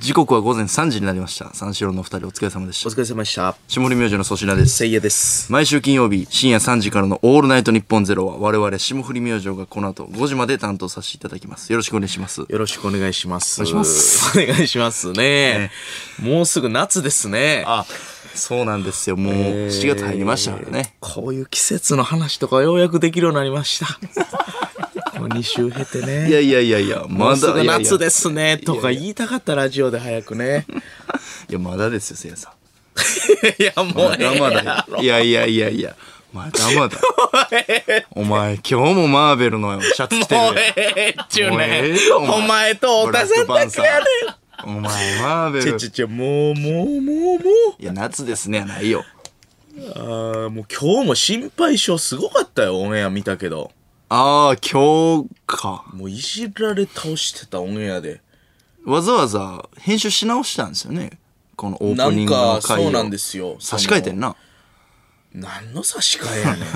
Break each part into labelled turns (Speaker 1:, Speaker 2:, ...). Speaker 1: 時刻は午前3時になりました三四郎のお二人お疲れ様でし
Speaker 2: お
Speaker 1: た
Speaker 2: 疲れ様でした。
Speaker 1: 下り明星の粗品です
Speaker 2: せいやです。
Speaker 1: 毎週金曜日深夜3時からの「オールナイトニッポンゼロは我々霜降り明星がこの後5時まで担当させていただきますよろしくお願いします
Speaker 2: よろしくお願いします。
Speaker 1: お願いします。
Speaker 2: お願いしますね。もうすぐ夏ですね。
Speaker 1: あそうなんですよもう7月入りましたからね、
Speaker 2: こういう季節の話とかようやくできるようになりました。 こう2週経てね。
Speaker 1: いやいやいやいやまだ
Speaker 2: もうすぐ
Speaker 1: いやいや
Speaker 2: 夏ですね。とか言いたかったラジオで早くね。
Speaker 1: いやまだですよせいやさん
Speaker 2: いや、もう
Speaker 1: ま
Speaker 2: ええ
Speaker 1: だまだいやいやいやいやまだま だお前今日もマーベルのシャツ着てる
Speaker 2: も
Speaker 1: や
Speaker 2: うんええっちゅう
Speaker 1: もうえ
Speaker 2: ね
Speaker 1: えよ。お
Speaker 2: お
Speaker 1: 前
Speaker 2: 前とおたさんだけやね
Speaker 1: お前マーベ
Speaker 2: ん。
Speaker 1: ル
Speaker 2: ちょちょ、もう、もう、もう、もう。
Speaker 1: いや夏ですねやないよ
Speaker 2: あーもう今日も心配性すごかったよ、オンエア見たけど。
Speaker 1: ああ今日か
Speaker 2: もういじられ倒してたオンエアで。
Speaker 1: わざわざ編集し直したんですよねこのオー
Speaker 2: な
Speaker 1: プニン
Speaker 2: ん
Speaker 1: グの
Speaker 2: か、
Speaker 1: 回を
Speaker 2: そうなんですよ。
Speaker 1: 差し替えてんな
Speaker 2: その。何の差し替 えやねん。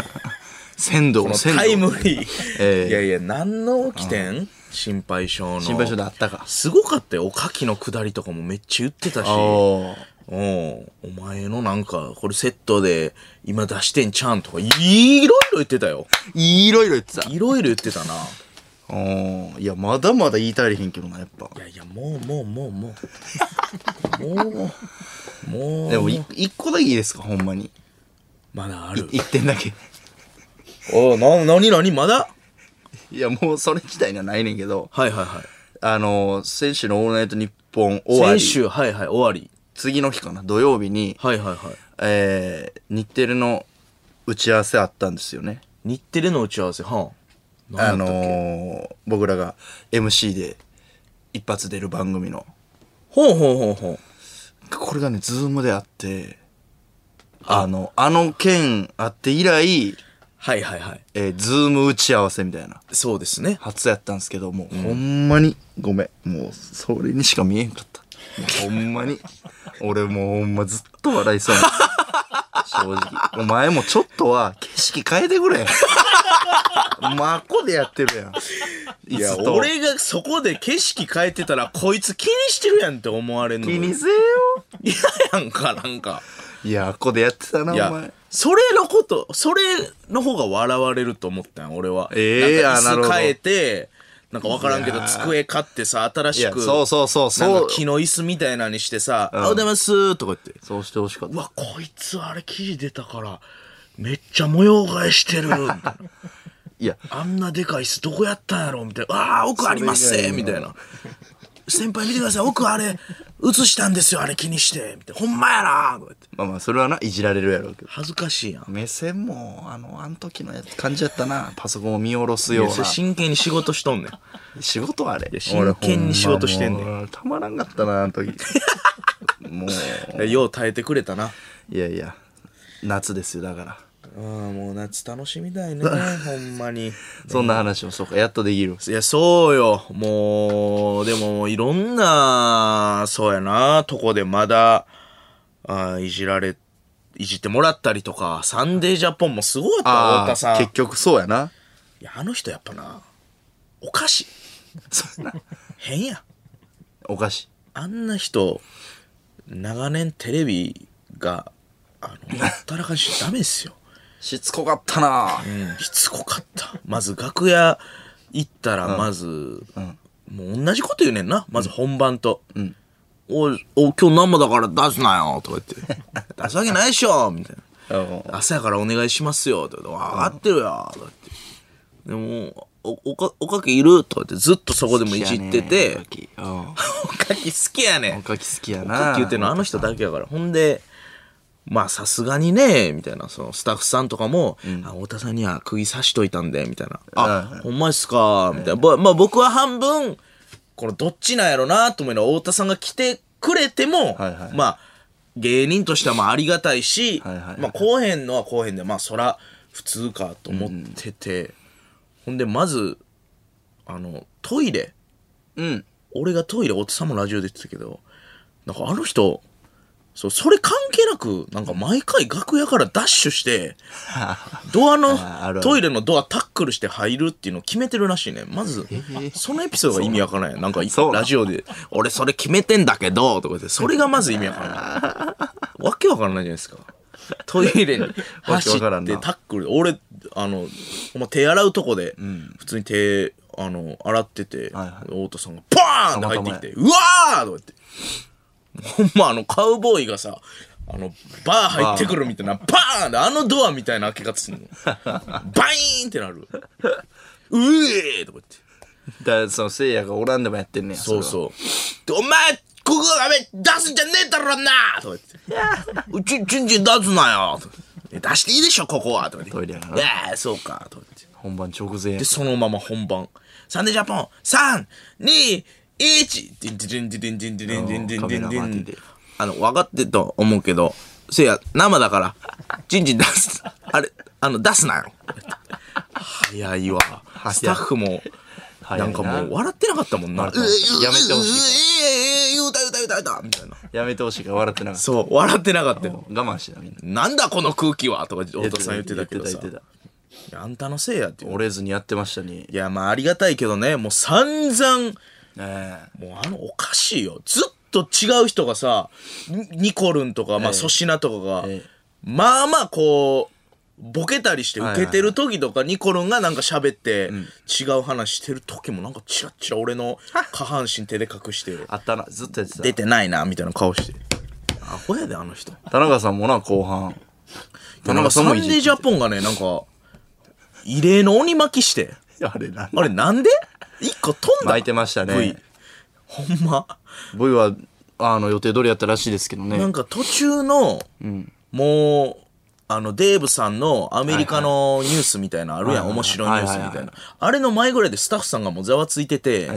Speaker 1: 鮮度
Speaker 2: こ
Speaker 1: を
Speaker 2: の
Speaker 1: 鮮度
Speaker 2: タイムリー。
Speaker 1: ええ
Speaker 2: いやいや、何の起点心配性の。
Speaker 1: 心配性であったか
Speaker 2: すごかったよ。おかきのくだりとかもめっちゃ言ってたし。お
Speaker 1: ああ
Speaker 2: うん。お前のなんか、これセットで今出してんちゃうんとか、いろいろ言ってたよ。
Speaker 1: いろいろ言ってた
Speaker 2: いろいろ言ってたな。
Speaker 1: うんいやまだまだ言い足りへんけどなやっぱ
Speaker 2: いやいや、もうもうもうもう。もう、もう。
Speaker 1: でもい一個だけいいですかほんまに
Speaker 2: まだある。
Speaker 1: 一点だけ
Speaker 2: おうな、なになにまだ
Speaker 1: いやもうそれ自体にはないねんけど
Speaker 2: はいはいはい。
Speaker 1: あの先週の「オールナイトニッポン」終わ
Speaker 2: 先
Speaker 1: り
Speaker 2: 週、はいはい、終わり。
Speaker 1: 次の日かな土曜日に、
Speaker 2: はいはいはい。
Speaker 1: えー、日テレの打ち合わせあったんですよね
Speaker 2: 日テレの打ち合わせ、はん。
Speaker 1: あ
Speaker 2: なん
Speaker 1: の
Speaker 2: だったっけ
Speaker 1: ー、僕らが MC で一発出る番組の
Speaker 2: ほうほうほうほう。
Speaker 1: これがねズームであってあのあの件あって以来、
Speaker 2: はいはいはい。
Speaker 1: えー、ズーム打ち合わせみたいな
Speaker 2: そうですね。
Speaker 1: 初やったんですけどもう、ほんまにごめんもうそれにしか見えんかったもうほんまに俺もうほんまずっと笑いそうや正直お前もちょっとは景色変えてく れ真っこでやってるやんい
Speaker 2: いや、
Speaker 1: と
Speaker 2: 俺がそこで景色変えてたら、こいつ気にしてるやんって思われんの。
Speaker 1: 気に
Speaker 2: す
Speaker 1: せえよ
Speaker 2: ややんか、なんか。
Speaker 1: いやあっこでやってたないお前
Speaker 2: や、それのこと、それの方が笑われると思ったん俺は。
Speaker 1: ええ
Speaker 2: なんか
Speaker 1: あなるほ
Speaker 2: 椅子
Speaker 1: ど
Speaker 2: 変えて、なんかわからんけど、机買ってさ、新
Speaker 1: い
Speaker 2: し
Speaker 1: や
Speaker 2: く。
Speaker 1: そうそうそう
Speaker 2: なん
Speaker 1: そう
Speaker 2: か木の椅子みたいなのにしてさ、
Speaker 1: ん
Speaker 2: あおはようございますとか言って。
Speaker 1: そうしてほしかっ
Speaker 2: う
Speaker 1: た
Speaker 2: わ、こいつあれ記事出たから、めっちゃ模様替えし てる。
Speaker 1: いや
Speaker 2: あんなでかい椅子どこやったんやろみたいな。ああ、奥あります
Speaker 1: それ以
Speaker 2: せ
Speaker 1: 外の
Speaker 2: みたいな。先輩見てください、奥あれ、映したんですよ、あれ気にして。みたいな。ほんまやなとか言って。
Speaker 1: まあまあそれはないじられるやろうけど
Speaker 2: 恥ずかしいやん。
Speaker 1: 目線もあのあん時のやつ感じやったなパソコンを見下ろす
Speaker 2: い
Speaker 1: よう
Speaker 2: や
Speaker 1: な
Speaker 2: それ真剣に仕事しとんねん。
Speaker 1: 仕事あれ
Speaker 2: 真剣に仕事してんね
Speaker 1: 俺
Speaker 2: ん
Speaker 1: ほまもうたまらんかったなあの時 もう
Speaker 2: よう耐えてくれたな。
Speaker 1: いやいや夏ですよだから
Speaker 2: うん、もう夏楽しみ たいね。ほんまに。
Speaker 1: そんな話もそうかやっとできる
Speaker 2: いや、そうよ。もう、でも、いろんな、そうやな、とこでまだ、あーいじられ、いじってもらったりとか、サンデージャポンもすごかったわ、
Speaker 1: あ
Speaker 2: 太田さ
Speaker 1: あ
Speaker 2: ん。
Speaker 1: 結
Speaker 2: い
Speaker 1: 局そうやな
Speaker 2: や、あの人やっぱな、おかしい。
Speaker 1: そんな
Speaker 2: 変や。
Speaker 1: おかしい
Speaker 2: あんな人、長年テレビが、あの、ほったらかしダメですよ。
Speaker 1: しつこかったな
Speaker 2: うん、しつこかった。まず楽屋行ったら、まず、もう同じこと言うねんな。まず本番と。
Speaker 1: うん
Speaker 2: おい、おい今日生だから出すなよとか言って。 出すわけないでしょみたい
Speaker 1: うん
Speaker 2: な。朝やからお願いしますよとか言って。わかってるよとか言って。でも、お、おか、おかきいるとか言って、ずっとそこでもいじってて、
Speaker 1: 好きやねおかき
Speaker 2: おかき好きやね
Speaker 1: うん
Speaker 2: ん
Speaker 1: お。かき好きや
Speaker 2: お
Speaker 1: な
Speaker 2: かき言ってるのあの人だけやから。ほんで、まあさすがにね、みたいな、そのスタッフさんとかも、あ、太田さんには釘刺しといたんで、みたいな。
Speaker 1: うんう
Speaker 2: あ、ほんまですか、みたいな。ぼまあ僕は半分、このどっちなんやろな、と思うのは太田さんが来てくれても、
Speaker 1: はいはい
Speaker 2: まあ、芸人としてはまあありがたいし、
Speaker 1: はいはいはい
Speaker 2: まあこうへんのはこうへんで、まあそら普通かと思ってて、ほんでまず、あの、トイレ。
Speaker 1: うん
Speaker 2: 俺がトイレ、おっさんもラジオで言ってたけど、なんかあの人、そう、それ関係なく、なんか毎回楽屋からダッシ ュして、ド
Speaker 1: あ
Speaker 2: ア
Speaker 1: あるあ
Speaker 2: の、
Speaker 1: る
Speaker 2: トイレのドアタックルして入るっていうのを決めてるらしいね。まず、そのエピソードが意味わからない。なんか、
Speaker 1: そうな
Speaker 2: ラジオで、俺それ決めてんだけど、とか言って、それがまず意味わからな い。わけわからないじゃないですか。トイレに走
Speaker 1: わ
Speaker 2: ってタ
Speaker 1: からんな
Speaker 2: ックルで、俺、あの、ほんま手洗うとこで、普通に手、あの、洗ってて、
Speaker 1: はいはい
Speaker 2: 太田さんがバーンって入ってきて、うわーとか言って。ほんまあのカウボーイがさあのバー入ってくるみたいなバーンであのドアみたいな開け方 するのバイーンってなるうえーとか言って
Speaker 1: だからそのせいやがおらんでもやってんねや
Speaker 2: そう
Speaker 1: う
Speaker 2: そうでお前ここダメ出すんじゃねえだろなとか言ってうちちんちん出すなよとか言って出していいでしょここはとか言って
Speaker 1: トイレやから
Speaker 2: いやそうかとか言って
Speaker 1: 本番直前や
Speaker 2: で、そのまま本番。サンデージャポン、3、2、1! ディンディンディンディンディンディンディンディンディンディンディン。あの、分かってると思うけど、せいや、生だから、チンチン出す。あれ、あの、出すなよ。早いわ。
Speaker 1: い
Speaker 2: スタッフも、
Speaker 1: 早い
Speaker 2: な
Speaker 1: なん
Speaker 2: かもう笑ってなかったもんな。
Speaker 1: 笑ってなかったやめてほし
Speaker 2: い。ええ、言うた言うた言うた言うたみたいな。
Speaker 1: やめてほしいから笑ってなかっ
Speaker 2: そう、笑ってなかったよ。
Speaker 1: た我慢してたみんな
Speaker 2: なんだこの空気はとか、太田さん言ってたけどさ
Speaker 1: 言。ってた言って
Speaker 2: いやあんたのせいやって
Speaker 1: た。折れずにやってましたね
Speaker 2: いや、まあありがたいけどね、もう散々、
Speaker 1: ねえ
Speaker 2: もうあのおかしいよ。ずっと違う人がさ、ニニコルンとか、まあ
Speaker 1: ええ
Speaker 2: 粗品とかが、
Speaker 1: ええ
Speaker 2: まあまあこう、ボケたりして受けてる時とか、ニコルンがなんか喋って、違う話してる時もなんかチラッチラ俺の下半身手で隠して、
Speaker 1: あったなずっとやって
Speaker 2: 出
Speaker 1: た
Speaker 2: てないな、みたいな顔して。アホやで、あの人。
Speaker 1: 田中さんもな後半田
Speaker 2: なん
Speaker 1: 中
Speaker 2: かサ
Speaker 1: さ
Speaker 2: ン
Speaker 1: んも
Speaker 2: デ
Speaker 1: いじ
Speaker 2: ー
Speaker 1: って
Speaker 2: ジャポンがね、なんか、異例の鬼巻きして。
Speaker 1: あれな
Speaker 2: あれなんで一個飛んだ
Speaker 1: 巻いてましたね
Speaker 2: V ほんま
Speaker 1: V はあの予定通りやったらしいですけどね
Speaker 2: なんか途中の、もうあのデーブさんのアメリカのニュースみたいなのあるやん、
Speaker 1: はいはい
Speaker 2: 面白いニュースみたいな、
Speaker 1: はいはいは
Speaker 2: あれの前ぐらいでスタッフさんがもうざわついてて、
Speaker 1: え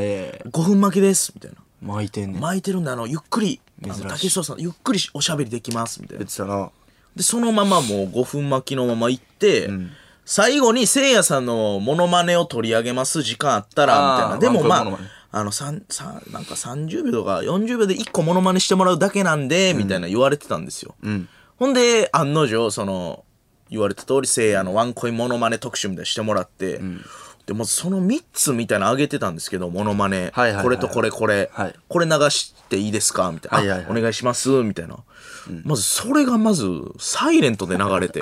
Speaker 1: え
Speaker 2: 5分負けですみたいな
Speaker 1: 巻いてんねん
Speaker 2: 巻いてるんであのゆっくりあの
Speaker 1: 珍しい
Speaker 2: 竹下さんゆっくりおしゃべりできますみたいな
Speaker 1: 言ってたな
Speaker 2: でそのままもう5分巻きのまま行って、最後にせいやさんのモノマネを取り上げます時間あったらみたい
Speaker 1: あ
Speaker 2: な
Speaker 1: ー
Speaker 2: でもま
Speaker 1: ワンコインモノ
Speaker 2: あ
Speaker 1: マネ
Speaker 2: あのさんさんなんか30秒とか40秒で1個モノマネしてもらうだけなんで、みたいな言われてたんですよ、ほんで案の定その言われた通りせいやのワンコインモノマネ特集みたいなのしてもらって、でまずその3つみたいなの上げてたんですけどモノマネ、
Speaker 1: はいはいはい
Speaker 2: これとこれこれ、
Speaker 1: はい
Speaker 2: これ流していいですかみたいな、
Speaker 1: はいはいはい
Speaker 2: お願いしますみたいな、まずそれがまずサイレントで流 れて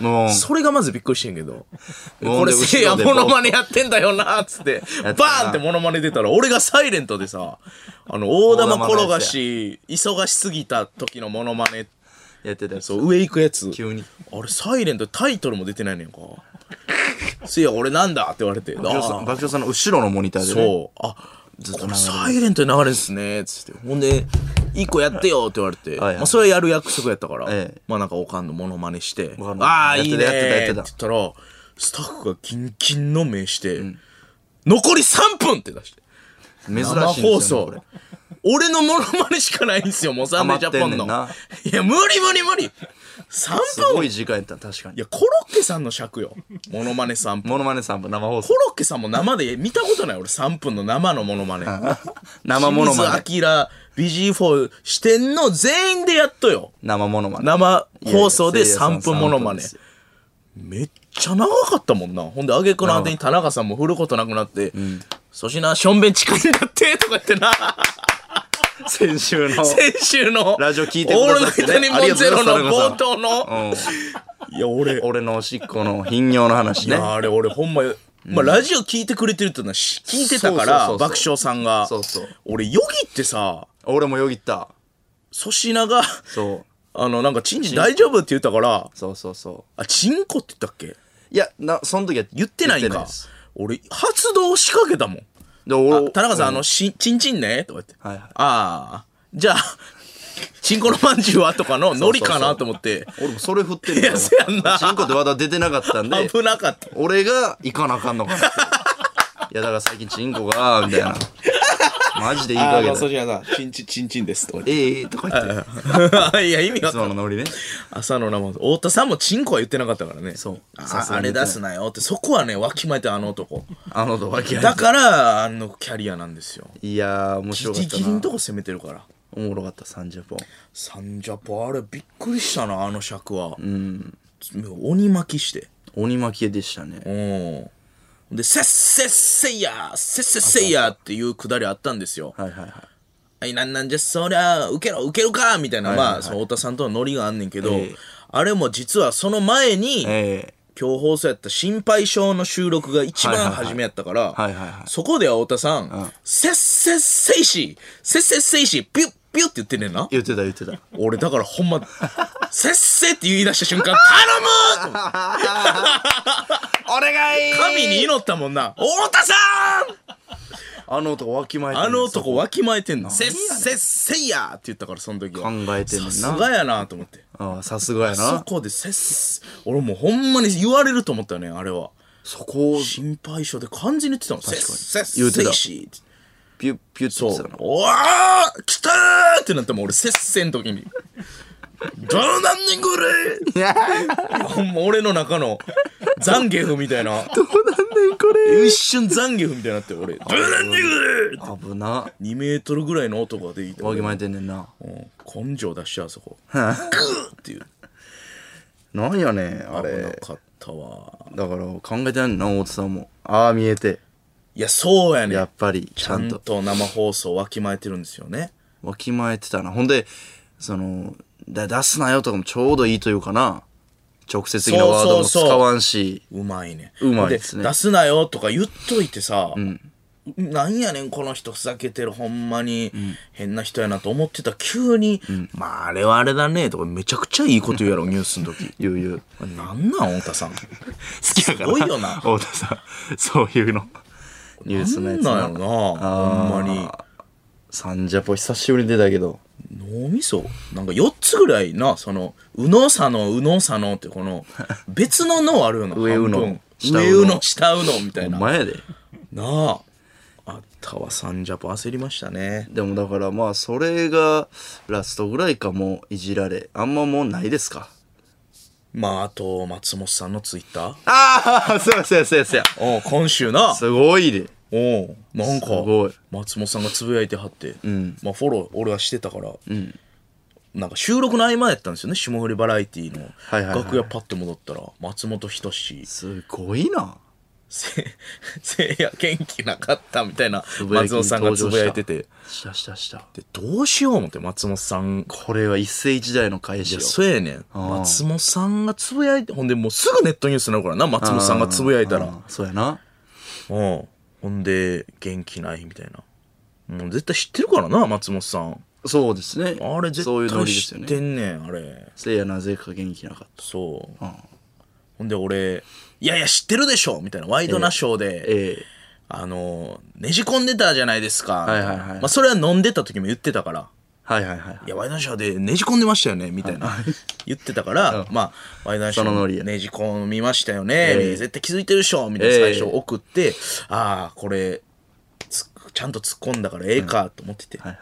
Speaker 1: もう
Speaker 2: それがまずびっくりしてんけど
Speaker 1: もう
Speaker 2: これ
Speaker 1: で
Speaker 2: せいや
Speaker 1: 後ろでぼ
Speaker 2: モ
Speaker 1: ーっと
Speaker 2: ノマネやってんだよなっつって
Speaker 1: や
Speaker 2: バ
Speaker 1: ってたな
Speaker 2: ーンってモノマネ出たら俺がサイレントでさあの大玉転がし忙しすぎた時のモノマネ
Speaker 1: やってたやつ
Speaker 2: そう上行くやつ
Speaker 1: 急に
Speaker 2: あれサイレントタイトルも出てないねんか せいや俺なんだって言われて
Speaker 1: 爆笑さん
Speaker 2: あー
Speaker 1: 爆笑さんの後ろのモニターでね
Speaker 2: そう。あ、
Speaker 1: と流れ
Speaker 2: これ
Speaker 1: る
Speaker 2: サイレントで流れるんすね。つって。ほんで、一個やってよって言われて。
Speaker 1: はいはい
Speaker 2: まあ、それやる約束やったから。
Speaker 1: ええ
Speaker 2: まあ、なんか、おかんのモノマネして。
Speaker 1: かんの
Speaker 2: ああ、
Speaker 1: や
Speaker 2: い
Speaker 1: ってた
Speaker 2: いねー
Speaker 1: や
Speaker 2: っ
Speaker 1: ってたやってて
Speaker 2: 言
Speaker 1: た
Speaker 2: ったら、スタッフがキンキンの目して、残り3分って出して。
Speaker 1: 珍しいん
Speaker 2: 生
Speaker 1: ですよね
Speaker 2: 放
Speaker 1: これ
Speaker 2: 送。俺のモノマネしかないんですよ、もうサンデージャポンの。
Speaker 1: 余
Speaker 2: いや、無理無理無理 !3
Speaker 1: す
Speaker 2: 分
Speaker 1: ごい時間やった確か
Speaker 2: い
Speaker 1: に
Speaker 2: や、コロッケさんの尺よ。モノマネ3分。
Speaker 1: モノマネさんも生放
Speaker 2: コ
Speaker 1: 送
Speaker 2: ロッケさんも生で見たことない俺3分の生のモノ マネ。
Speaker 1: 生モノマネ
Speaker 2: 清水明、ビジーフォー、四天王全員でやっとよ。
Speaker 1: 生モノマネ
Speaker 2: 生放送で
Speaker 1: いやいや
Speaker 2: 3分モノマ
Speaker 1: 3分
Speaker 2: ネ
Speaker 1: で。す
Speaker 2: めっちゃ長かったもんな。ほんで、挙句の果てに田中さんも振ることなくなって、粗品、しょんべん近いんだって、とか言ってな。
Speaker 1: 先週の
Speaker 2: 先週の、
Speaker 1: ラジオ聞いてく
Speaker 2: オール
Speaker 1: だ
Speaker 2: ナ
Speaker 1: さ
Speaker 2: イ
Speaker 1: ってね
Speaker 2: トニッポンゼロ
Speaker 1: あり
Speaker 2: の
Speaker 1: がとう
Speaker 2: 冒
Speaker 1: ござ
Speaker 2: 頭の。いや、俺、
Speaker 1: 俺のおしっこの頻尿の話
Speaker 2: い
Speaker 1: ね
Speaker 2: やあれ俺ほんま、まあ、ラジオ聞いてくれてるってのはし聞いてた
Speaker 1: そ
Speaker 2: から
Speaker 1: うそうそうそう
Speaker 2: 爆笑さんが
Speaker 1: そうそう
Speaker 2: 俺よぎってさ
Speaker 1: 俺もよぎった
Speaker 2: 粗品が
Speaker 1: そう
Speaker 2: あのなんか「チンチン大丈夫?」って言ったから
Speaker 1: そうそうそ
Speaker 2: 「あチンコ」って言ったっけ
Speaker 1: ういやなその時は
Speaker 2: 言ってないんか
Speaker 1: です
Speaker 2: 俺発動仕掛けたもん
Speaker 1: で俺
Speaker 2: あ田中さん、
Speaker 1: う
Speaker 2: あのし「チンチンね」とか言って「
Speaker 1: はいはい
Speaker 2: ああじゃあチンコのまんじゅうは?」と かのノリかなと思って
Speaker 1: 俺もそれ振ってる
Speaker 2: いやせやんな
Speaker 1: チンコってまだ出てなかったんで
Speaker 2: 危なかった
Speaker 1: 俺が行かなあかんの かなっていやだから最近チンコがみたいなマジでいい
Speaker 2: あ
Speaker 1: 加
Speaker 2: あ
Speaker 1: 減
Speaker 2: 粗品さん「チンチンチンチンです」とか言って
Speaker 1: ええとか言ってい
Speaker 2: いや意味わ
Speaker 1: つ
Speaker 2: かんない
Speaker 1: ものノリね
Speaker 2: 朝の生太田さんもチンコは言ってなかったからね
Speaker 1: そうさ
Speaker 2: あ
Speaker 1: す
Speaker 2: あ
Speaker 1: がに
Speaker 2: れ
Speaker 1: 言ってない
Speaker 2: 出すなよってそこはねわきまえてあの男
Speaker 1: あのとわけ
Speaker 2: だからあのキャリアなんですよ
Speaker 1: いやー面白かっ
Speaker 2: ギリ
Speaker 1: た
Speaker 2: ギリの
Speaker 1: な
Speaker 2: とこ攻めてるから
Speaker 1: おもろかった30本
Speaker 2: サンジャポあれびっくりしたなあの尺は、
Speaker 1: うん
Speaker 2: 鬼巻きして
Speaker 1: 鬼巻きでしたね
Speaker 2: うんで「せっせっせいやせっせっせいや」っていうくだりあったんですよ
Speaker 1: はいはいはい
Speaker 2: はい、なんなんじゃ、そりゃ、受けろ、受けるかみたいな、
Speaker 1: はいはいはい
Speaker 2: まあ、その太田さんとのノリがあんねんけど、
Speaker 1: ええ
Speaker 2: あれも実はその前に、
Speaker 1: え
Speaker 2: 今日放送やった心配性の収録が一
Speaker 1: はい
Speaker 2: 番
Speaker 1: はいはい
Speaker 2: 初めやったから、
Speaker 1: はいはいはい
Speaker 2: そこでは太田さん、せっせっせいし、せっせっせいし、ピュッピュッって言ってんねんな
Speaker 1: え。言ってた言ってた
Speaker 2: 俺だからほんま、せっせって言い出した瞬間、頼むと思って
Speaker 1: お願い
Speaker 2: 神に祈ったもんな。太田さん
Speaker 1: あの男わきまえてんね
Speaker 2: あ
Speaker 1: ん
Speaker 2: の男わきまえてんの。せっ
Speaker 1: やねん
Speaker 2: せっせいやって言ったから、その時は。
Speaker 1: 考えてんねんな
Speaker 2: さすがやなと思って。
Speaker 1: ああさすがや
Speaker 2: そ
Speaker 1: な
Speaker 2: こでせっせ俺もうほんまに言われると思ったねあれは
Speaker 1: そこを
Speaker 2: 心配性で漢字に言ってたのせっせっ
Speaker 1: 言うて
Speaker 2: せ
Speaker 1: た
Speaker 2: いし
Speaker 1: ピュッピュッって
Speaker 2: そ
Speaker 1: 言
Speaker 2: う
Speaker 1: ってたな
Speaker 2: おわー来たーってなったもん俺せっせん時にどうなんねんこれほんま俺の中のザンゲフみたいな
Speaker 1: なんでこれ
Speaker 2: 一瞬ザンゲフみたいになって俺どうなんねんこ
Speaker 1: 危な
Speaker 2: れ2メートルぐらいの男が出てきて
Speaker 1: わき
Speaker 2: 俺
Speaker 1: まえてんねんな
Speaker 2: うん根性出してあそこグーっていう
Speaker 1: なんやねんあ
Speaker 2: 危な
Speaker 1: れ
Speaker 2: かったわ
Speaker 1: だから考えてないんな大津さんもああ見えて
Speaker 2: いやそうやねん
Speaker 1: やっぱりち
Speaker 2: ち
Speaker 1: ゃ
Speaker 2: ゃ
Speaker 1: ん
Speaker 2: ん
Speaker 1: と
Speaker 2: と生放送わきまえてるんですよね。
Speaker 1: わきまえてたなほんでそのだ出すなよとかもちょうどいいというかな直接的なワードも使わんし
Speaker 2: うまいね。
Speaker 1: うまいですね
Speaker 2: 出すなよとか言っといてさ、なんやねんこの人ふざけてるほんまに変な人やなと思ってた急に、まああれはあれだねとかめちゃくちゃいいこと言うやろニュースの 時。
Speaker 1: 言う言う
Speaker 2: なんなん太田さん。
Speaker 1: 好きやから
Speaker 2: すごいよ な
Speaker 1: 太田さんそういうのニュースのやつ
Speaker 2: なん
Speaker 1: な
Speaker 2: なんやろなほんまに。
Speaker 1: サンジャポ久しぶりに出たけど
Speaker 2: 脳みそなんか4つぐらいなその「右脳左脳右脳左脳」ってこの 別の脳あるよな
Speaker 1: 上右脳
Speaker 2: 半分
Speaker 1: 下
Speaker 2: 上
Speaker 1: 右脳
Speaker 2: 右脳下右脳みたいな。
Speaker 1: 前やで
Speaker 2: なああったわサンジャポ焦りましたね
Speaker 1: でもだからまあそれがラストぐらいかもいじられあんまもうないですか
Speaker 2: まああと松本さんのツイッター
Speaker 1: ああそうやそうやそうやそうや
Speaker 2: おう今週な
Speaker 1: すごいで
Speaker 2: おうなんか
Speaker 1: すごい
Speaker 2: 松本さんがつぶやいてはって、
Speaker 1: ん
Speaker 2: まあフォロー俺はしてたから、なんか収録の合間やったんですよね霜降りバラエティ
Speaker 1: は
Speaker 2: の
Speaker 1: いはいはい
Speaker 2: 楽屋パッて戻ったら松本人志
Speaker 1: すごいな
Speaker 2: せせいや元気なかったみたいな
Speaker 1: やき
Speaker 2: 松本さんがつぶやいてて
Speaker 1: したしたした
Speaker 2: でどうしよう思って松本さん
Speaker 1: これは一世一代の返
Speaker 2: い
Speaker 1: し
Speaker 2: や
Speaker 1: よ
Speaker 2: そうやねん
Speaker 1: ー
Speaker 2: 松本さんがつぶやいてほんでもうすぐネットニュースになるからな松本さんがつぶやいたら
Speaker 1: あーそうやな
Speaker 2: うんほんで元気ないみたいなもう絶対知ってるからな松本さん
Speaker 1: そうですね
Speaker 2: あれ
Speaker 1: そういう
Speaker 2: 絶
Speaker 1: ノリ
Speaker 2: 対
Speaker 1: です
Speaker 2: 知
Speaker 1: よ
Speaker 2: って
Speaker 1: ね
Speaker 2: んねんあれ
Speaker 1: せいやなぜか元気なかった
Speaker 2: そうほんで俺「いやいや知ってるでしょ」みたいなワイドナショーで、
Speaker 1: ええ
Speaker 2: あのねじ込んでたじゃないですか、
Speaker 1: はいはいはい
Speaker 2: まあ、それは飲んでた時も言ってたから
Speaker 1: はいはいはい
Speaker 2: 「いやワイドナショーでねじ込んでましたよね」みたいな言ってたから、まあ、ワイドナショ
Speaker 1: そのノリ
Speaker 2: ー
Speaker 1: や
Speaker 2: ねじ込みましたよね、
Speaker 1: ええ
Speaker 2: 絶対気づいてるでしょみたいな
Speaker 1: え
Speaker 2: 最
Speaker 1: え
Speaker 2: 初送って、ああこれつちゃんと突っ込んだからええかと思ってて、
Speaker 1: はいはい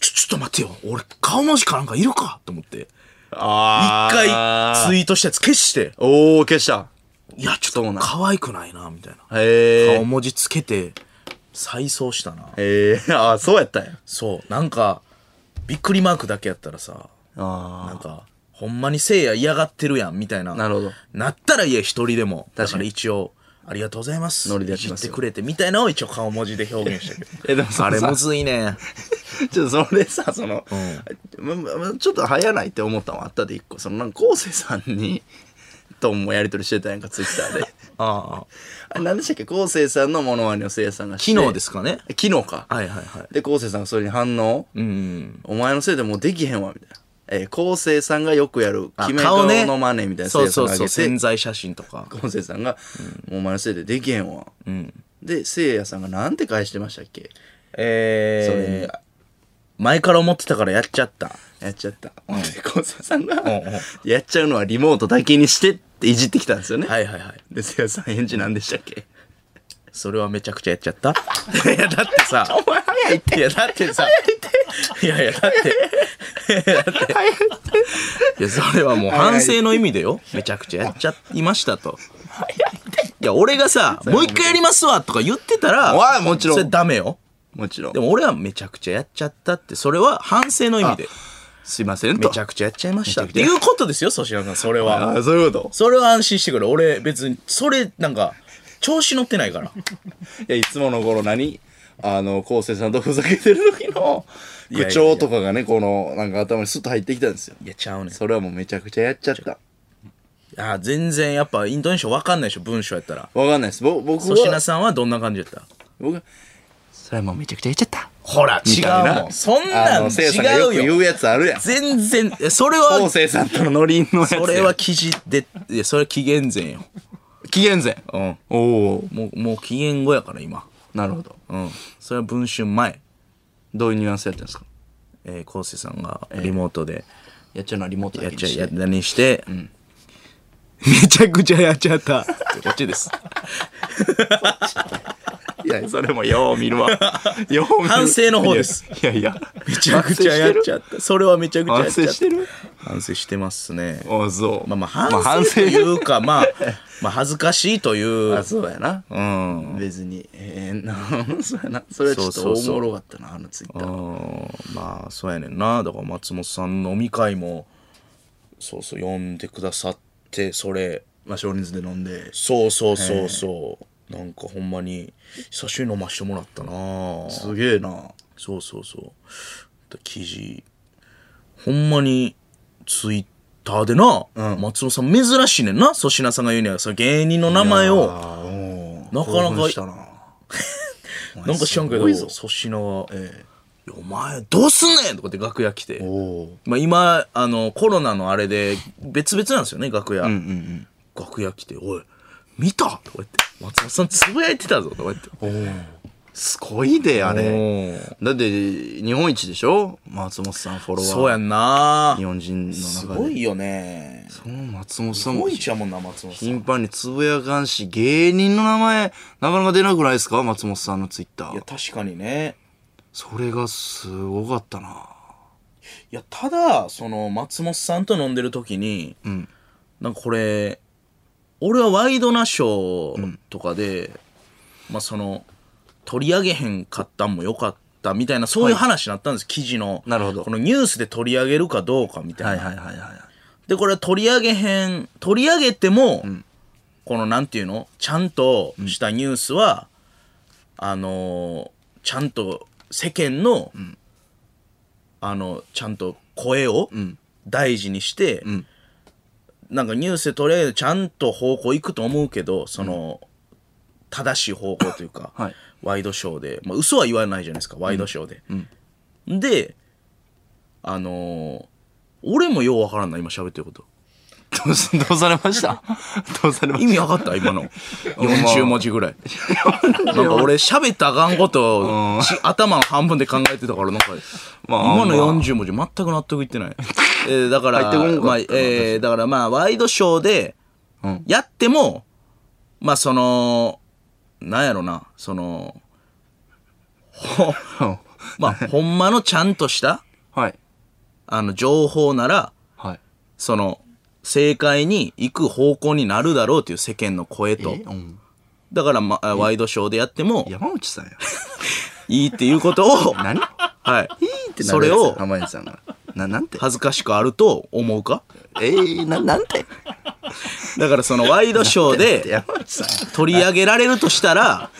Speaker 2: ちょちょっと待ってよ俺顔文字かなんかいるかと思って一
Speaker 1: あ
Speaker 2: 回ツイートしたやつ消して
Speaker 1: おお消した
Speaker 2: いやちょっ
Speaker 1: そう
Speaker 2: と
Speaker 1: なん
Speaker 2: 可愛くないなみたいな
Speaker 1: へ
Speaker 2: 顔
Speaker 1: え
Speaker 2: 文字つけて再送したな
Speaker 1: へえああそうやったんや
Speaker 2: そうなんかびっくりマークだけやったらさな
Speaker 1: あ
Speaker 2: んかほんまにせいや嫌がってるやんみたいな
Speaker 1: なるほど
Speaker 2: なったらいや一人でもだ
Speaker 1: 確
Speaker 2: か
Speaker 1: からに
Speaker 2: 一応ありがとうございます
Speaker 1: ノリでやってます
Speaker 2: いじ
Speaker 1: よ
Speaker 2: ってくれてみたいなのを一応顔文字で表現してる
Speaker 1: えでもそ
Speaker 2: あれ
Speaker 1: れ
Speaker 2: む
Speaker 1: も
Speaker 2: ずいね
Speaker 1: ちょっとそれさその、ままちょっと早ないって思ったのあったで一個そのなんか昴生さんに ともやり取りしてたやんかツイッタ ーで
Speaker 2: ああ
Speaker 1: あれ何でしたっけ昴生さんのモノマネをせいやさんがして
Speaker 2: 昨日ですかね
Speaker 1: 昨日か
Speaker 2: はいはいはい
Speaker 1: で昴生さんがそれに反応、
Speaker 2: うん
Speaker 1: お前のせいでもうできへんわ」みたいな。えー、昴生さんがよくやる
Speaker 2: あ
Speaker 1: 決め顔のマネみたいな
Speaker 2: そうそう
Speaker 1: せい
Speaker 2: そう
Speaker 1: やさん
Speaker 2: 潜
Speaker 1: が
Speaker 2: 在写真とか
Speaker 1: 上げて昴生さんが「もうお前のせいでできへんわ
Speaker 2: うん」
Speaker 1: でせいやさんがなんて返してましたっけ
Speaker 2: えー、前から思ってたからやっちゃった
Speaker 1: やっちゃった、で 昴生さんが
Speaker 2: んうん
Speaker 1: 「やっちゃうのはリモートだけにして」っていじってきたんですよね、
Speaker 2: はいはいはい
Speaker 1: でせいやさん返事なんでしたっけ
Speaker 2: それはめちゃくちゃやっちゃった いやだってさ
Speaker 1: お前早いって
Speaker 2: いやだってさいやいやだって
Speaker 1: 早いって
Speaker 2: いや、それはもう反省の意味でよ。めちゃくちゃやっちゃいましたと。いや、俺がさ、もう一回やりますわとか言ってたら、
Speaker 1: おいもちろん
Speaker 2: それダメよ。
Speaker 1: もちろん
Speaker 2: でも俺はめちゃくちゃやっちゃったって、それは反省の意味で、
Speaker 1: すいません
Speaker 2: め
Speaker 1: と
Speaker 2: ちゃくちゃやっちゃいましたっ
Speaker 1: め
Speaker 2: て
Speaker 1: ちゃくちゃ
Speaker 2: いうことですよ、粗品さん、それ
Speaker 1: あ
Speaker 2: は。
Speaker 1: あそういうこと
Speaker 2: それは安心してくれ。俺、別に、それ、なんか、調子乗ってないから。
Speaker 1: いやいつもの頃何あの昴生さんとふざけてる時の
Speaker 2: やい
Speaker 1: 口調
Speaker 2: や
Speaker 1: とかがねこのなんか頭にスッと入ってきたんですよ
Speaker 2: いや、ちゃうねん。
Speaker 1: それはもうめちゃくちゃやっちゃった
Speaker 2: あー全然やっぱイントネーションわかんないでしょ文章やったら
Speaker 1: わかんないですぼ僕
Speaker 2: 粗品
Speaker 1: は
Speaker 2: さんはどんな感じやった
Speaker 1: 僕はそれはもうめちゃくちゃやっちゃった
Speaker 2: ほら違
Speaker 1: みたいうな
Speaker 2: もんそん
Speaker 1: あ
Speaker 2: なん
Speaker 1: のせいさんがよく
Speaker 2: 違う
Speaker 1: 言
Speaker 2: よ
Speaker 1: うやつあるやん
Speaker 2: 全然えそれは
Speaker 1: 昴生さんとのノリのやつやん
Speaker 2: それは記事でいやそれは紀元前よ
Speaker 1: 紀元前
Speaker 2: うん
Speaker 1: おお
Speaker 2: もうもう紀元後やから今
Speaker 1: なるほど
Speaker 2: うんそれは文春前
Speaker 1: どういうニュアンスやったんですか
Speaker 2: えー、昴生さんがリモートで
Speaker 1: やっちゃうのはリモート
Speaker 2: や
Speaker 1: だ
Speaker 2: っ
Speaker 1: け
Speaker 2: ち
Speaker 1: に
Speaker 2: ゃ
Speaker 1: して
Speaker 2: や何して、めちゃくちゃやっちゃったって こっちです
Speaker 1: いやそれもよう見 るわよう見る
Speaker 2: 反省の方です
Speaker 1: いやいやめ
Speaker 2: めちゃくちゃやっちゃったそれはめちゃくちゃやっ
Speaker 1: 反
Speaker 2: ちゃっ
Speaker 1: 省
Speaker 2: た
Speaker 1: してる
Speaker 2: 反省してますね
Speaker 1: ああそう
Speaker 2: まあまあ反省というか、まあ、まあ恥ずかしいという。
Speaker 1: あそうやな
Speaker 2: うん。
Speaker 1: 別にええな そうやなそれはちょっ
Speaker 2: そ
Speaker 1: と
Speaker 2: うそう
Speaker 1: お
Speaker 2: そう
Speaker 1: もろかったなあのツイッター
Speaker 2: うんまあ、そうやねんな。だから松本さんの飲み会も、そうそう、呼んでくださって、それ、
Speaker 1: まあ少人数で飲んで
Speaker 2: そうそうそうそう。なんかほんまに、久しぶりに飲ましてもらったな。
Speaker 1: すげえな
Speaker 2: そうそうそう。で記事、ほんまに、ツイッターでな、松本さん珍しいねんな。粗品さんが言うには、その芸人の名前を。
Speaker 1: あお
Speaker 2: なかなか
Speaker 1: したな
Speaker 2: なんか知らんけ
Speaker 1: す
Speaker 2: ど
Speaker 1: ごいぞ、
Speaker 2: 粗品が、
Speaker 1: え
Speaker 2: いやお前、どうすんねんとかって楽屋来て
Speaker 1: え、。おお
Speaker 2: まあ、今、あの、コロナのあれで、別々なんですよね、楽屋。
Speaker 1: うんうん
Speaker 2: 楽屋来て、おい、見たとか言って、松本さんつぶやいてたぞ、とか言って。
Speaker 1: おーすごいであれ
Speaker 2: おー
Speaker 1: だって日本一でしょ松本さんフォロワー
Speaker 2: そうやんな
Speaker 1: 日本人の中です
Speaker 2: ごいよね。す
Speaker 1: その松本さんも
Speaker 2: ごいちゃうもんな、松本さん。い
Speaker 1: 頻繁につぶやかんし芸人の名前なかなか出なくないですか松本さんのツイッタ
Speaker 2: や、
Speaker 1: ー
Speaker 2: 確かにね。
Speaker 1: それがすごかったない
Speaker 2: や、ただ、その、松本さんと飲んでる時に、
Speaker 1: うん
Speaker 2: なんかこれ、俺はワイドナショーとかで、まあその、取り上げへんかったんもよかったみたいな、そういう話になったんです、記事の。
Speaker 1: なるほど
Speaker 2: このニュースで取り上げるかどうかみたいな。
Speaker 1: はいはいはい
Speaker 2: で、これは取り上げへん、取り上げても、このなんていうのちゃんとしたニュースは、あのーちゃんと世間の、あの、ちゃんと声を大事にして、
Speaker 1: ん
Speaker 2: なんかニュースで取り上げてちゃんと方向行くと思うけど、その、正しい方向というか、
Speaker 1: はい
Speaker 2: ワイドショーで、まあ、嘘は言わないじゃないですか、ワイドショーで。で、あのー俺もようわからんな、今喋ってること。
Speaker 1: どうし どうされましたどうされま
Speaker 2: 意
Speaker 1: し
Speaker 2: 味わかった今 の。
Speaker 1: んま
Speaker 2: 40文字 ぐらい。なんか俺喋ったらあかんことを、し頭の半分で考えてたから、なんか、
Speaker 1: まあ
Speaker 2: 今の
Speaker 1: まあ
Speaker 2: 40文字全く納得いってない。えーだから、
Speaker 1: 入ってこんかったな
Speaker 2: まあ、えーだからまあ、ワイドショーで
Speaker 1: うん、
Speaker 2: やっても、まあその、なんやろな、その、ほ、
Speaker 1: たうん
Speaker 2: まあ、ほんまのちゃんとした、
Speaker 1: はい
Speaker 2: あの、情報なら、
Speaker 1: はい
Speaker 2: その、正解に行く方向になるだろうという世間の声と。
Speaker 1: うん
Speaker 2: だから、ま、あワイドショーでやっても
Speaker 1: 山内さんや
Speaker 2: いいっていう ことを、
Speaker 1: 何
Speaker 2: はい。
Speaker 1: ってな
Speaker 2: そ
Speaker 1: る
Speaker 2: れ
Speaker 1: やつ
Speaker 2: を
Speaker 1: 濱家さんがななんて
Speaker 2: 恥ずかしくあると思うか
Speaker 1: えー、ななんて
Speaker 2: だからそのワイドショーで
Speaker 1: 山内さん
Speaker 2: 取り上げられるとしたら、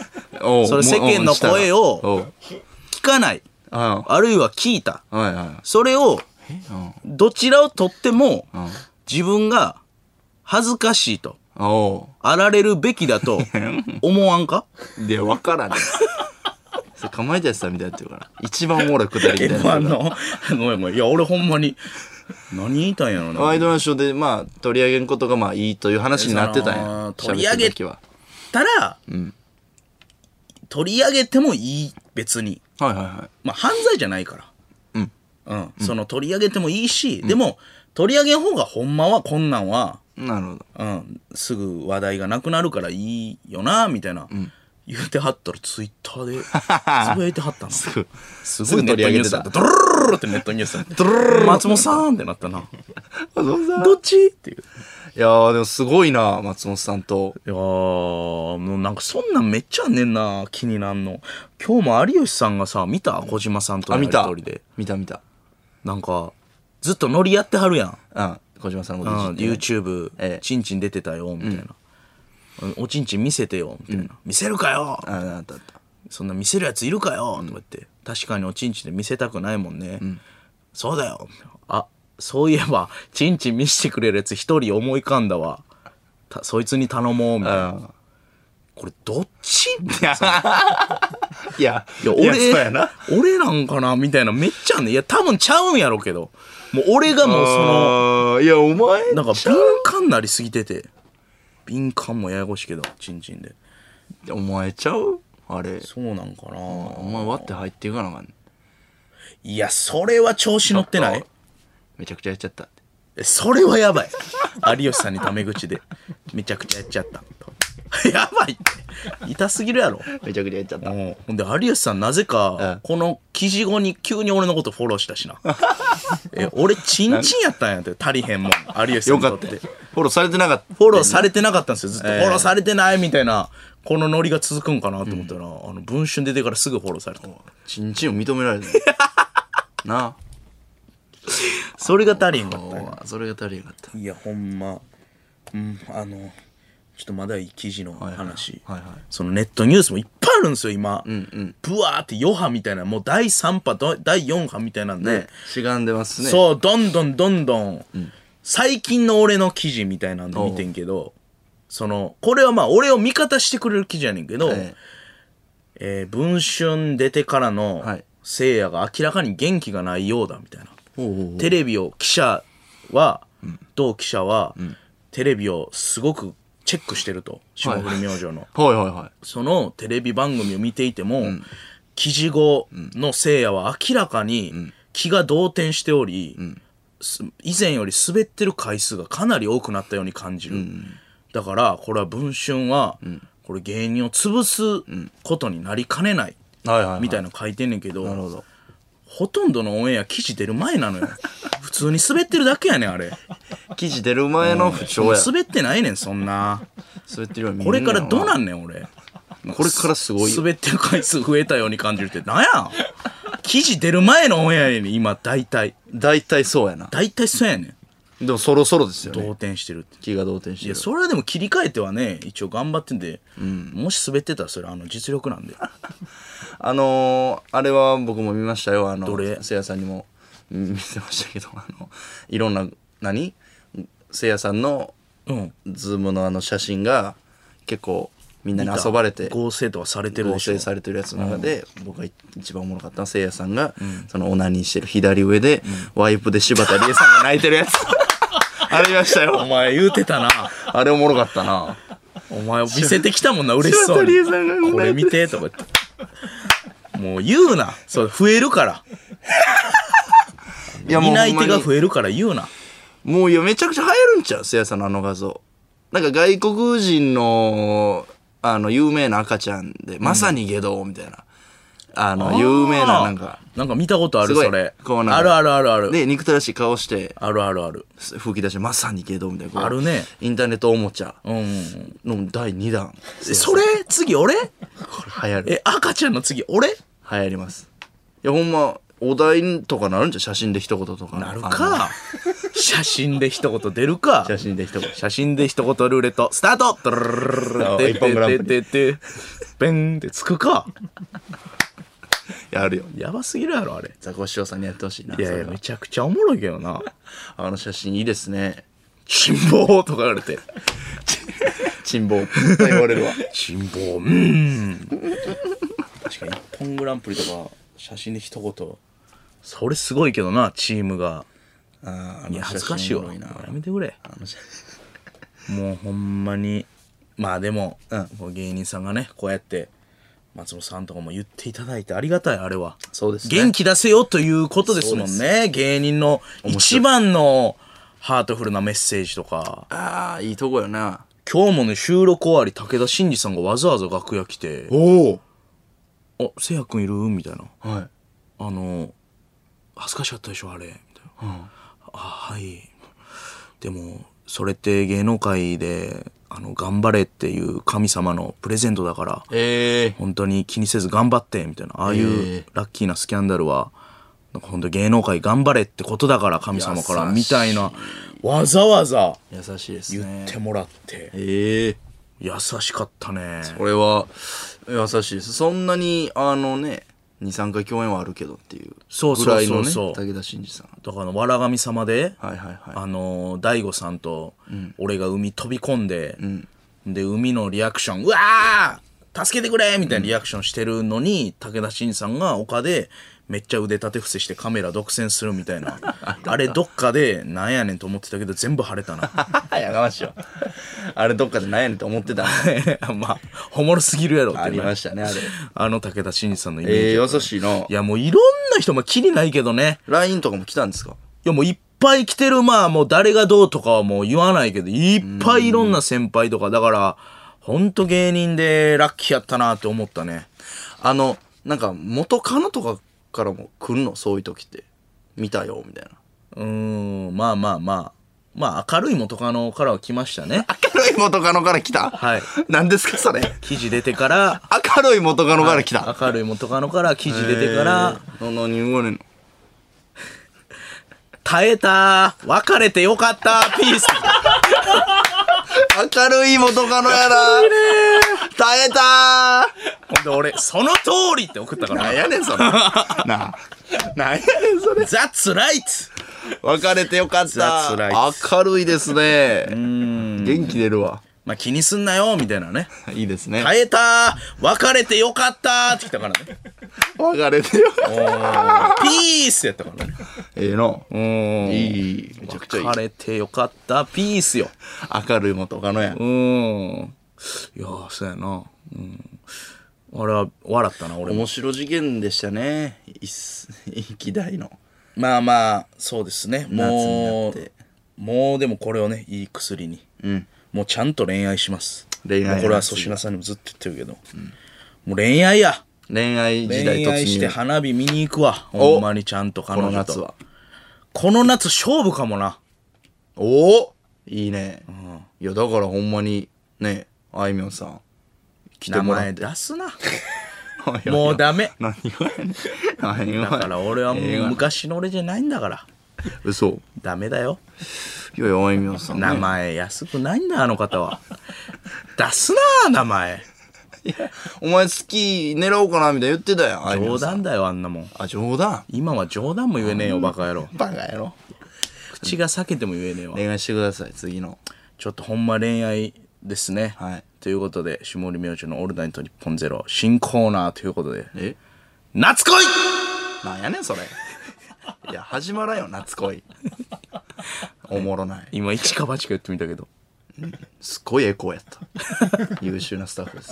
Speaker 1: おう
Speaker 2: それ世間の声を
Speaker 1: もううんした
Speaker 2: 聞かない。
Speaker 1: らおう
Speaker 2: あるいは聞いた。
Speaker 1: うんはいは
Speaker 2: それを、
Speaker 1: いうん
Speaker 2: どちらをとっても
Speaker 1: うん
Speaker 2: 自分が恥ずかしいと、
Speaker 1: おう
Speaker 2: あられるべきだ と思わんか
Speaker 1: で、わからん。 それ、かまいたちさんみたいになってるから。一番おもろいくだり みたいになってるか
Speaker 2: の、ごめんごめん。いや、俺ほんまに、何言いたいんやろ
Speaker 1: ら。ワイドナショーで、まあ、取り上げんことが、まあ、いいという話になってたん
Speaker 2: そ
Speaker 1: や
Speaker 2: の。取り
Speaker 1: 喋っ
Speaker 2: 上げ
Speaker 1: てる時は。
Speaker 2: たら、取り上げてもいい、別に。
Speaker 1: はいはいはい。
Speaker 2: まあ、犯罪じゃないから。
Speaker 1: うん。
Speaker 2: うん。その取り上げてもいいし、でも、取り上げん方がほんまはこんなんは、
Speaker 1: なるほど。
Speaker 2: うん、すぐ話題がなくなるからいいよな、みたいな、言うてはったらツイッターで、つぶやいてはったな。す
Speaker 1: すぐ、
Speaker 2: ごいネットニュースだった。ドロロロロってネットニュースだった。松本さんってなったな。
Speaker 1: 松本さん
Speaker 2: どっちっていう。
Speaker 1: いやーでもすごいな松本さんと
Speaker 2: いやー、もうなんかそんなんめっちゃあんねんな、気になんの。今日も有吉さんがさ、見た小島さんと
Speaker 1: あ
Speaker 2: の
Speaker 1: 見
Speaker 2: やり
Speaker 1: た
Speaker 2: とりで。
Speaker 1: 見た見た
Speaker 2: なんか、ずっとノリやってはるやん。
Speaker 1: うん小島さんの
Speaker 2: う
Speaker 1: こと
Speaker 2: ん、
Speaker 1: いじってね
Speaker 2: YouTube、
Speaker 1: ええ
Speaker 2: ちんちん出てたよ、みたいな。おちんちん見せてよ、みたいな。見せるかよ
Speaker 1: ああったあった
Speaker 2: そんな見せるやついるかよ、とか言って。確かにおちんちんで見せたくないもんね。そうだよ。あ、そういえば、ちんちん見せてくれるやつ一人思い浮かんだわ。たそいつに頼もう、みたいな。
Speaker 1: うん
Speaker 2: これどっち
Speaker 1: いや
Speaker 2: いや、俺、
Speaker 1: そうやな
Speaker 2: 俺なんかなみたいな、めっちゃあんねんいや、多分ちゃうんやろうけど。もう俺がもうその、
Speaker 1: あーいやお前
Speaker 2: なんか敏感なりすぎてて。敏感もややこしいけど、チンチンで。
Speaker 1: お前ちゃうあれ
Speaker 2: そうなんかな
Speaker 1: お前割って入っていかなあかんね
Speaker 2: いや、それは調子乗ってな
Speaker 1: ちょ
Speaker 2: い
Speaker 1: っめちゃくちゃやっちゃったって
Speaker 2: えそれはやばい。有吉さんにタメ口で、めちゃくちゃやっちゃった。 やばいって。痛すぎるやろ。
Speaker 1: めちゃくちゃやっちゃった
Speaker 2: うんほんで、有吉さんなぜ
Speaker 1: うん
Speaker 2: か、この記事後に急に俺のことフォローしたし な。え、俺、チンチンやったんやって、足りへんもん。有吉さん
Speaker 1: よ
Speaker 2: に
Speaker 1: か
Speaker 2: とっ
Speaker 1: った
Speaker 2: て。
Speaker 1: よフォローされてなかった
Speaker 2: フォローされてなかったんですよ。ずっと、
Speaker 1: ええ
Speaker 2: フォローされてないみたいな、このノリが続くんかなと思ったら、あの、文春出てからすぐフォローされた。
Speaker 1: ちんちんを認められた な
Speaker 2: それが足りへんかっ
Speaker 1: あ
Speaker 2: たんや。
Speaker 1: それが足りなかった
Speaker 2: いや、ほんま。うん、あの、ちょっとまだいい記事の話。
Speaker 1: はいはい
Speaker 2: そのネットニュースもいっぱいあるんですよ、今。
Speaker 1: ん
Speaker 2: ブワーって余波みたいな、もう第3波、ど第4波みたいなんで、
Speaker 1: ねしがんでますね
Speaker 2: そう、どんどんどんどん、最近の俺の記事みたいなんで見てんけど、その、これはまあ、俺を味方してくれる記事やねんけど、
Speaker 1: え
Speaker 2: えー文春出てからの
Speaker 1: はい、
Speaker 2: せいやが明らかに元気がないようだ、みたいな。
Speaker 1: えおうおうおう
Speaker 2: テレビを、記者は、同記者は、テレビをすごくチェックしてると、霜降り明星の。
Speaker 1: はいはいはい
Speaker 2: そのテレビ番組を見ていても、記事後のせいやは明らかに気が動転しており、す以前より滑ってる回数がかなり多くなったように感じる、だからこれは文春は、これ芸人を潰すことになりかねない、
Speaker 1: はいはいは
Speaker 2: みたい
Speaker 1: い
Speaker 2: なの書いてんねんけど
Speaker 1: なるほど
Speaker 2: ほとんどのオンエア記事出る前なのよ 普通に滑ってるだけやねんあれ
Speaker 1: 記事出る前の不調や
Speaker 2: 滑ってないねんそんな
Speaker 1: そうやってるように見
Speaker 2: こ
Speaker 1: え
Speaker 2: れ
Speaker 1: ん
Speaker 2: か
Speaker 1: ねや
Speaker 2: ら
Speaker 1: ろ
Speaker 2: どうなんねん俺
Speaker 1: これからすごいよ
Speaker 2: 滑ってる回数増えたように感じるってなんや記事出る前のオンエアやねん今大体
Speaker 1: 大体そうやな
Speaker 2: 大体そうやねん
Speaker 1: でもそろそろですよ
Speaker 2: 動
Speaker 1: ね
Speaker 2: 転してるって
Speaker 1: 気が動転し
Speaker 2: い
Speaker 1: て
Speaker 2: や
Speaker 1: る
Speaker 2: それはでも切り替えてはね一応頑張ってんで、もし滑ってたらそれあの実 力なんで
Speaker 1: あのー、あれは僕も見ましたよあの
Speaker 2: どれ
Speaker 1: せいやさんにもうん見せましたけどあのいろんな何せいやさんの
Speaker 2: うん
Speaker 1: ズームのあの写真が結構みんなに遊ばれて
Speaker 2: 合成とかされてる
Speaker 1: 合
Speaker 2: でしょ
Speaker 1: 成されてるやつの中で、僕が一番おもろかったのはせいやさんが、そのオナニーしてる左上で、ワイプで柴田理恵さんが泣いてる やつあれ見ました
Speaker 2: お
Speaker 1: よ
Speaker 2: 前言うてたな
Speaker 1: あれおもろかったな
Speaker 2: お前見せてきたもんな嬉しそ
Speaker 1: 柴田
Speaker 2: う
Speaker 1: 理恵さんがうな
Speaker 2: に
Speaker 1: い
Speaker 2: これ見てとか言ってもう言うなそれ増えるから
Speaker 1: いやもう
Speaker 2: 担い手が
Speaker 1: ほんま
Speaker 2: 増えるから言うな
Speaker 1: にもういやめちゃくちゃ流行るんちゃうせいやさんのあの画像なんか外国人のあの有名な赤ちゃんで、まさにゲドみたいなあの有名ななんか
Speaker 2: なんか見たことあ
Speaker 1: す
Speaker 2: る
Speaker 1: ごい
Speaker 2: それ
Speaker 1: こうなんか
Speaker 2: あるあるあるある
Speaker 1: で憎たらしい顔して
Speaker 2: あるあるある
Speaker 1: 吹き出してまさにゲドみたいなこう
Speaker 2: あるね
Speaker 1: インターネットおもちゃ
Speaker 2: うんうんうん
Speaker 1: の第2弾
Speaker 2: えそれ次俺
Speaker 1: これ流行る
Speaker 2: え赤ちゃんの次俺
Speaker 1: 流行りますいやほんまお題とかなるんじゃう写真で一言とか
Speaker 2: なる
Speaker 1: あの
Speaker 2: か写真で一言出るか
Speaker 1: 写真で一言
Speaker 2: 写真で一言ルーレットスタートドルルルルル
Speaker 1: あ
Speaker 2: て
Speaker 1: 一本グランプリ
Speaker 2: ててててペンってつくか
Speaker 1: やるよ
Speaker 2: やばすぎるやろあれ
Speaker 1: ザコシショウさんにやってほしいない
Speaker 2: や
Speaker 1: そ
Speaker 2: い
Speaker 1: れ
Speaker 2: や
Speaker 1: は
Speaker 2: めちゃくちゃおもろいけど な
Speaker 1: あの写真いいですね
Speaker 2: 辛抱とか言われて
Speaker 1: チ ンボ絶対言われるわ
Speaker 2: 辛抱うん 確かに「一本グランプリ」とか写真で一言それすごいけどなチームが
Speaker 1: あーあの
Speaker 2: いや恥ずかし
Speaker 1: 写
Speaker 2: い
Speaker 1: 真おも
Speaker 2: わ
Speaker 1: ろな
Speaker 2: やめてくれ
Speaker 1: あの写
Speaker 2: もうほんまにまあでも、
Speaker 1: うん
Speaker 2: こう芸人さんがねこうやって松本さんとかも言っていただいてありがたいあれは
Speaker 1: そうですね
Speaker 2: 元気出せよということですもんね芸人の一番のハートフルなメッセージとか
Speaker 1: ああいいとこよな
Speaker 2: 今日もね収録終わり武田真治さんがわざわざ楽屋来て
Speaker 1: おお
Speaker 2: 「あせいやくんいる?」みたいな
Speaker 1: はい
Speaker 2: 「あの恥ずかしかったでしょあれ」みたいな「あはい」でも、それって芸能界で、あの、頑張れっていう神様のプレゼントだから、
Speaker 1: ええ
Speaker 2: 本当に気にせず頑張って、みたいな、ああい
Speaker 1: へ
Speaker 2: う
Speaker 1: え
Speaker 2: ラッキーなスキャンダルは、なんか本当芸能界頑張れってことだから、神様から、みたいな、わざわざ
Speaker 1: 優しいです
Speaker 2: 言
Speaker 1: ね
Speaker 2: ってもらって、
Speaker 1: ええ
Speaker 2: 優しかったね。
Speaker 1: 俺は優しいですそんなにあのね23回共演はあるけどっていう
Speaker 2: そう
Speaker 1: ぐ
Speaker 2: そ
Speaker 1: ら
Speaker 2: う
Speaker 1: い
Speaker 2: そ
Speaker 1: の
Speaker 2: う
Speaker 1: ね
Speaker 2: そう
Speaker 1: 武田真治さん
Speaker 2: だから、わら神様で、
Speaker 1: はいはいは
Speaker 2: あのー大悟さんと俺が海飛び込んで、で海のリアクション「うわー助けてくれ!」みたいなリアクションしてるのに、武田真治さんが丘でめっちゃ腕立て伏せしてカメラ独占するみた いなあれどっかでなんやねんと思ってたけど全部晴れ たな
Speaker 1: いやがましいわあれどっかでないやねんと思ってた
Speaker 2: まあおもろすぎるやろっていう
Speaker 1: ありましたねあれ
Speaker 2: あの武田真治さんのイメージ、
Speaker 1: ええ優しいない
Speaker 2: やもういろんな人もきりないけどね
Speaker 1: LINE とかも来たんですか
Speaker 2: いやもういっぱい来てる、まあもう誰がどうとかはもう言わないけど、いっぱいいろんな先輩とか、だから、ほんと芸人でラッキーやったなって思ったね。
Speaker 1: あのなんか元カノとかからも来るのそういう時って見たよみたいな
Speaker 2: うーん、まあまあまあ。まあ明るい元カノからは来ましたね。
Speaker 1: 明るい元カノから来た
Speaker 2: はい
Speaker 1: 何ですかそれ
Speaker 2: 記事出てから、
Speaker 1: 明るい元カノから来た
Speaker 2: 明るい元カノから記事出てから、
Speaker 1: えーな何言われんの
Speaker 2: 耐えた別れてよかったピース
Speaker 1: 明るい元カノやな耐えた
Speaker 2: ほんで俺、その通りって送ったか
Speaker 1: ー
Speaker 2: ら
Speaker 1: なん。やねんそれなあなんやねんそれ
Speaker 2: ザッツライツ
Speaker 1: 別れてよかっ
Speaker 2: That's
Speaker 1: た
Speaker 2: right
Speaker 1: 明るいですね元気出るわ
Speaker 2: まあ気にすんなよ、みたいなね。
Speaker 1: いいですね
Speaker 2: 耐えた別れてよかったって来たからね。
Speaker 1: 別れてよかった
Speaker 2: ピースやったからね。
Speaker 1: ええの
Speaker 2: うん。
Speaker 1: いいめちゃくちゃいい
Speaker 2: 晴れてよかった、ピースよ。
Speaker 1: 明るい元カノや
Speaker 2: うん。いやー、そうやな。うん。あれは、笑ったな、俺も。
Speaker 1: 面白次元でしたね 一代の
Speaker 2: まあまあ、そうですね。も
Speaker 1: 夏になって
Speaker 2: う、もうでもこれをね、いい薬に。
Speaker 1: うん
Speaker 2: もうちゃんと恋愛します。
Speaker 1: 恋愛
Speaker 2: もうこれは粗品さんにもずっと言ってるけど。もう恋愛や。
Speaker 1: 恋愛時代
Speaker 2: 恋愛
Speaker 1: 突
Speaker 2: して
Speaker 1: 入
Speaker 2: 花火見に行くわ。ほんまにちゃんと彼
Speaker 1: この
Speaker 2: 女と。
Speaker 1: 夏は
Speaker 2: この夏勝負かもな。
Speaker 1: おおいいね、いやだからほんまにねあいみょんさん来て
Speaker 2: 名
Speaker 1: もら
Speaker 2: 前
Speaker 1: って
Speaker 2: 出 すな。
Speaker 1: いや
Speaker 2: もうダメ。
Speaker 1: 何がやねん何がやねん
Speaker 2: だから俺はも
Speaker 1: ええ
Speaker 2: う
Speaker 1: わ
Speaker 2: 昔の俺じゃないんだから。
Speaker 1: 嘘
Speaker 2: ダメだよ。
Speaker 1: いやいやあいみょんさんね、
Speaker 2: 名前安くないんだ、あの 方は。出すな、名前。
Speaker 1: お前好き狙おうかなみたいな言ってたやんあいみょ
Speaker 2: 冗
Speaker 1: んさん
Speaker 2: 談だよ、あんなもん。
Speaker 1: あ冗談
Speaker 2: 今は冗談も言えねえよ、バカ野郎。
Speaker 1: バカやろ
Speaker 2: 口が裂けても言えねえわ。
Speaker 1: 恋愛してください次の
Speaker 2: ちょっとほんま恋愛ですね。
Speaker 1: はい
Speaker 2: ということで、下り明星のオールナイト日本ゼロ、新コーナーということで、
Speaker 1: え
Speaker 2: 夏恋
Speaker 1: なんやねん それいや始まらんよ夏恋おもろない
Speaker 2: 今、一か八か言ってみたけど。
Speaker 1: すっごいエコーやった優秀なスタッフです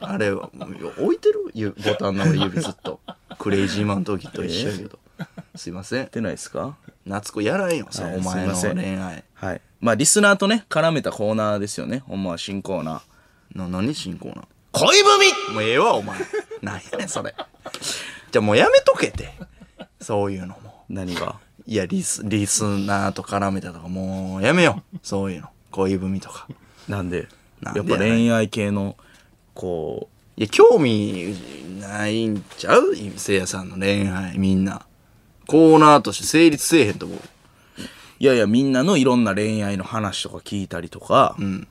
Speaker 1: あれはもう置いてるゆボタンの 指ずっとクレイジーマンの時と一緒やけど、すいません
Speaker 2: 出ないですか
Speaker 1: 夏子やらんよ、さ
Speaker 2: はい
Speaker 1: お前の
Speaker 2: すいません
Speaker 1: 恋愛
Speaker 2: はい。まあ、リスナーとね、絡めたコーナーですよね。ほんまは新コーナー。
Speaker 1: な何進行な
Speaker 2: 恋文
Speaker 1: もうええわお前なんやねんそれじゃあもうやめとけてそういうのも
Speaker 2: 何が
Speaker 1: いやリスリスナーと絡めたとかもうやめようそういうの恋文とか
Speaker 2: なんで
Speaker 1: なんで
Speaker 2: やっぱ恋愛系のこ
Speaker 1: いや興味ないんちゃうせいやさんの恋愛みんなコーナーとして成立せえへんと思う
Speaker 2: ういやいやみんなのいろんな恋愛の話とか聞いたりとか、
Speaker 1: ん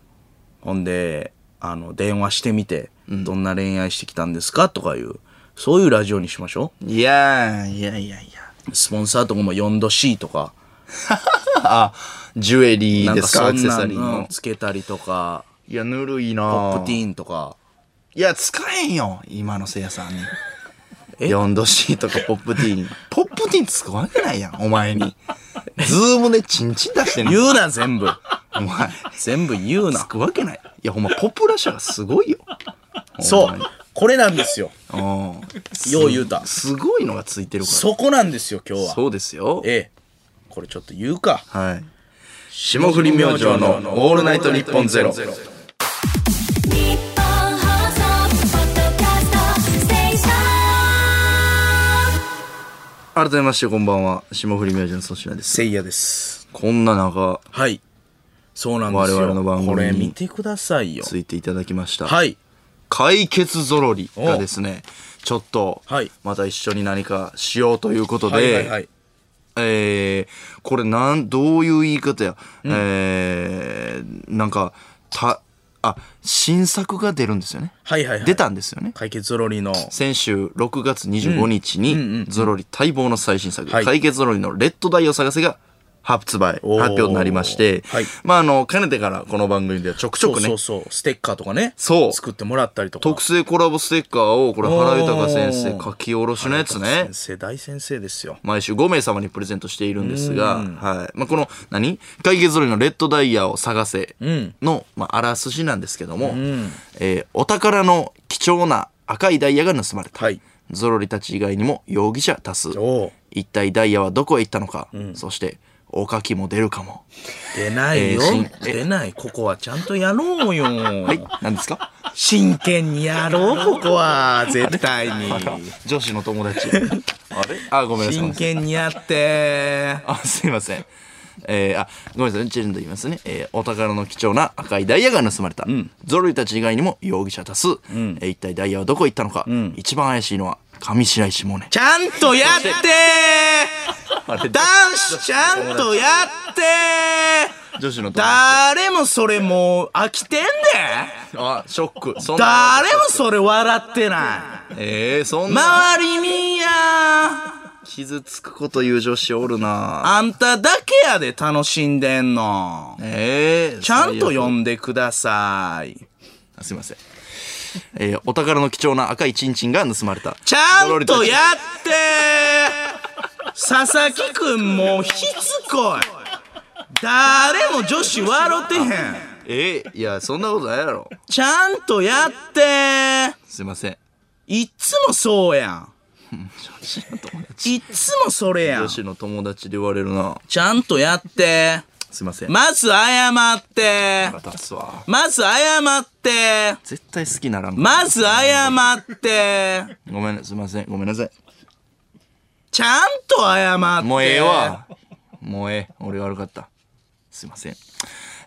Speaker 2: ほんであの電話してみて、どんな恋愛してきたんですかとかいうそういうラジオにしましょ
Speaker 1: いやーいやいやいや
Speaker 2: うスポンサーとかも 4°C とか
Speaker 1: あジュエリー
Speaker 2: なん
Speaker 1: で
Speaker 2: か
Speaker 1: すか
Speaker 2: そ
Speaker 1: アク
Speaker 2: ん
Speaker 1: セ
Speaker 2: な
Speaker 1: サリー
Speaker 2: の
Speaker 1: の
Speaker 2: つけたりとか
Speaker 1: いやぬるいな
Speaker 2: ポッ
Speaker 1: ぁ
Speaker 2: プティーンとか
Speaker 1: いや使えんよ今のせいやさんに
Speaker 2: え
Speaker 1: 4度 C とかポップティーンポップティーン使わけないやんお前にズームでチンチン出してんの
Speaker 2: 言うな 全部
Speaker 1: お前
Speaker 2: 全部言うな
Speaker 1: つくわけないいやほんまポプラ社がすごいよ
Speaker 2: そ
Speaker 1: ほん
Speaker 2: うこれなんですよ
Speaker 1: まに
Speaker 2: よう言うた
Speaker 1: すごいのがついてるから
Speaker 2: そこなんですよ今日は
Speaker 1: そうですよ
Speaker 2: ええこれちょっと言うか
Speaker 1: はい霜降り明星のオールナイトニッポンゼロ
Speaker 3: 日本放送ポッドキャストステーション
Speaker 1: 改めましてこんばんは霜降り明星の粗品です
Speaker 2: せいやです
Speaker 1: こんな中
Speaker 2: はいそうなんですよ。
Speaker 1: 我々の番組に
Speaker 2: これ見てくださいよ。
Speaker 1: ついていただきました。
Speaker 2: はい。
Speaker 1: 解決ぞろりがですね、ちょっと
Speaker 2: はい、
Speaker 1: また一緒に何かしようということで、
Speaker 2: はいはいはい。
Speaker 1: えー、これなん、どういう言い方や、えー、なんか、た、あ、新作が出るんですよね。
Speaker 2: はいはいはい。
Speaker 1: 出たんですよね。
Speaker 2: 解決ゾロリの。
Speaker 1: 先週6月25日に、ゾロリ待望の最新作、
Speaker 2: はい
Speaker 1: 解決ゾロリのレッドダイを探せが発売、発
Speaker 2: おー
Speaker 1: 表になりまして、
Speaker 2: はい
Speaker 1: まあ、あの、かねてからこの番組ではちょくちょ
Speaker 2: そう
Speaker 1: くね、
Speaker 2: そうそう。ステッカーとかね。
Speaker 1: そう
Speaker 2: 作ってもらったりとか。
Speaker 1: 特製コラボステッカーを、これ、原豊先
Speaker 2: お
Speaker 1: 生
Speaker 2: ー
Speaker 1: 書き下ろしのやつね
Speaker 2: 先。生、大先生ですよ。
Speaker 1: 毎週5名様にプレゼントしているんですが、はい。まあ、この、何解決ゾロリのレッドダイヤを探せ
Speaker 2: ん
Speaker 1: の、まあ、あらすじなんですけども、えーお宝の貴重な赤いダイヤが盗まれた。
Speaker 2: はい
Speaker 1: ゾロリたち以外にも容疑者多数。
Speaker 2: おう
Speaker 1: 一体ダイヤはどこへ行ったのか、そして、おかきも出るかも。
Speaker 2: 出ない
Speaker 1: え
Speaker 2: よ
Speaker 1: ー。しんえ
Speaker 2: 出ない。ここはちゃんとやろうよ。
Speaker 1: はい。何です か
Speaker 2: 真剣にやろう、ここは。絶対 に。
Speaker 1: 女子の友 達。あれあ、ごめんなさい。
Speaker 2: 真剣にやって。
Speaker 1: あ、すいません。えーあ、ごめんなさい。チェルンと言いますね。えーお宝の貴重な赤いダイヤが盗まれた。ゾロリたち以外にも容疑者多数。えー一体ダイヤはどこ行ったのか。一番怪しいのは上白石萌音。
Speaker 2: ちゃんとやって
Speaker 1: れ
Speaker 2: 男子ちゃんとやって
Speaker 1: 女子の友達。
Speaker 2: 誰もそれもう飽きてんで
Speaker 1: あ、ショック。そんな
Speaker 2: 誰もそれ笑ってな
Speaker 1: えー、そ
Speaker 2: い
Speaker 1: んな
Speaker 2: 周りみや
Speaker 1: 傷つくこと言う女子おるな
Speaker 2: あんただけやで楽しんでんの
Speaker 1: えー、
Speaker 2: ちゃんと
Speaker 1: 最悪
Speaker 2: 呼んでください
Speaker 1: あすいません。えーお宝の貴重な赤いチンチンが盗まれた。
Speaker 2: ちゃんとやって佐々木くんもうしつこい誰も女子笑ってへん
Speaker 1: えーいや、そんなことないやろ。
Speaker 2: ちゃんとやって
Speaker 1: すいません。
Speaker 2: いっつもそうやん。いっつもそれやん
Speaker 1: 女。子の友達で言われるな。
Speaker 2: ちゃんとやって。
Speaker 1: すいません。
Speaker 2: まず謝って。
Speaker 1: 出すわ。
Speaker 2: まず謝って。
Speaker 1: 絶対好きならん。
Speaker 2: まず謝って。
Speaker 1: ごめんなすいません。ごめんなさい。
Speaker 2: ちゃんと謝って。
Speaker 1: もうええわ。もうええ。俺が悪かった。すいません。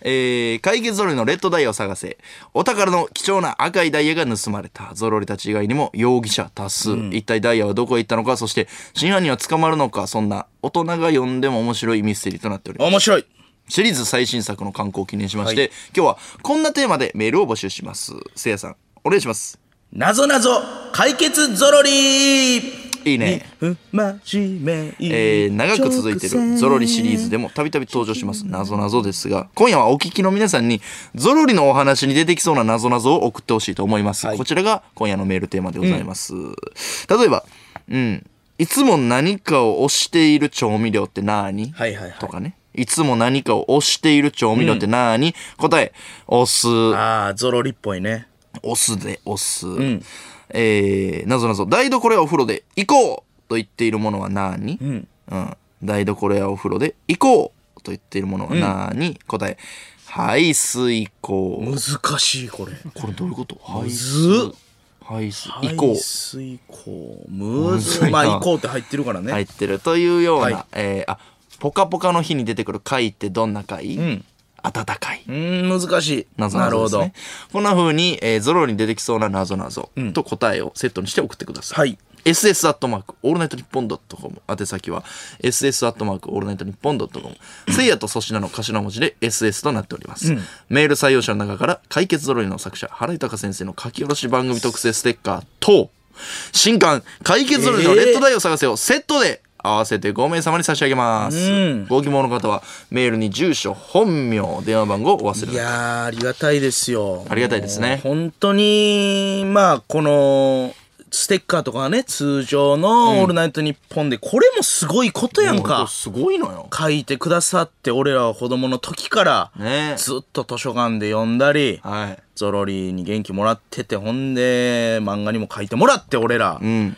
Speaker 1: えー、解決ゾロリのレッドダイヤを探せ。お宝の貴重な赤いダイヤが盗まれた。ゾロリたち以外にも容疑者多数。一体ダイヤはどこへ行ったのか、そして真犯人は捕まるのか、そんな大人が読んでも面白いミステリーとなっております。
Speaker 2: 面白い。
Speaker 1: シリーズ最新作の観光を記念しまして、今日はこんなテーマでメールを募集します。せいやさん、お願いします。
Speaker 2: なぞなぞ解決ゾロリ
Speaker 1: いいね。
Speaker 2: 不真面目。
Speaker 1: えー長く続いてるゾロリシリーズでもたびたび登場します謎謎ですが今夜はお聞きの皆さんにゾロリのお話に出てきそうな謎謎を送ってほしいと思います、こちらが今夜のメールテーマでございます、例えばうんいつも何かを押している調味料って何、
Speaker 2: はいはいはい
Speaker 1: とかねいつも何かを押している調味料って何、答え押す
Speaker 2: ああ、ゾロリっぽいね。
Speaker 1: 押すで押す、えー、なぞなぞ台所やお風呂で行こうと言っているものは何、うん台所やお風呂で行こうと言っているものは何、答え排水口
Speaker 2: 難しい、これ。
Speaker 1: これどういうこと排
Speaker 2: ず
Speaker 1: 水排水行
Speaker 2: 排
Speaker 1: こう
Speaker 2: 水口。む
Speaker 1: むず
Speaker 2: ず。
Speaker 1: いな
Speaker 2: まあ、行こうって入ってるからね。
Speaker 1: 入ってるというような、
Speaker 2: はい
Speaker 1: えーあポカポカの日に出てくる貝ってどんな貝、
Speaker 2: ん
Speaker 1: 暖かい、
Speaker 2: うーん、難しい。
Speaker 1: 謎
Speaker 2: なる
Speaker 1: 々
Speaker 2: ほ
Speaker 1: です、ね、
Speaker 2: ど。
Speaker 1: こんな風に、えーゾロに出てきそうな謎謎と答えをセットにして送ってください。
Speaker 2: はい
Speaker 1: SS アットマーク、オールナイトニッポンドットコム。宛先は、SS アットマーク、オールナイトニッポンドットコム。せいやと粗品の頭文字で SS となっております。メール採用者の中から、解決ぞろいの作者、原豊先生の書き下ろし番組特製ステッカーと、新刊、解決ぞろいのレッドダイを探せをセットで、合わせて5名様に差し上げます。ご希望の方は、メールに住所、本名、電話番号をお忘れない
Speaker 2: やー、ありがたいですよ。
Speaker 1: ありがたいですね
Speaker 2: もう本当に、まあ、この、ステッカーとかはね、通常のオールナイトニッポンで、これもすごいことやん
Speaker 1: もう
Speaker 2: か。
Speaker 1: すごいのよ。
Speaker 2: 書いてくださって、俺らは子供の時から、
Speaker 1: ねえ
Speaker 2: ずっと図書館で読んだり、
Speaker 1: はい。
Speaker 2: ゾロリに元気もらってて、ほんで、漫画にも書いてもらって、俺ら。
Speaker 1: うん。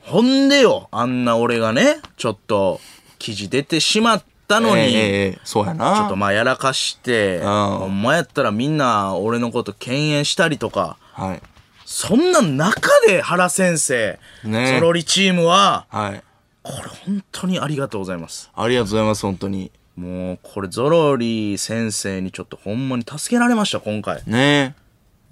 Speaker 2: ほんでよ、あんな俺がね、ちょっと、記事出てしまったのに、
Speaker 1: ええええそうやな。
Speaker 2: ちょっとまあやらかして、
Speaker 1: ん
Speaker 2: ほんまやったらみんな俺のこと敬遠したりとか、
Speaker 1: はい。
Speaker 2: そんな中で原先生、
Speaker 1: ね
Speaker 2: ゾロリチームは、
Speaker 1: はい。
Speaker 2: これ本当にありがとうございます。
Speaker 1: ありがとうございます、本当に。
Speaker 2: もうこれゾロリ先生にちょっとほんまに助けられました今回
Speaker 1: ね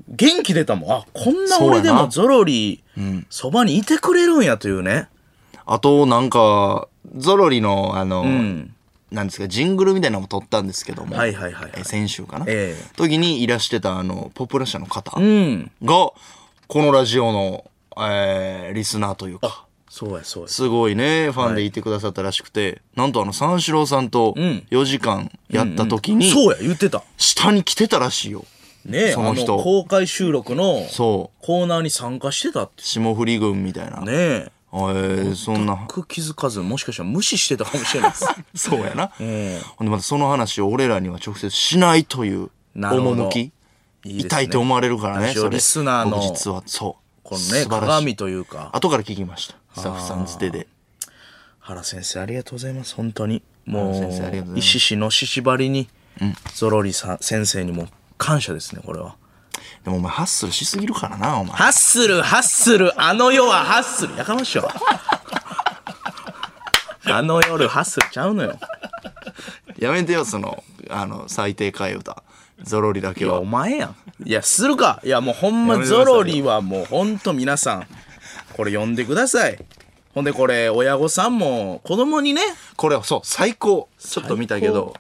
Speaker 2: 元気出たもんあこんな
Speaker 1: そう
Speaker 2: 俺
Speaker 1: やな
Speaker 2: でもゾロリ
Speaker 1: ん
Speaker 2: そばにいてくれるんやというね
Speaker 1: え。あと、なんか、ゾロリの、あの、
Speaker 2: うん
Speaker 1: なんですか、ジングルみたいなのも撮ったんですけども。
Speaker 2: はいはいはいはい
Speaker 1: え先週かな。
Speaker 2: ええ
Speaker 1: 時にいらしてた、あの、ポプラ社の方が、
Speaker 2: うん
Speaker 1: このラジオの、えーリスナーというか、
Speaker 2: そうやそうや
Speaker 1: すごいね、ファンでいてくださったらしくて、なんとあの、三四郎さんと
Speaker 2: ん
Speaker 1: 4時間やった時に、
Speaker 2: そうや言ってた
Speaker 1: 下に来てたらしいよ。
Speaker 2: ね
Speaker 1: その人
Speaker 2: あの公開収録の
Speaker 1: そ
Speaker 2: コーナーに参加してたっ
Speaker 1: う。
Speaker 2: て
Speaker 1: 霜降り軍みたいな。
Speaker 2: ねえ
Speaker 1: えー、そんな。
Speaker 2: 僕気づかずもしかしたら無視してたかもしれない です、
Speaker 1: そうやな。
Speaker 2: うん
Speaker 1: ほんでまたその話を俺らには直接しないという
Speaker 2: なるほど
Speaker 1: 趣
Speaker 2: いいですね
Speaker 1: 痛いと思われるからね
Speaker 2: ラジオ
Speaker 1: それ
Speaker 2: リスナーの
Speaker 1: 僕実はそう
Speaker 2: こ
Speaker 1: 素
Speaker 2: のね
Speaker 1: 晴らし
Speaker 2: 鏡
Speaker 1: い
Speaker 2: というか
Speaker 1: 後から聞きましたスタッフさんつてで
Speaker 2: 原先生ありがとうございます本当にも
Speaker 1: 原先生ありがとうございうます
Speaker 2: 石師のししばりに、ゾロリさん先生にも感謝ですねこれは
Speaker 1: でもお前ハッスルしすぎるからなお前
Speaker 2: ハッスルハッスルあの世はハッスルやかましょ あの夜ハッスルちゃうのよ
Speaker 1: やめてよそのあの最低替え歌ゾロリだけ
Speaker 2: いや
Speaker 1: は
Speaker 2: お前やんいやするかいやもうほ
Speaker 1: や
Speaker 2: んま
Speaker 1: めてくださ
Speaker 2: ゾ
Speaker 1: いよ
Speaker 2: ロリはもうほんと皆さんこれ読んでくださいほんでこれ親御さんも子供にね
Speaker 1: これはそう最高ちょっと見たけど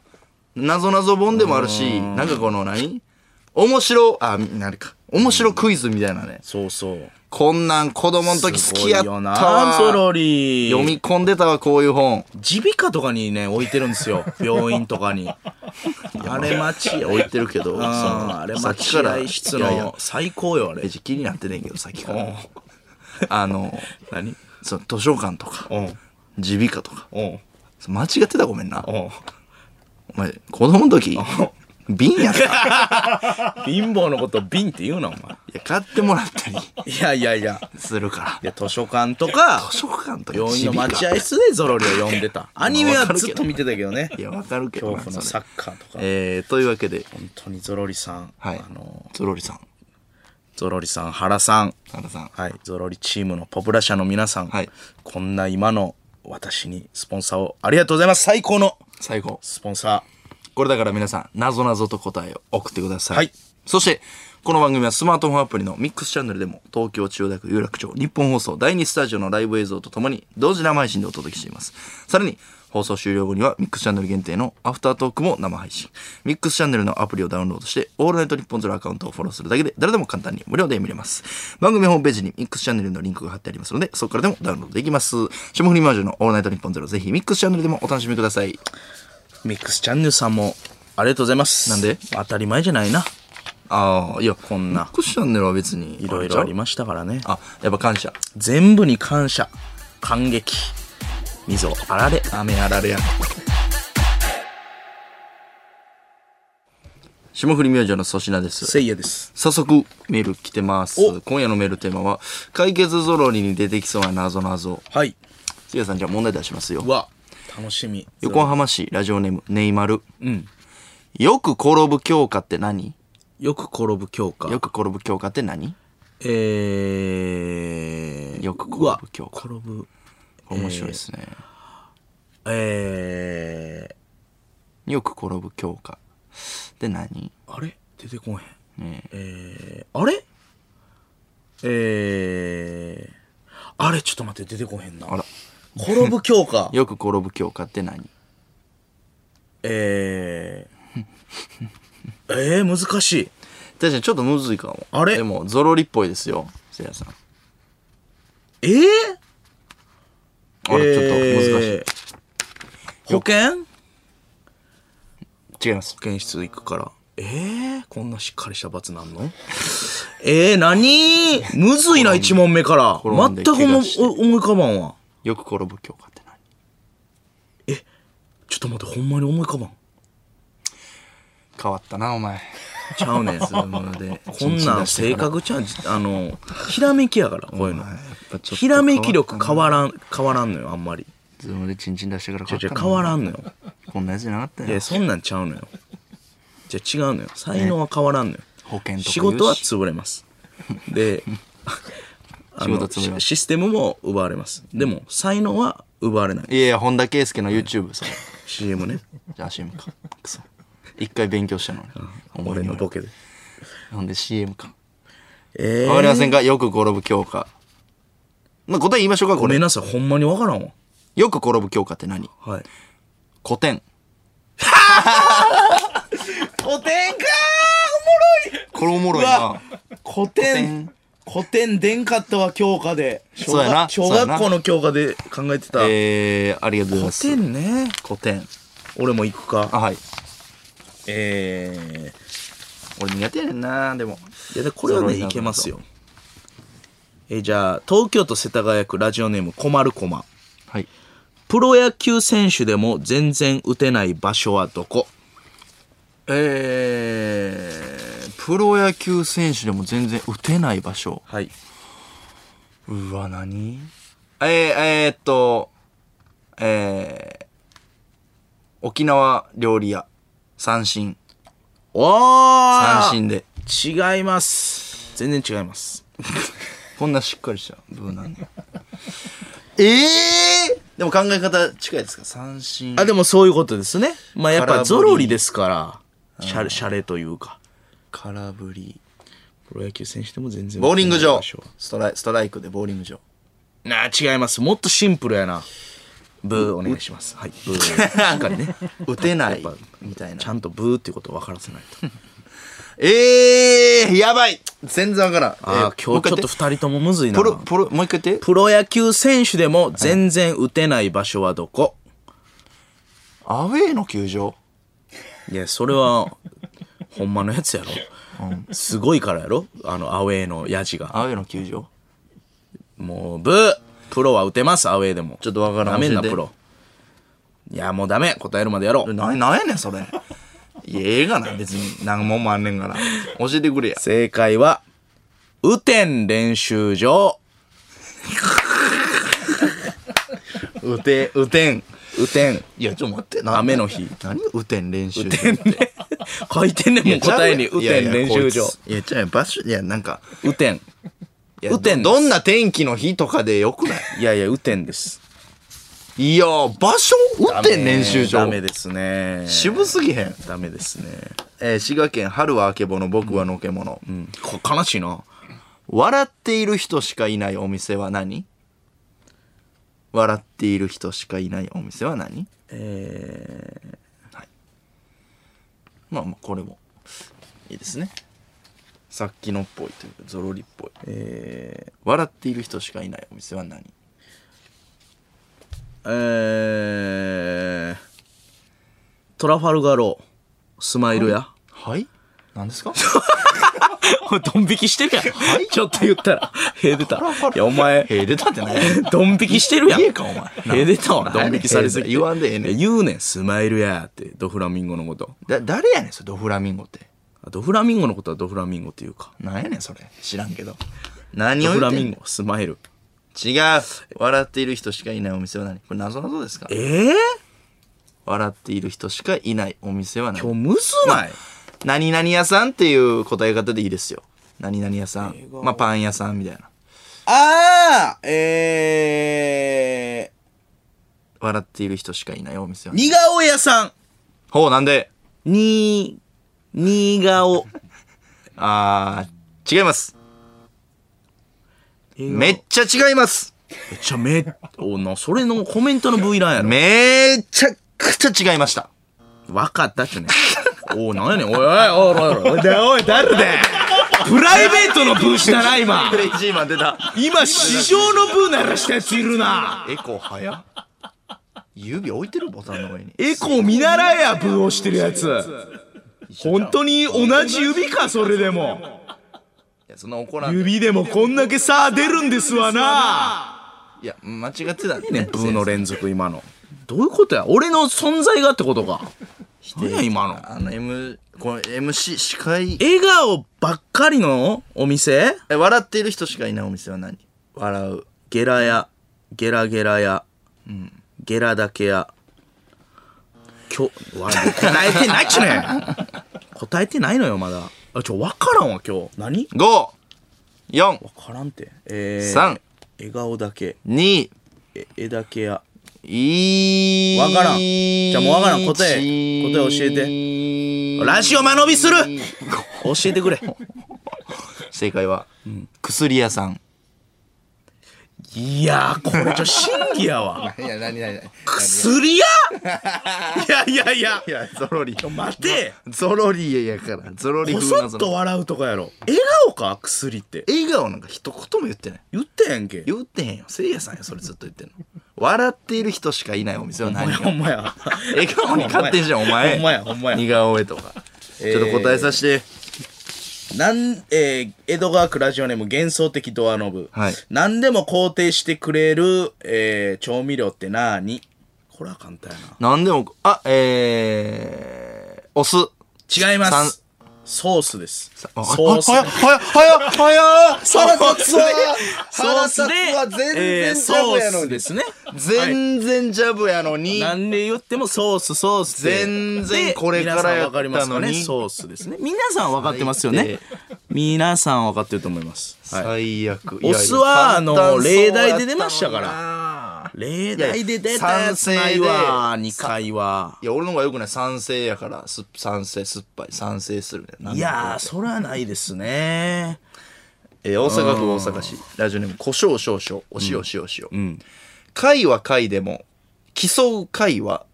Speaker 1: なぞなぞ本でもあるしなんかこの何面白あなるか面白クイズみたいなね
Speaker 2: そうそう
Speaker 1: こんなん子供の時好きやったわ
Speaker 2: ゾロリ
Speaker 1: 読み込んでたわこういう本
Speaker 2: 耳鼻科とかにね置いてるんですよ病院とかにあれ待合
Speaker 1: 置いてるけどその
Speaker 2: ああれ
Speaker 1: さっきから
Speaker 2: 待合室
Speaker 1: いやいや
Speaker 2: の最高よあ
Speaker 1: ペー
Speaker 2: れ
Speaker 1: ジ気になってねえけどさっきか
Speaker 2: うん
Speaker 1: らあの
Speaker 2: 何
Speaker 1: そう図書館とか
Speaker 2: うん
Speaker 1: 耳鼻科とか
Speaker 2: うん
Speaker 1: そう間違ってたらごめんな
Speaker 2: うん
Speaker 1: お前子供の時瓶やったい
Speaker 2: 貧乏のこと瓶って言うなお前
Speaker 1: や買ってもらったり
Speaker 2: いやいやいや
Speaker 1: するから
Speaker 2: いや図書館とか
Speaker 1: 図書館とか
Speaker 2: 病院の
Speaker 1: 耳鼻
Speaker 2: 待
Speaker 1: 科
Speaker 2: 合室でゾロリを読んで たアニメは
Speaker 1: わかる
Speaker 2: ず
Speaker 1: け
Speaker 2: っ
Speaker 1: ど
Speaker 2: と見てたけどね
Speaker 1: いやわかるけど
Speaker 2: 恐
Speaker 1: な
Speaker 2: 怖の
Speaker 1: そ
Speaker 2: サ
Speaker 1: れ
Speaker 2: ッカーとか本
Speaker 1: えーというわけで
Speaker 2: 当にゾロリさん
Speaker 1: はい
Speaker 2: あの
Speaker 1: ゾロリさん
Speaker 2: ゾロリさん原さん
Speaker 1: 田中さん
Speaker 2: はい、ゾロリチームのポプラ社の皆さん、
Speaker 1: はい
Speaker 2: こんな今の私にスポンサーをありがとうございます最高の
Speaker 1: 最後
Speaker 2: スポンサ
Speaker 1: これだから皆さん、なぞなぞと答えを送ってください。
Speaker 2: はい
Speaker 1: そして、この番組はスマートフォンアプリのミックスチャンネルでも、東京千代田区有楽町日本放送第2スタジオのライブ映像とともに、同時生配信でお届けしています。さらに、放送終了後にはミックスチャンネル限定のアフタートークも生配信。ミックスチャンネルのアプリをダウンロードして、オールナイトニッポンゼロアカウントをフォローするだけで、誰でも簡単に無料で見れます。番組ホームページにミックスチャンネルのリンクが貼ってありますので、そこからでもダウンロードできます。霜降りマージュのオールナイトニッポンゼロ、ぜひミックスチャンネルでもお楽しみください。
Speaker 2: ーミックスチャンネルさんもありがとうございます
Speaker 1: なんで
Speaker 2: 当たり前じゃないな
Speaker 1: ああ、いや、
Speaker 2: こんな
Speaker 1: ミックスチャンネルは別に。
Speaker 2: いろいろありましたからね
Speaker 1: あ、やっぱ感謝。
Speaker 2: 全部に感謝感激溝あられ雨あられや
Speaker 1: 霜降り明星の粗品です。
Speaker 2: せいやです
Speaker 1: 早速、メール来てます
Speaker 2: お。
Speaker 1: 今夜のメールテーマは、解決ぞろりに出てきそうな謎謎。
Speaker 2: はい
Speaker 1: せいやさん、じゃあ問題出しますよ
Speaker 2: う。わ楽しみ
Speaker 1: 横浜市ラジオネーム、ネイマル。
Speaker 2: うん
Speaker 1: よく転ぶ強化って何
Speaker 2: よく転ぶ強化
Speaker 1: よく転ぶ強化って何
Speaker 2: えー、
Speaker 1: よく転ぶ
Speaker 2: うわ
Speaker 1: 強化
Speaker 2: 転ぶ
Speaker 1: 面白いですね。
Speaker 2: えー、
Speaker 1: よく転ぶ強化って何
Speaker 2: あれ出てこへん。
Speaker 1: ね
Speaker 2: えー、あれえー、あれちょっと待って、出てこへんな。
Speaker 1: あら。
Speaker 2: 転ぶ強化。
Speaker 1: よく転ぶ強化って何
Speaker 2: えー、 えー、難しい。
Speaker 1: 確かにちょっとむずいかも。
Speaker 2: あれ
Speaker 1: でも、ゾロリっぽいですよ、せいやさん。
Speaker 2: えー、
Speaker 1: あれ、ちょっと難しい。
Speaker 2: えー保険
Speaker 1: 違います。
Speaker 2: 保健室行くから。えー、こんなしっかりした罰なんのえー、何むずいな、一問目から。
Speaker 1: 転んで
Speaker 2: 全く思
Speaker 1: 怪
Speaker 2: い
Speaker 1: 我して
Speaker 2: 思い浮かばんわ。
Speaker 1: よく転ぶ強化って何
Speaker 2: ちょっと待って、ほんまに思い浮かばん。
Speaker 1: 変わったな、お前。
Speaker 2: ちゃう ねん。
Speaker 1: で
Speaker 2: こんなん性格ちゃうあの、ひらめきやから、こういうの。ひらめき力変わらん、変わらんのよ、あんまり。
Speaker 1: ズームでチンチン出してから
Speaker 2: じゃ
Speaker 1: 変
Speaker 2: 変わ
Speaker 1: ん
Speaker 2: らんのよ。
Speaker 1: こんなやつじゃなかった
Speaker 2: い
Speaker 1: よ
Speaker 2: や、そんなんちゃうのよ。じゃ違うのよ。才能は変わらんのよ。
Speaker 1: 保険とか言うし
Speaker 2: 仕事は潰れます。で、あの
Speaker 1: 仕事潰れます
Speaker 2: シシステムも奪われます。でも、才能は奪われない。
Speaker 1: いやいや本田圭佑の YouTube それ
Speaker 2: CM ね。
Speaker 1: じゃあ CM かクソ一回勉強したのに、
Speaker 2: 俺のボケで。
Speaker 1: なんで CM か
Speaker 2: えー
Speaker 1: わかりませんかよく転ぶ教科まあ答え言いましょうかこ
Speaker 2: ごめ
Speaker 1: れ
Speaker 2: んなさい、ほんまにわからんわ。
Speaker 1: よく転ぶ教科って何
Speaker 2: はい。
Speaker 1: 古典
Speaker 2: 古典か
Speaker 1: これおもろいな
Speaker 2: 古典。古典でんかったわ、教科で。
Speaker 1: そうやな
Speaker 2: 小学小学校の教科で考えてた。
Speaker 1: えー、ありがとうございま
Speaker 2: 古
Speaker 1: す
Speaker 2: 典ね。
Speaker 1: 古典
Speaker 2: 俺も行く
Speaker 1: あ
Speaker 2: か。
Speaker 1: はい
Speaker 2: えー
Speaker 1: 俺苦手やねんなでも
Speaker 2: いや、でこれは
Speaker 1: ゾロ
Speaker 2: ね、
Speaker 1: にないる
Speaker 2: けますよ。えーじゃあ、東京都世田谷区ラジオネーム、こまるこま。
Speaker 1: はい
Speaker 2: プロ野球選手でも全然打てない場所はどこ
Speaker 1: えー、プロ野球選手でも全然打てない場所
Speaker 2: はい。
Speaker 1: うわ何えー、えー、っとえー、沖縄料理屋三振
Speaker 2: おー
Speaker 1: 三振で
Speaker 2: 違います。全然違います。
Speaker 1: こんなしっかりした無 難でええー、でも考え方近いですか三振
Speaker 2: あ、でもそういうことですね。まあやっ
Speaker 1: 空振
Speaker 2: ぱ
Speaker 1: り
Speaker 2: ゾロリですから、シャレ、シャレというか。
Speaker 1: 空振り
Speaker 2: プロ野球選手でも全然。
Speaker 1: ボーリング場ストライストライクでボーリング 場
Speaker 2: なあ、違います。もっとシンプルやな。ブーお願いします。はい、ブ ー。しっかりね。
Speaker 1: 打てない
Speaker 2: やっぱ
Speaker 1: みたいな
Speaker 2: ちゃんとブーっていうことを分からせないと。
Speaker 1: ええー、やばい全然わからん。
Speaker 2: ああ、
Speaker 1: えー
Speaker 2: 今日ちょっと二人ともむずいな
Speaker 1: も。う一回言ってプロ、プロ、もう一回言って。
Speaker 2: プロ野球選手でも全然打てない場所はどこ
Speaker 1: アウェーの球場
Speaker 2: いや、それは、 ほんまのやつやろ。すごいからやろあの、アウェーのヤジが。
Speaker 1: アウェーの球場
Speaker 2: もう、ブープロは打てます、アウェーでも。
Speaker 1: ちょっとわからん
Speaker 2: ダメんな、
Speaker 1: 教えて
Speaker 2: プロ。いや、もうダメ。答えるまでやろう。
Speaker 1: な、なんやねん、それ。いや、ええがな、別に。何もんもあんねんから。教えてくれや。
Speaker 2: 正解は、雨天練習場。
Speaker 1: 打て、打てん。
Speaker 2: 雨天。
Speaker 1: いや、ちょ、待って、な
Speaker 2: 雨の日。
Speaker 1: 何雨天練習場
Speaker 2: 書いてんねん、もう答えに。雨天練習場。
Speaker 1: いや、ちゃうやん場所、いや、なんか、
Speaker 2: 雨天。
Speaker 1: いや
Speaker 2: 雨天
Speaker 1: ど
Speaker 2: です
Speaker 1: どんな天気の日とかでよくない
Speaker 2: いやいや、雨天です。
Speaker 1: いや、場所雨天練習場
Speaker 2: ダメですね。
Speaker 1: 渋すぎへん。
Speaker 2: ダメですね。
Speaker 1: えー、滋賀県春はあけぼの、僕はのけもの。
Speaker 2: うん。こ悲しいな。
Speaker 1: 笑っている人しかいないお店は何笑っている人しかいないお店は何
Speaker 2: え
Speaker 1: まあまあこれもいいですねさっきのっぽいというかゾロリっぽい
Speaker 2: ー、え
Speaker 1: 笑っている人しかいないお店は何
Speaker 2: ー、えー、トラファルガーロー、スマイルや。
Speaker 1: はい何 ですか
Speaker 2: ドン引きしてるやん。ちょっと言ったら。へ出た。いや、お前、
Speaker 1: えー、出たって ない
Speaker 2: ドン引きしてるやん。
Speaker 1: 言えかお前
Speaker 2: へ出たわ、ドン引きされすぎて。
Speaker 1: 言わんでええねん
Speaker 2: いや言うねん、スマイルやって、ドフラミンゴのこと。
Speaker 1: だ誰やねんそれドフラミンゴって
Speaker 2: あドフラミンゴのことはドフラミンゴっていうか。
Speaker 1: 何やねんそれ知らんけど何
Speaker 2: ド
Speaker 1: を
Speaker 2: フ
Speaker 1: 言
Speaker 2: ラ
Speaker 1: って
Speaker 2: ミ
Speaker 1: ん
Speaker 2: ン
Speaker 1: の
Speaker 2: ゴ、スマイル。
Speaker 1: 違う笑っている人しかいないお店は何これ謎謎ですか
Speaker 2: えー、
Speaker 1: 笑っている人しかいないお店は何
Speaker 2: 今日むずない
Speaker 1: 何々屋さんっていう答え方でいいですよ。何々屋さん。まあ、パン屋さんみたいな。
Speaker 2: あー、え
Speaker 1: 笑っている人しかいないお店は。
Speaker 2: 似顔絵屋さん。
Speaker 1: ほう、なんで
Speaker 2: に、似顔。
Speaker 1: あー、違います。め
Speaker 2: め
Speaker 1: っちゃ違います。
Speaker 2: っちゃめ、おな、それのコメントの V ランや
Speaker 1: めちゃくちゃ違いました。
Speaker 2: ろ。わかったっちゅうね。おなんやねん、おいおいおいおいおいおいだ、おい、誰だよプライベートのブーしたな、今
Speaker 1: ク。レイジーマン出た。
Speaker 2: 今、市場のブー鳴らしたやついるな。
Speaker 1: エコー早っ指置いてるボタンの上に。
Speaker 2: エコー見習えや、ブーをしてるやつ。本当に同じ指か、それでも。
Speaker 1: いや、そんな怒らんで。
Speaker 2: 指でもこんだけさ、出るんですわな。
Speaker 1: いや、間違ってた
Speaker 2: ね、ブーの連続、今の。どういうことや俺の存在がってことか。何や、今の。
Speaker 1: あの、M、この MC、司会。
Speaker 2: 笑顔ばっかりのお店
Speaker 1: え、笑っている人しかいないお店は何笑う。
Speaker 2: ゲラ屋ゲラゲラ屋、ゲラだけ屋きょわ答えてないっちゅうねん答えてないのよまだあちょ分からんわ今日何
Speaker 1: 5、4、
Speaker 2: 分からんてえー、
Speaker 1: 3、
Speaker 2: 笑顔だけ
Speaker 1: 2、
Speaker 2: え絵だけ屋
Speaker 1: い
Speaker 2: わからんじゃあもうわからん答え答え教え
Speaker 1: て
Speaker 2: ラジオ間延びする教えてくれ。
Speaker 1: 正解は、薬屋さん
Speaker 2: いやー、これちょ、真偽やわ。
Speaker 1: いや何何何
Speaker 2: 薬やいやいやい
Speaker 1: い
Speaker 2: や。
Speaker 1: やゾロリ
Speaker 2: 待て
Speaker 1: ゾロリやからゾロリ
Speaker 2: こ
Speaker 1: 風
Speaker 2: そ
Speaker 1: な
Speaker 2: っ
Speaker 1: ゾ
Speaker 2: と
Speaker 1: ロ
Speaker 2: 笑うとかやろ。笑顔か薬って。
Speaker 1: リ笑顔なんか一言も言ってない
Speaker 2: 言ったやんけ。
Speaker 1: 言ってへんよせいやさんよそれずっと言ってんの笑っている人しかいないお店は何よ
Speaker 2: ほんまや。
Speaker 1: 笑顔に勝ってんじゃんお前
Speaker 2: ほんまや、ほんま
Speaker 1: 似
Speaker 2: や。
Speaker 1: 顔絵とか
Speaker 2: えー
Speaker 1: ちょっと答えさせて
Speaker 2: なん、えー、江戸川区ラジオネーム幻想的ドアノブ。
Speaker 1: はい
Speaker 2: 何でも肯定してくれる、えー、調味料ってなーにこれは簡単や
Speaker 1: 何でもあえー、お酢
Speaker 2: な。違いま
Speaker 1: さん
Speaker 2: す。ソースです。ソ
Speaker 1: あ
Speaker 2: ース。
Speaker 1: 早っ早っ早っ
Speaker 2: 腹立 つわ
Speaker 1: ソースで
Speaker 2: 腹立つわ全然
Speaker 1: えー
Speaker 2: ジャブや
Speaker 1: ソ
Speaker 2: のに
Speaker 1: ースですね全然ジャブやのに、
Speaker 2: なんで言ってもソースソースって
Speaker 1: 全然これ
Speaker 2: 皆
Speaker 1: か
Speaker 2: さ
Speaker 1: ら
Speaker 2: ん
Speaker 1: や
Speaker 2: わ
Speaker 1: っ
Speaker 2: か
Speaker 1: た
Speaker 2: りますか
Speaker 1: の
Speaker 2: ね
Speaker 1: に
Speaker 2: ソースですね皆さん分かってますよ
Speaker 1: 最
Speaker 2: ね
Speaker 1: 低
Speaker 2: 皆さん分かってると思います、はい、
Speaker 1: 最悪
Speaker 2: お酢はあの例題で出ましたから例題で出たやつない
Speaker 1: いやいや賛
Speaker 2: わ
Speaker 1: 成で
Speaker 2: 2回はい
Speaker 1: や俺の方がよくない賛成やからす賛成酸っぱい賛成するね
Speaker 2: いやーそれはないですね
Speaker 1: えー大阪府大阪市ラジオネーム胡椒少々お塩塩塩、
Speaker 2: うん
Speaker 1: 会は会でも競う会は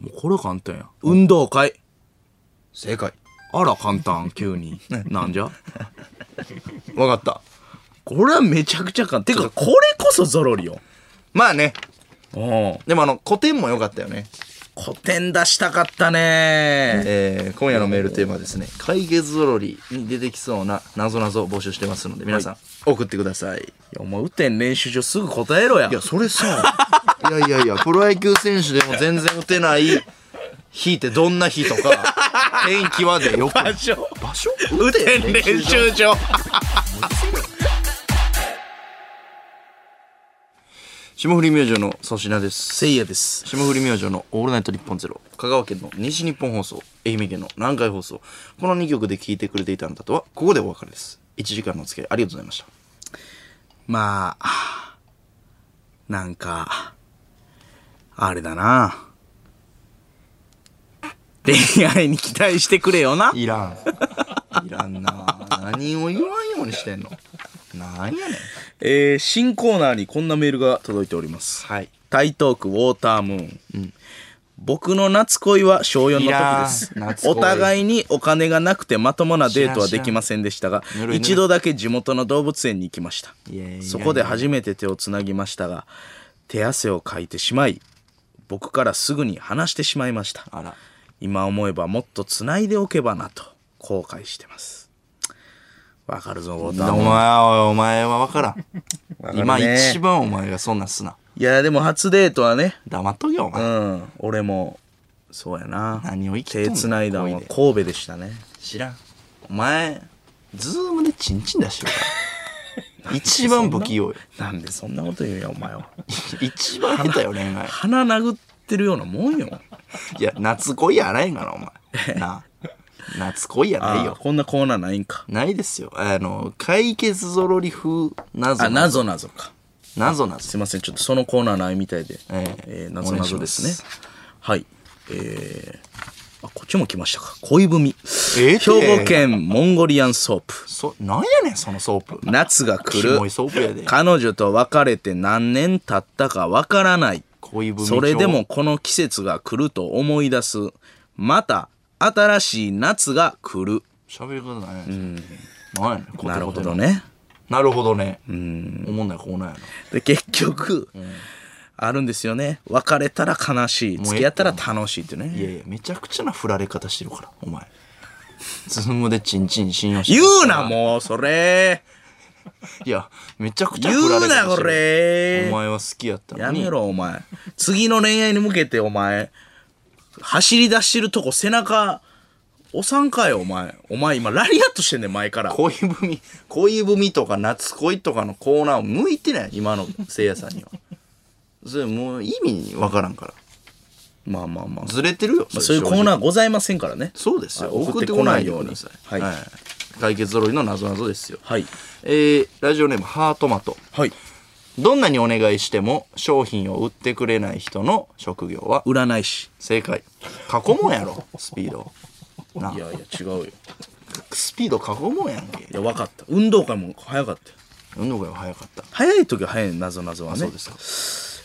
Speaker 2: もうこれは簡単や運動会
Speaker 1: 正解
Speaker 2: あら簡単急になんじゃ
Speaker 1: わかった
Speaker 2: これはめちゃくちゃ簡単てかこれこそゾロリよ
Speaker 1: まあね
Speaker 2: うん
Speaker 1: でもあの古典も良かったよね
Speaker 2: 古典出したかったね
Speaker 1: えー今夜のメールテーマはですね解決ゾロリに出てきそうな謎々を募集してますので皆さん送ってください、い、
Speaker 2: いやお前雨天練習場すぐ答えろや
Speaker 1: やそれさ いやいやいやプロ野球選手でも全然打てない日ってどんな日と か天気はでよく
Speaker 2: 場所
Speaker 1: 場所
Speaker 2: 雨天練習場
Speaker 1: 霜降り明星の粗品です
Speaker 2: せいやです
Speaker 1: 霜降り明星の「オールナイトニッポンゼロ香川県の西日本放送愛媛県の南海放送この2曲で聴いてくれていたあなたとはここでお別れです1時間のお付き合いありがとうございました
Speaker 2: まあなんかあれだな恋愛に期待してくれよない
Speaker 1: らん いらんな何を言わんようにしてんのなんやねん
Speaker 2: えー、新コーナーにこんなメールが届いております
Speaker 1: はい
Speaker 2: 台東区ウォータームーン、僕の夏恋は小4
Speaker 1: いや
Speaker 2: の
Speaker 1: ー
Speaker 2: 時で
Speaker 1: 夏
Speaker 2: す
Speaker 1: 恋
Speaker 2: お互いにお金がなくてまともなデートはできませんでしたが
Speaker 1: 知らんぬるいぬるい
Speaker 2: 一度だけ地元の動物園に行きました
Speaker 1: いやいやいや
Speaker 2: そこで初めて手をつなぎましたが手汗をかいてしまい僕からすぐに離してしまいました
Speaker 1: あら
Speaker 2: 今思えばもっとつないでおけばなと後悔してますわかるぞウォーター
Speaker 1: お
Speaker 2: ムーン
Speaker 1: 前はお前は分からん
Speaker 2: わかる
Speaker 1: 今
Speaker 2: ね
Speaker 1: 一番お前がそんなんすない
Speaker 2: やでも初デートはね
Speaker 1: 黙っとけよお
Speaker 2: う
Speaker 1: 前、
Speaker 2: ん俺もそうやな
Speaker 1: 何を生きてん
Speaker 2: 手
Speaker 1: の
Speaker 2: つないだの
Speaker 1: 恋
Speaker 2: は
Speaker 1: で
Speaker 2: 神戸でしたね
Speaker 1: 知らんお前ズームでチンチン出してる から一番不器用よ
Speaker 2: なんでそんなこと言うんやお前は
Speaker 1: 一番下手よ恋愛
Speaker 2: 鼻殴ってるようなもんよ
Speaker 1: いや夏恋やないんかなお前なあ夏恋やない
Speaker 2: あ
Speaker 1: よ
Speaker 2: こんなコーナーないんか
Speaker 1: ないですよあの解決ぞろり風謎々
Speaker 2: あ謎謎か
Speaker 1: 謎謎
Speaker 2: すいませんちょっとそのコーナーないみたいで、
Speaker 1: ええ
Speaker 2: えー謎
Speaker 1: お願いし
Speaker 2: 謎
Speaker 1: ま
Speaker 2: です
Speaker 1: す
Speaker 2: ねはいえー、あこっちも来ましたか恋文
Speaker 1: ええて
Speaker 2: 兵庫県モンゴリアンソープ
Speaker 1: そなんやねんそのソープ
Speaker 2: 夏が来
Speaker 1: キモい
Speaker 2: る
Speaker 1: ソープやで
Speaker 2: 彼女と別れて何年経ったかわからない
Speaker 1: 恋文帳
Speaker 2: それでもこの季節が来ると思い出すまた新しい夏が来る
Speaker 1: 喋り方ないやんなんやねんコテコテの
Speaker 2: なるほどね
Speaker 1: なるほどねうん思んないコーナーやな
Speaker 2: で結局、あるんですよね別れたら悲しい
Speaker 1: ええ
Speaker 2: 付き合ったら楽しいって
Speaker 1: い
Speaker 2: ね
Speaker 1: やいやめちゃくちゃな振られ方してるからお前ズームでチンチン信用して
Speaker 2: 言うなもうそれ
Speaker 1: ういやめちゃくちゃ
Speaker 2: 言
Speaker 1: 振られ方
Speaker 2: う
Speaker 1: してる
Speaker 2: なこれ
Speaker 1: お前は好きやったの
Speaker 2: や
Speaker 1: に
Speaker 2: めろお前次の恋愛に向けてお前走り出してるとこ背中押さんかよお前お前今ラリアットしてんねん前から
Speaker 1: 恋文 恋文とか夏恋とかのコーナーを向いてない今のせいやさんにはそれもう意味わからんから
Speaker 2: まあまあまあ
Speaker 1: ずれてるよ
Speaker 2: まあ、そういうコー
Speaker 1: ー
Speaker 2: ナーございませんからね。
Speaker 1: そうですよ
Speaker 2: はい
Speaker 1: 送ってこないよう
Speaker 2: 送
Speaker 1: に
Speaker 2: ってこな
Speaker 1: はいい
Speaker 2: ように
Speaker 1: 解決揃いの謎謎ですよ
Speaker 2: はい。
Speaker 1: えーラジオネームハートマト
Speaker 2: はい。
Speaker 1: どんなにお願いしても商品を売ってくれない人の職業は
Speaker 2: 占い師
Speaker 1: 正解過去問や ろスピードない
Speaker 2: やいや違うよ
Speaker 1: スピード過去問やんけ
Speaker 2: いや分かった運動会も早かったよ
Speaker 1: 運動会は早かった
Speaker 2: 早い時は早いなぞなぞは
Speaker 1: あ
Speaker 2: ね
Speaker 1: そうですか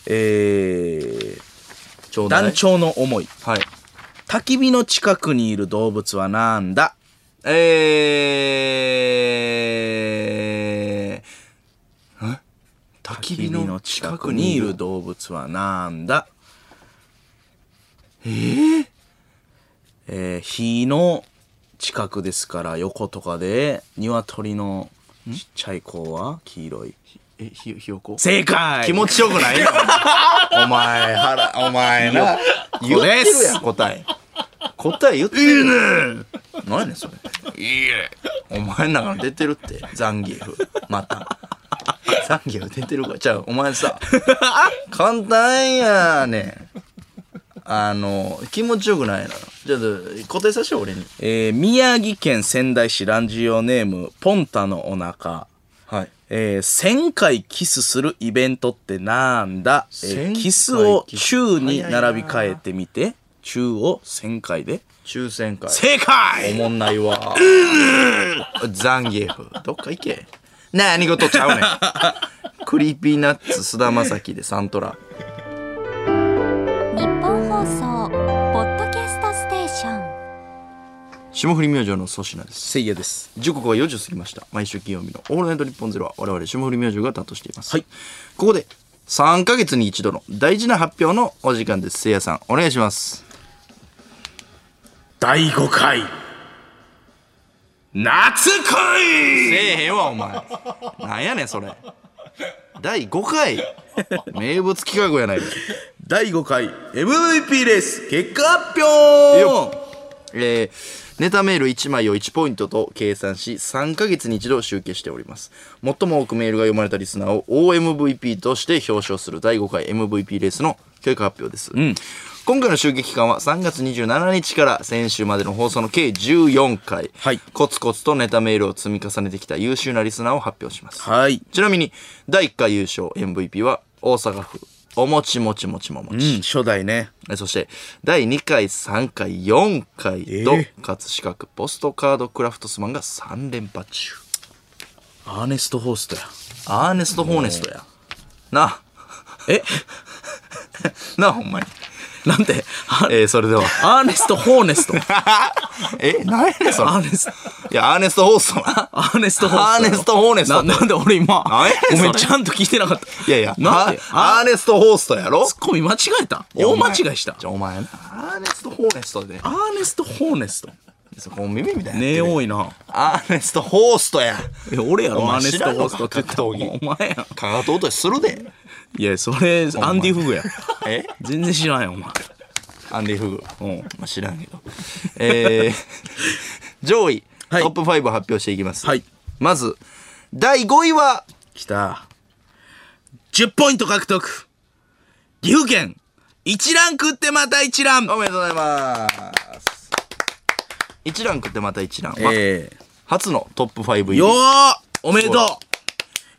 Speaker 2: え
Speaker 1: ちょ
Speaker 2: ー、
Speaker 1: うど
Speaker 2: 団長の思い
Speaker 1: はい
Speaker 2: 焚き火の近くにいる動物はなんだ
Speaker 1: えーえ焚き火の近くにいる
Speaker 2: 動物はなんだえー、え火の近くですから横とかで鶏のちっちゃい子は黄色い
Speaker 1: えひひよこ
Speaker 2: 正解
Speaker 1: 気持ちよくないよ お前腹お前な言ってるやん答え答え言ってるいいね何やねんそれいいねお前の中に出てるってザンギエフまたザンギエフ出てるからじゃあお前 さ簡単やねんあの気持ちよくないなちょっと答えさせて俺に
Speaker 2: えー宮城県仙台市ランジオネームポンタのお腹
Speaker 1: はい
Speaker 2: えー、1000回キスするイベントってなんだ、え
Speaker 1: 1000
Speaker 2: ー
Speaker 1: 回
Speaker 2: キスを
Speaker 1: キス
Speaker 2: 中に並び替えてみて中を1000回で
Speaker 1: 抽選会
Speaker 2: 正
Speaker 1: お
Speaker 2: 解
Speaker 1: もんないわ。ザンギエフ。どっか行け。何事ちゃうねん。クリーピーナッツ菅田将暉でサントラ。
Speaker 3: 日本放送ポッドキャストステーション
Speaker 1: 霜降り明星の粗品です。
Speaker 2: せいやです
Speaker 1: 時刻は4時を過ぎました。毎週金曜日のオールナイト日本ゼロは我々霜降り明星が担当しています。
Speaker 2: はい。
Speaker 1: ここで3ヶ月に一度の大事な発表のお時間です。せいやさん、お願いします。
Speaker 2: 第5回
Speaker 1: せ
Speaker 2: 夏恋
Speaker 1: えへんわ、お前。なんやねん、それ。第5回。名物企画やないか。
Speaker 2: 第5回 MVP レース結果発
Speaker 1: よ
Speaker 2: 表
Speaker 1: えーネタメール1枚を1ポイントと計算し3ヶ月に一度集計しております最も多くメールが読まれたリスナーを OMVP として表彰する第5回 MVP レースの教育発表です、今回の集計期間は3月27日から先週までの放送の計14回、
Speaker 2: はい
Speaker 1: コツコツとネタメールを積み重ねてきた優秀なリスナーを発表します
Speaker 2: はい
Speaker 1: ちなみに第1回優勝 MVP は大阪府おもちもちもちももち、
Speaker 2: うん初代ね
Speaker 1: えそして第2回3回4回
Speaker 2: え
Speaker 1: と、
Speaker 2: ー
Speaker 1: 葛飾区ポストカードクラフトスマンが3連覇中
Speaker 2: アーネスト・ホーストや
Speaker 1: アーネスト・ホーネストやな
Speaker 2: え
Speaker 1: あなあほんまに、
Speaker 2: なんてあ
Speaker 1: えーそれでは
Speaker 2: アーネスト・ホーネスト
Speaker 1: え何やねんそれ
Speaker 2: アーネスト
Speaker 1: いやアーネスト・ホーストな
Speaker 2: アーネスト・ホースト
Speaker 1: アーネストホーネスト
Speaker 2: ななんで俺今
Speaker 1: なんやねん
Speaker 2: ごめん
Speaker 1: それ
Speaker 2: ちゃんと聞いてなかった
Speaker 1: いやいや
Speaker 2: なんで
Speaker 1: アーアーネスト・ホーストやろ
Speaker 2: ツッコミ間違えた大間違いした
Speaker 1: じゃあお前なアーネスト・ホーネストで
Speaker 2: アーネスト・ホーネスト
Speaker 1: そこ耳みたいな
Speaker 2: ねえ多
Speaker 1: い
Speaker 2: いな
Speaker 1: アーネスト・ホーストや
Speaker 2: え俺や
Speaker 1: お
Speaker 2: ろ
Speaker 1: 前
Speaker 2: アーネスト・ホーストって
Speaker 1: 知らんのか格闘
Speaker 2: お前やん
Speaker 1: かかと落としするで
Speaker 2: いやそれアンディ・フグや
Speaker 1: え
Speaker 2: 全然知らんよお前
Speaker 1: アンディ・フグ。うん。まあ、知らんけど。えー、 上位、
Speaker 2: はい
Speaker 1: トップ5発表していきます。
Speaker 2: はい。
Speaker 1: まず、第5位は、
Speaker 2: きた10ポイント獲得岐阜県1ランクってまた1ラン
Speaker 1: おめでとうございます。一覧食ってまた一覧。まあ
Speaker 2: え
Speaker 1: 初のトップ5入
Speaker 2: ー、
Speaker 1: り。
Speaker 2: よーおめでと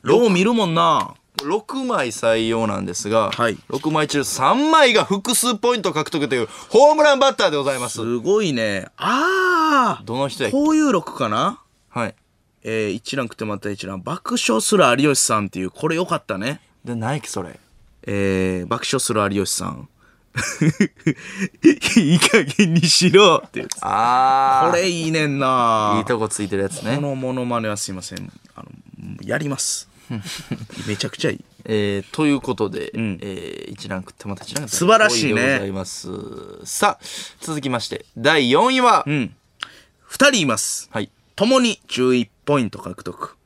Speaker 2: うロー見るもんな
Speaker 1: 6枚採用なんですが、
Speaker 2: はい
Speaker 1: 6枚中3枚が複数ポイント獲得というホームランバッターでございます。
Speaker 2: すごいねああ
Speaker 1: どの人やっけ
Speaker 2: こういう録かな
Speaker 1: はい。
Speaker 2: えー、一覧食ってまた一覧爆笑する有吉さんっていうこれよかったね
Speaker 1: で、何やっけそれ。
Speaker 2: えー、爆笑する有吉さん いい加減にしろっていう
Speaker 1: あ
Speaker 2: こ
Speaker 1: これ、
Speaker 2: れいいねんない
Speaker 1: いとこついてるやつね
Speaker 2: こ。のモノマネはすいませんあのやります めちゃくちゃいい
Speaker 1: えー、ということで、
Speaker 2: ん
Speaker 1: えー、一覧食ってまた一覧
Speaker 2: 素晴らしいね
Speaker 1: でございますさあ続きまして第4位は、
Speaker 2: 2人います
Speaker 1: はい
Speaker 2: 共に11ポイント獲得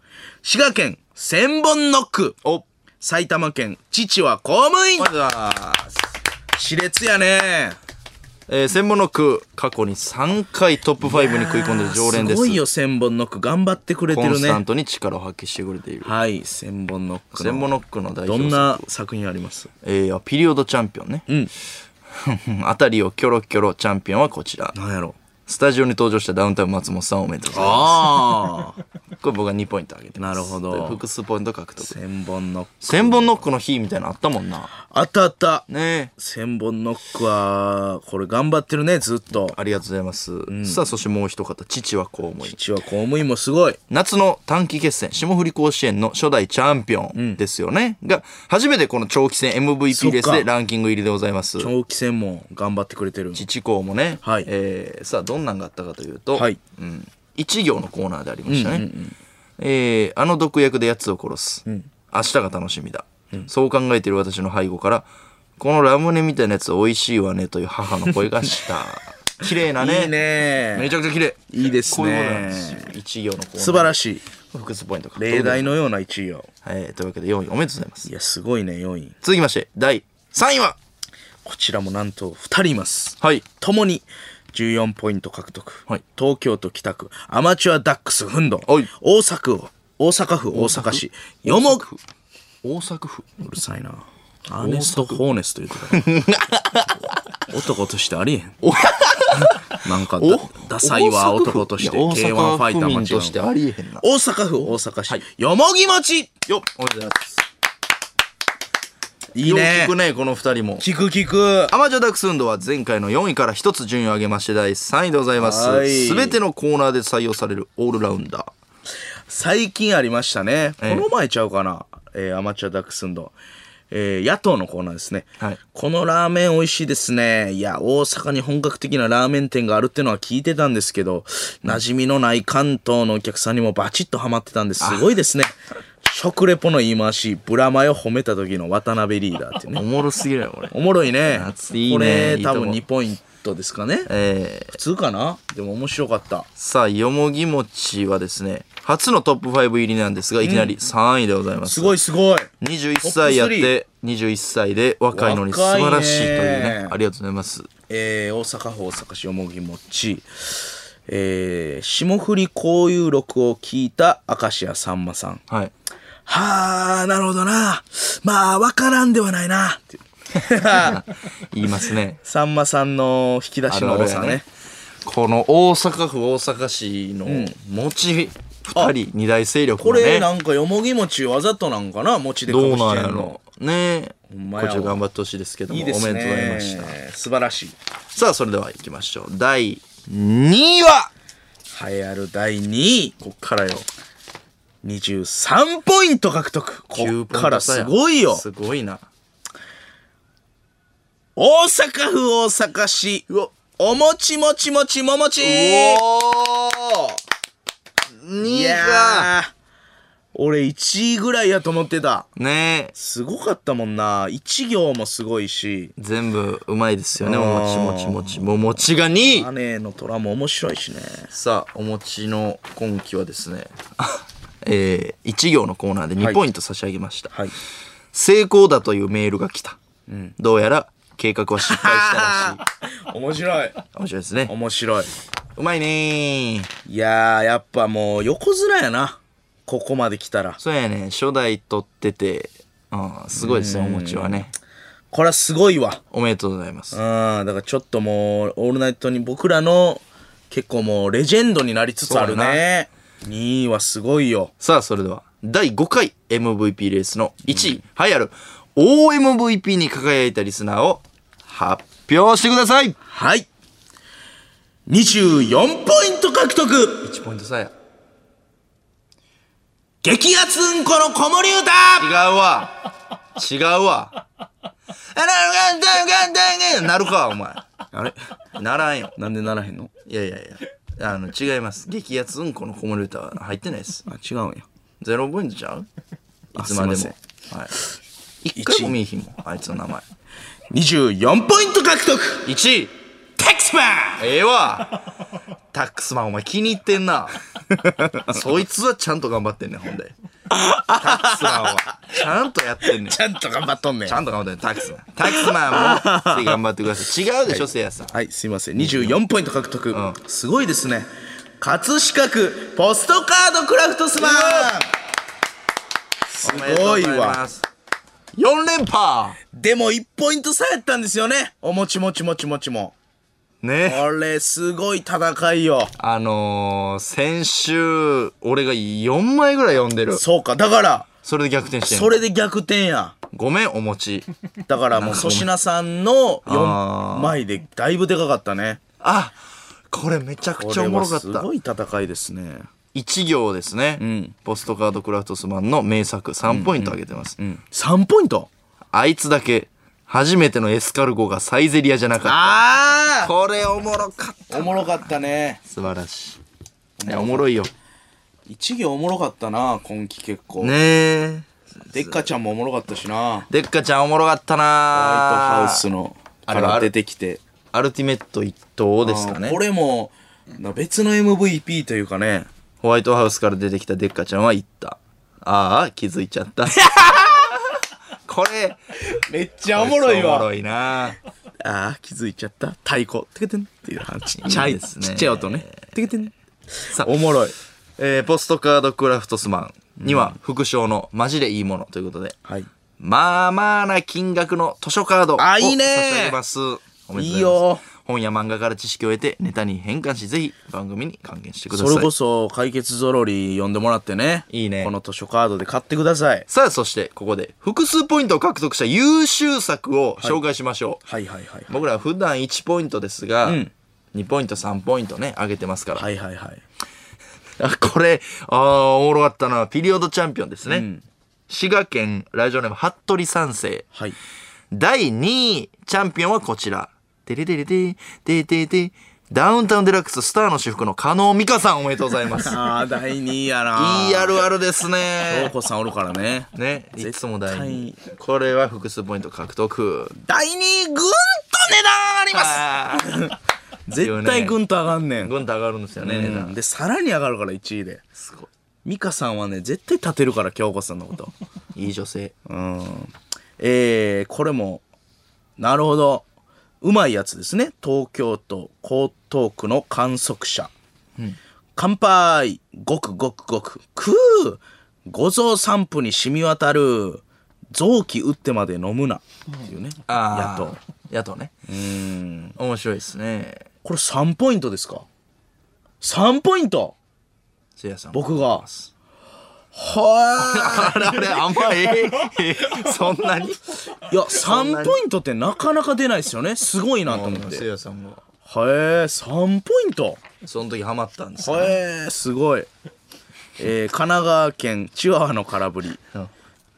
Speaker 2: 滋賀県千本ノック
Speaker 1: おお
Speaker 2: 埼玉県父は公務員
Speaker 1: めでとうございます、
Speaker 2: 熾烈やね
Speaker 1: えー、専門の区過去に3回トップ5に食い込んでる常連です
Speaker 2: ごいよ千本ノック頑張ってくれて
Speaker 1: コン
Speaker 2: る
Speaker 1: スタン
Speaker 2: ね
Speaker 1: トに力を発揮してくれている
Speaker 2: はい千本ノックの
Speaker 1: 専門の区の代
Speaker 2: ど
Speaker 1: 表
Speaker 2: ん
Speaker 1: 作
Speaker 2: な作品あります
Speaker 1: えー、ピリオドチャンピオンね
Speaker 2: うん
Speaker 1: あたりをキョロキョロチャンピオンはこちら
Speaker 2: なんやろ
Speaker 1: スタジオに登場したダウンタウン松本さんおめでとうございま
Speaker 2: ああ。
Speaker 1: す。これ僕は2ポイントあげてます。
Speaker 2: なるほど
Speaker 1: で複数ポイント獲得。
Speaker 2: 千本ノック。
Speaker 1: 千本ノックの日みたいなのあったもんな。
Speaker 2: あったあった。
Speaker 1: ねえ。
Speaker 2: 千本ノックは、これ頑張ってるね、ずっと。
Speaker 1: ありがとうございます。さあ、そしてもう一方、父はこう思い。
Speaker 2: 一応公務員もすごい。
Speaker 1: 夏の短期決戦、霜降り甲子園の初代チャンピオンですよね。が、初めてこの長期戦 MVP レース
Speaker 2: そっか
Speaker 1: でランキング入りでございます。
Speaker 2: 長期戦も頑張ってくれてる。
Speaker 1: 父校もね、
Speaker 2: はい
Speaker 1: えーさあどんなんがあったかというと、
Speaker 2: はい
Speaker 1: うん、一行のコーナーでありましたね、えーあの毒薬でやつを殺す、明日が楽しみだ、そう考えている私の背後からこのラムネみたいなやつ美味しいわねという母の声がした 綺麗なね
Speaker 2: いいね
Speaker 1: めちゃくちゃ綺麗
Speaker 2: いいです
Speaker 1: こ
Speaker 2: ね
Speaker 1: ういうことなんですよ一行のコーナー
Speaker 2: 素晴らしい。
Speaker 1: い複数ポイント獲得
Speaker 2: 例題のような1位を。
Speaker 1: はい、というわけで4位おめでとうございます
Speaker 2: いや、すごいね、4位。
Speaker 1: 続きまして第3位は
Speaker 2: こちらもなんと2人います。
Speaker 1: はい
Speaker 2: ともに14ポイント獲得、
Speaker 1: はい
Speaker 2: 東京都北区アマチュアダックスフンド
Speaker 1: はい
Speaker 2: 大阪区大阪府大阪市よもぐ
Speaker 1: 大阪府
Speaker 2: うるさいなアーネスト・ホーネスと言って た男としてありえん なんかだダサいわ男として K1 ファイター間違う
Speaker 1: としてありえへんな
Speaker 2: 大阪府大阪市、よもぎ餅
Speaker 1: よっおめでとうございます
Speaker 2: いい
Speaker 1: よ
Speaker 2: ね
Speaker 1: う聞くねこの二人も
Speaker 2: 聞く聞く
Speaker 1: アマチュアダックス運動は前回の4位から1つ順位を上げまして第3位でございま
Speaker 2: はい
Speaker 1: すすべてのコーナーで採用されるオールラウンダー
Speaker 2: 最近ありましたね。
Speaker 1: ええ
Speaker 2: この前ちゃうかな。えーアマチュアダックスンド。えー野党のコーナーですね、
Speaker 1: はい
Speaker 2: このラーメン美味しいですね。いや、大阪に本格的なラーメン店があるってのは聞いてたんですけど、馴染みのない関東のお客さんにもバチッとハマってたんです。すごいですね。食レポの言い回し、ブラマヨ褒めた時の渡辺リーダーってい
Speaker 1: お
Speaker 2: うね。
Speaker 1: もろすぎるよこれ
Speaker 2: おもろいね。
Speaker 1: 夏いいね
Speaker 2: これ
Speaker 1: いいと
Speaker 2: 多
Speaker 1: 思う
Speaker 2: 分2ポイントですかね。
Speaker 1: えー
Speaker 2: 普通かなでも面白かった。
Speaker 1: さあよもぎもちはですね初のトップ5入りなんですがいきなり3位でございます
Speaker 2: すごいすごい。
Speaker 1: 21歳やって21歳で若いのに素晴らしいという
Speaker 2: 若い
Speaker 1: ね
Speaker 2: ね
Speaker 1: ありがとうございます
Speaker 2: えー大阪府大阪市よもぎもち、えー霜降り交友録を聞いた明石家さんまさん。
Speaker 1: はい
Speaker 2: はあ、なるほどな。まあ、わからんではないな。っていう
Speaker 1: 言いますね
Speaker 2: さんまさんの引き出しの多
Speaker 1: あ
Speaker 2: さ
Speaker 1: るあるや
Speaker 2: ね
Speaker 1: ね。この大阪府大阪市の餅2人二大勢力
Speaker 2: こ
Speaker 1: が
Speaker 2: れ、
Speaker 1: ね
Speaker 2: なんかよもぎ餅わざとなんかな餅でか
Speaker 1: ど
Speaker 2: ぶ
Speaker 1: う
Speaker 2: し
Speaker 1: なん
Speaker 2: て
Speaker 1: や
Speaker 2: んの
Speaker 1: ろ。ねえ
Speaker 2: んま
Speaker 1: こ
Speaker 2: や
Speaker 1: ちら頑張ってほしいですけども
Speaker 2: いいです
Speaker 1: お
Speaker 2: ね。
Speaker 1: めでとうございました
Speaker 2: 素晴らしい。
Speaker 1: さあそれではいきましょう第2位は
Speaker 2: 栄えある第2位。
Speaker 1: こっからよ
Speaker 2: 23ポイント獲得。こ
Speaker 1: 9
Speaker 2: っからすごいよ。
Speaker 1: すごいな
Speaker 2: 大阪府大阪市。おもちもちもちももち
Speaker 1: おお
Speaker 2: い
Speaker 1: 2位が
Speaker 2: やー俺1位ぐらいやと思ってた。
Speaker 1: ねえ
Speaker 2: すごかったもんな。1行もすごいし、
Speaker 1: 全部うまいですよね
Speaker 2: う
Speaker 1: お
Speaker 2: ん
Speaker 1: 餅もちもちももちが2位
Speaker 2: マネーの虎も面白いしね。
Speaker 1: さあお餅の今期はですね えー、1行のコーナーで2ポイント差し上げました、
Speaker 2: はい。
Speaker 1: 成功だというメールが来た、どうやら計画は失敗したらし
Speaker 2: 面白い。
Speaker 1: い面白いですね
Speaker 2: 面白い。
Speaker 1: うまいねー
Speaker 2: いやー、やっぱもう横面やな。ここまで来たら。
Speaker 1: そうやね初代取ってて、うん、すごいですねお餅はね
Speaker 2: これはすごいわ。
Speaker 1: おめでとうございます
Speaker 2: うん、だからちょっともう、オールナイトに僕らの結構もうレジェンドになりつつある
Speaker 1: そう
Speaker 2: ね。2位はすごいよ。
Speaker 1: さあそれでは第5回 MVP レースの1位、栄えある OMVP に輝いたリスナーを発表してください
Speaker 2: はい。24ポイント獲得
Speaker 1: 1ポイントさや
Speaker 2: 激アツうんこの子守歌
Speaker 1: 違うわ。違うわ。なるか、お前。
Speaker 2: あれ
Speaker 1: ならんよ。
Speaker 2: なんでならへんの
Speaker 1: いやいやいや。あの、違います。激アツうんこの子守歌は入ってないです。
Speaker 2: あ、違うんや。
Speaker 1: ゼロポイントちゃうい
Speaker 2: あ
Speaker 1: つまです
Speaker 2: い
Speaker 1: も
Speaker 2: ま。
Speaker 1: はい。一回も見えひんもん、あいつの名前。
Speaker 2: 24ポイント獲得
Speaker 1: 1位
Speaker 2: テックスパン
Speaker 1: ええわタックスマンお前気に入ってんなそいつはちゃんと頑張ってんねんほんでタックスマンはちゃんとやってんねん
Speaker 2: ちゃんと頑張っとんねん
Speaker 1: ちゃんと頑張ってね、タックスマン。タックスマンも、ぜひ頑張ってください。違うでしょ、せいやさん。
Speaker 2: はい、すいません。24ポイント獲得。すごいですね。葛飾区ポストカードクラフトスマンす
Speaker 1: おめでとうご
Speaker 2: ご
Speaker 1: ざ
Speaker 2: い
Speaker 1: い
Speaker 2: わ
Speaker 1: ま。す。4連覇
Speaker 2: でも1ポイント差やったんですよね。おもちもちもちもちも。
Speaker 1: ね。
Speaker 2: これ、すごい戦いよ。
Speaker 1: あのー、先週、俺が4枚ぐらい読んでる。
Speaker 2: そうか。だから、
Speaker 1: それで逆転してんの
Speaker 2: それで逆転や。
Speaker 1: ごめん、お餅。
Speaker 2: だからもう粗品さんの
Speaker 1: あー
Speaker 2: 4枚でだいぶでかかったね。
Speaker 1: あこれめちゃく
Speaker 2: こ
Speaker 1: ちゃ
Speaker 2: れ
Speaker 1: おもろ
Speaker 2: は
Speaker 1: かっ
Speaker 2: す
Speaker 1: た。
Speaker 2: ごい戦いですね。
Speaker 1: 1行ですね、
Speaker 2: ん
Speaker 1: ポストカードクラフトスマンの名作3ポイントあげてます、
Speaker 2: 3ポイント
Speaker 1: あいつだけ初めてのエスカルゴがサイゼリアじゃなかっ
Speaker 2: あ
Speaker 1: たこれおもろかっ
Speaker 2: あおもろかったね
Speaker 1: た。素晴らしいいやおもろいよ
Speaker 2: 一行おもろかったな、今季結構。
Speaker 1: ねえ
Speaker 2: でっかちゃんもおもろかったしな。
Speaker 1: でっかちゃんおもろかったな
Speaker 2: ホワイトハウスの
Speaker 1: あ
Speaker 2: か
Speaker 1: れは
Speaker 2: ら
Speaker 1: ある
Speaker 2: 出てきて。
Speaker 1: アルティメット一等ですか
Speaker 2: あ
Speaker 1: ね
Speaker 2: ーこれも、な別の MVP というかね。
Speaker 1: ホワイトハウスから出てきたでっかちゃんは言ったああ気づいちゃった これ
Speaker 2: めっちゃおもろい
Speaker 1: おも
Speaker 2: わ。
Speaker 1: ろいな
Speaker 2: ああ、気づいちゃった。太鼓。てけてんっていう話。ちっちゃ
Speaker 1: いい
Speaker 2: い、
Speaker 1: ですね
Speaker 2: ちっちゃい音ね。てけてん。さおもろい。
Speaker 1: えーポストカードクラフトスマンには副賞のマジでいいものということで、
Speaker 2: はい。
Speaker 1: まあまあな金額の図書カードを差
Speaker 2: あい
Speaker 1: し
Speaker 2: いね
Speaker 1: 上げます。おめでとうござます
Speaker 2: いいよ
Speaker 1: 本や漫画から知識を得てネタに変換し、ぜひ番組に還元してくだ
Speaker 2: そ
Speaker 1: さい。
Speaker 2: れこそ、解決ぞろり呼んでもらってね。
Speaker 1: いいね
Speaker 2: この図書カードで買ってください。
Speaker 1: さあ、そしてここで複数ポイントを獲得した優秀作を紹介しましょう。
Speaker 2: はいはいはい。
Speaker 1: 僕ら普段1ポイントですが、
Speaker 2: うん
Speaker 1: 2ポイント3ポイントね上げてますから、
Speaker 2: はいはいはい。
Speaker 1: あこれああおもろかったなピリオドチャンピオンですね、
Speaker 2: うん
Speaker 1: 滋賀県ラジオネーム服部三世
Speaker 2: はい。
Speaker 1: 第2位、チャンピオンはこちら。てれてれて、ててて、ダウンタウンデラックススターの私服の加納美香さんおめでとうございま す。
Speaker 2: ああ、第2位やな。
Speaker 1: いいあるあるです
Speaker 2: ロー
Speaker 1: ね。
Speaker 2: コさんおるからね。
Speaker 1: ね、いつも第
Speaker 2: 絶対
Speaker 1: 2
Speaker 2: に
Speaker 1: これは複数ポイント獲得。
Speaker 2: 第2位、ぐんと値段上がります
Speaker 1: あー
Speaker 2: 絶対ぐんと上がんねん。
Speaker 1: ぐんと上がるんですよね、値
Speaker 2: うん
Speaker 1: 段。
Speaker 2: で、さらに上がるから1位で。
Speaker 1: すご
Speaker 2: ミカさんはね、絶対立てるから、京子さんのこと。
Speaker 1: い。いい女性。
Speaker 2: うん。えー、これも、なるほど。うまいやつですね。東京都江東区の観測者。乾杯ごくごくごく。くう五臓散布に染み渡る。臓器打ってまで飲むな。っていうね。
Speaker 1: あ
Speaker 2: 野党。
Speaker 1: あ。野党ね。
Speaker 2: うん。
Speaker 1: 面白いですね。
Speaker 2: これ3ポイントですか ?3 ポイント
Speaker 1: せいやさん。
Speaker 2: 僕が。は
Speaker 1: あれあれ、あんまええ。そんなに
Speaker 2: い。いや、3ポイントってなかなか出ないですよね。すごいなと思って。
Speaker 1: せい
Speaker 2: へえ、
Speaker 1: やさんも。
Speaker 2: 3ポイント。
Speaker 1: その時ハマったんですね
Speaker 2: へえ、すごい。えー、神奈川県チワワの空振り
Speaker 1: うん。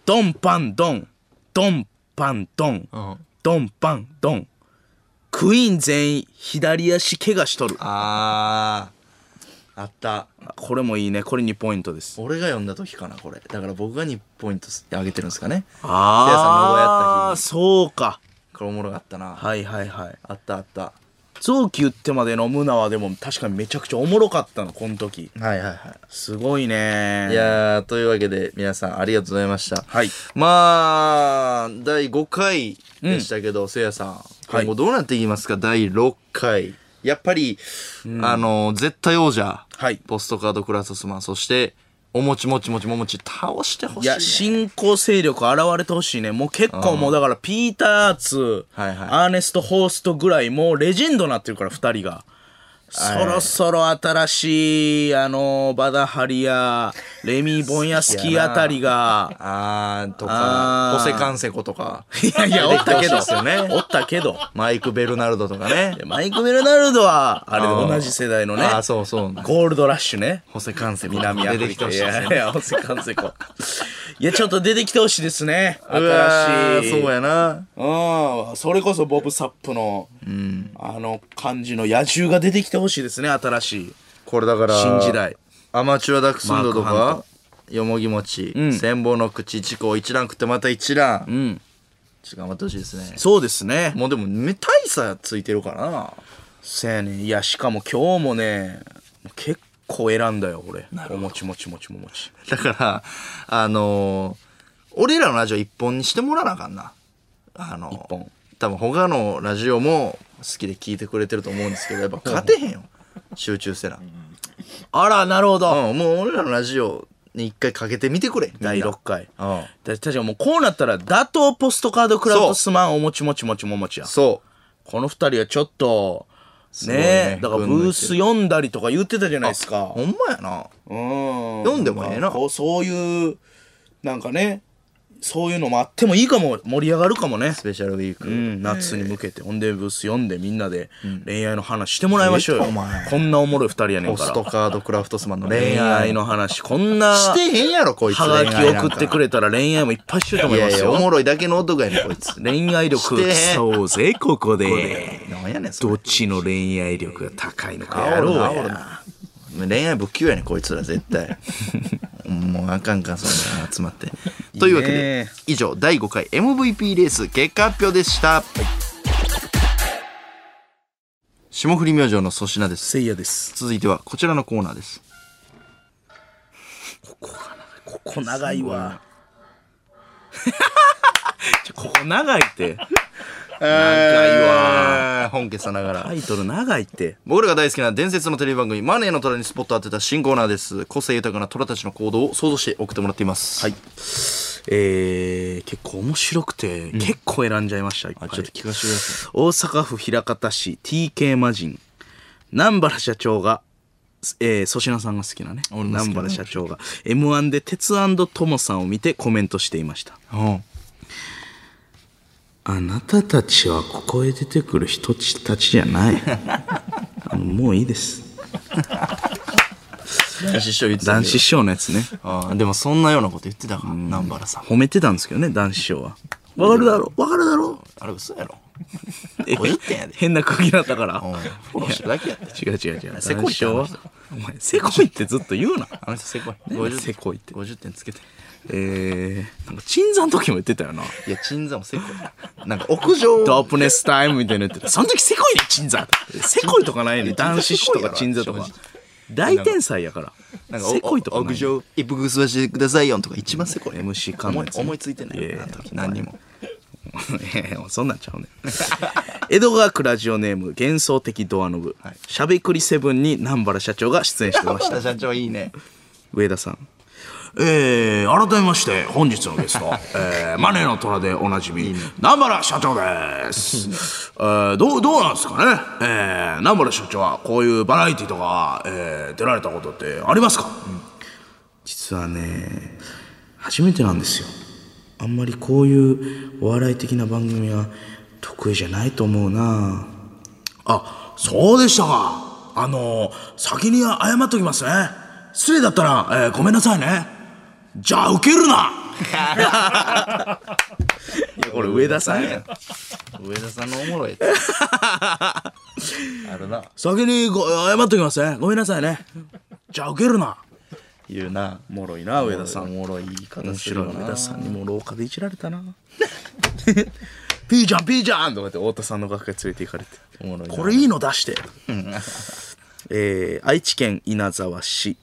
Speaker 2: ドンパンドン。ドンパンドン。
Speaker 1: うん
Speaker 2: ドンパンドン。クイーン全員左足怪我しとる。
Speaker 1: あーあった
Speaker 2: これもいいね。これ2ポイントです。
Speaker 1: 俺が読んだ時かなこれだから僕が2ポイントあげてるんですかね
Speaker 2: ああ、そうか。
Speaker 1: これおもろかったな
Speaker 2: はいはいはい。
Speaker 1: あったあった
Speaker 2: 臓器打ってまで飲むなはでも確かにめちゃくちゃおもろかったの、この時。
Speaker 1: はいはいは
Speaker 2: すごいね
Speaker 1: いいやーというわけで皆さんありがとうございました
Speaker 2: はい
Speaker 1: まあ第5回でしたけど、せいやさん
Speaker 2: はい
Speaker 1: 今後どうなっていきますか、第6回やっぱり、あの絶対王者、
Speaker 2: はい
Speaker 1: ポストカードクラススマンそしておもちもちもちももち倒してほし
Speaker 2: い
Speaker 1: い、ね、
Speaker 2: や、新興勢力現れてほしいね。もう結構もうだから、ピーターツ、
Speaker 1: はいはい
Speaker 2: アーネスト・ホーストぐらい、もうレジェンドなってるから、二人が。そろそろ新しい、あの、バダハリや、レミー・ボンヤスキーあたりが、
Speaker 1: あーと
Speaker 2: あ
Speaker 1: か、ホ
Speaker 2: ー
Speaker 1: セカンセコと か、
Speaker 2: いやいや、おったけど、
Speaker 1: 出てきてほしいですよね
Speaker 2: おったけど、
Speaker 1: マイク・ベルナルドとかね。
Speaker 2: マイク・ベルナルドは、あれ
Speaker 1: あー
Speaker 2: 同じ世代のね、
Speaker 1: あー、そうそう。
Speaker 2: ゴールドラッシュね。
Speaker 1: ホセカンセコ
Speaker 2: 南アフ
Speaker 1: 出て
Speaker 2: リ
Speaker 1: きて
Speaker 2: カ
Speaker 1: ほし
Speaker 2: い
Speaker 1: いです
Speaker 2: や
Speaker 1: ね
Speaker 2: いや、ホセカンセコ。いや、ちょっと出てきてほしいですね。
Speaker 1: うわ
Speaker 2: 新
Speaker 1: ー
Speaker 2: しい。
Speaker 1: そうやな。
Speaker 2: うん、それこそボブ・サップの、あの感じの野獣が出てきてほしいですね、新しい。
Speaker 1: これだから、
Speaker 2: 新時代。
Speaker 1: アマチュアダックスンドと
Speaker 2: マークハ
Speaker 1: か、よもぎもち、
Speaker 2: ん
Speaker 1: 千本の口、チコ、一覧食ってまた一覧。
Speaker 2: うん。
Speaker 1: ちょっと頑張ってほしいですね。
Speaker 2: そうですね。
Speaker 1: もうでも、め大差ついてるからな。
Speaker 2: せやねいや、しかも今日もね、結構選んだよ、俺。おもちもちもちももち。
Speaker 1: だから、あのー俺らのラジオ一本にしてもらわなあかんな。あのー
Speaker 2: 一本
Speaker 1: 多分他のラジオも好きで聞いてくれてると思うんですけど、やっぱ勝てへんよ。集中せな。
Speaker 2: あら、なるほど。
Speaker 1: うん、もう俺らのラジオに一回かけてみてくれ。みんな
Speaker 2: 第6回。
Speaker 1: うん。
Speaker 2: だ確かもうこうなったら、打倒ポストカードクラウドスマン、おもちもちもちももちや。
Speaker 1: そ
Speaker 2: この二人はちょっと、
Speaker 1: すごい
Speaker 2: ね
Speaker 1: ね
Speaker 2: だからブース読んだりとか言ってたじゃないですか。
Speaker 1: ほんまやな
Speaker 2: うん
Speaker 1: 読んでもええな
Speaker 2: こうそういう、なんかね、そういうのもあってもいいかも、盛り上がるかもね
Speaker 1: ス。ペシャルウィーク、
Speaker 2: うん、夏に向けて、ほんでブース読んでみんなで恋愛の話してもらいましょうよ。
Speaker 1: ええかお前
Speaker 2: こんなおもろい二人やねん
Speaker 1: ポ
Speaker 2: か
Speaker 1: スト
Speaker 2: ら。
Speaker 1: カードクラフトスマンの
Speaker 2: 恋
Speaker 1: 恋
Speaker 2: 愛
Speaker 1: 愛の
Speaker 2: の話、こんな、
Speaker 1: して
Speaker 2: は
Speaker 1: へんやろこいつ
Speaker 2: がき送ってくれたら恋愛もいっぱいしてると思
Speaker 1: い
Speaker 2: いま
Speaker 1: やい
Speaker 2: す
Speaker 1: やお
Speaker 2: よ。
Speaker 1: もろいだけの男やねんこいつ
Speaker 2: 恋愛力
Speaker 1: して
Speaker 2: 競うぜ、ここで。
Speaker 1: なんやねんそ
Speaker 2: ど
Speaker 1: れ
Speaker 2: っちの恋愛力が高いのかや
Speaker 1: 煽
Speaker 2: ろ
Speaker 1: る
Speaker 2: う
Speaker 1: な
Speaker 2: や
Speaker 1: 煽るな恋愛不器用やねんこいつら絶 対もうあかんかそんな集まってというわけ
Speaker 2: いい
Speaker 1: で
Speaker 2: ね
Speaker 1: 以上第5回 MVP レース結果発表でした霜降り明星の粗品です
Speaker 2: せいやです。
Speaker 1: 続いてはこちらのコーナーです
Speaker 2: ここが長い。ここ長いわ。 ちょここ長い って。長いわ。
Speaker 1: えー本家さながら
Speaker 2: タイトル長いって。
Speaker 1: 僕らが大好きな伝説のテレビ番組「マネーの虎」にスポットを当てた新コーナーです個性豊かな虎たちの行動を想像して送ってもらっています
Speaker 2: はいえー、結構面白くて、結構選んじゃいました。いっぱい
Speaker 1: あちょっと聞かせてくださ
Speaker 2: 大阪府枚方市 TK 魔人南原社長がえー粗品、さんが好きなね
Speaker 1: 俺も好き
Speaker 2: 南
Speaker 1: な
Speaker 2: 原社長が m 1で鉄トモさんを見てコメントしていました
Speaker 1: い、うん
Speaker 2: あなたたちはここへ出てくる人たちじゃない あのもういいです
Speaker 1: 男子師匠言ってた
Speaker 2: 男子師匠のやつね
Speaker 1: ああでもそんなようなこと言ってたから南原さん
Speaker 2: 褒めてたんですけどね男子師匠はわかるだろわかるだろ
Speaker 1: あれ嘘やろ
Speaker 2: え
Speaker 1: 50点やで
Speaker 2: 変な空気だったから
Speaker 1: うんフォローしてるだけやって
Speaker 2: 違う違う違う
Speaker 1: せこい
Speaker 2: 男子師匠はお前せこいってずっと言うな
Speaker 1: あの人せこい
Speaker 2: 何
Speaker 1: 50
Speaker 2: せこいって
Speaker 1: 50点つけて
Speaker 2: えー、なんか鎮座の時も言ってたよな。
Speaker 1: いや鎮座もせこいなんか屋上
Speaker 2: ドープネスタイムみたいなの言ってた。その時せこいね、鎮座。せこいとかないね。男子誌とか鎮座とか
Speaker 1: せこいや。
Speaker 2: 大天才やから。
Speaker 1: なんかお
Speaker 2: せこいとかな
Speaker 1: 屋
Speaker 2: い、
Speaker 1: 上一服吸わしてくださいよんとか一番せこい
Speaker 2: MC 観
Speaker 1: 思
Speaker 2: 覧
Speaker 1: い
Speaker 2: ですね
Speaker 1: 思いついてない
Speaker 2: いやいや
Speaker 1: あの時何にも
Speaker 2: えー そんなんちゃうねん 江戸川区ラジオネーム幻想的ドアノブ、しゃべくりセブンに南原社長が出演してまし
Speaker 1: 下
Speaker 2: た
Speaker 1: 社長いいね
Speaker 2: 上田さんえー、改めまして本日のゲス ト、えー、マネーの虎でおなじみ南原社長です、えー、どうどうなんですかね、えー、南原社長はこういうバラエティとか、えー、出られたことってありますか、実はね初めてなんですよあんまりこういうお笑い的な番組は得意じゃないと思うなあそうでしたかあの先に謝っときますね失礼だったら、えーごめんなさいねじゃあ受ける な俺上田さんや
Speaker 1: 上田さんのおもろいやつ あるな
Speaker 2: 先にご謝っときますねごめんなさいねじゃあ受けるな
Speaker 1: 言うな
Speaker 2: おもろいな上田さ
Speaker 1: お
Speaker 2: ん
Speaker 1: もろい言い方
Speaker 2: 面
Speaker 1: するよ
Speaker 2: 白い
Speaker 1: な
Speaker 2: 上田さんにも廊下でいじられたな ピーちゃんピーちゃんとかって太田さんの楽屋連れて行かれて
Speaker 1: おもろいな
Speaker 2: これいいの出して えー愛知県稲沢市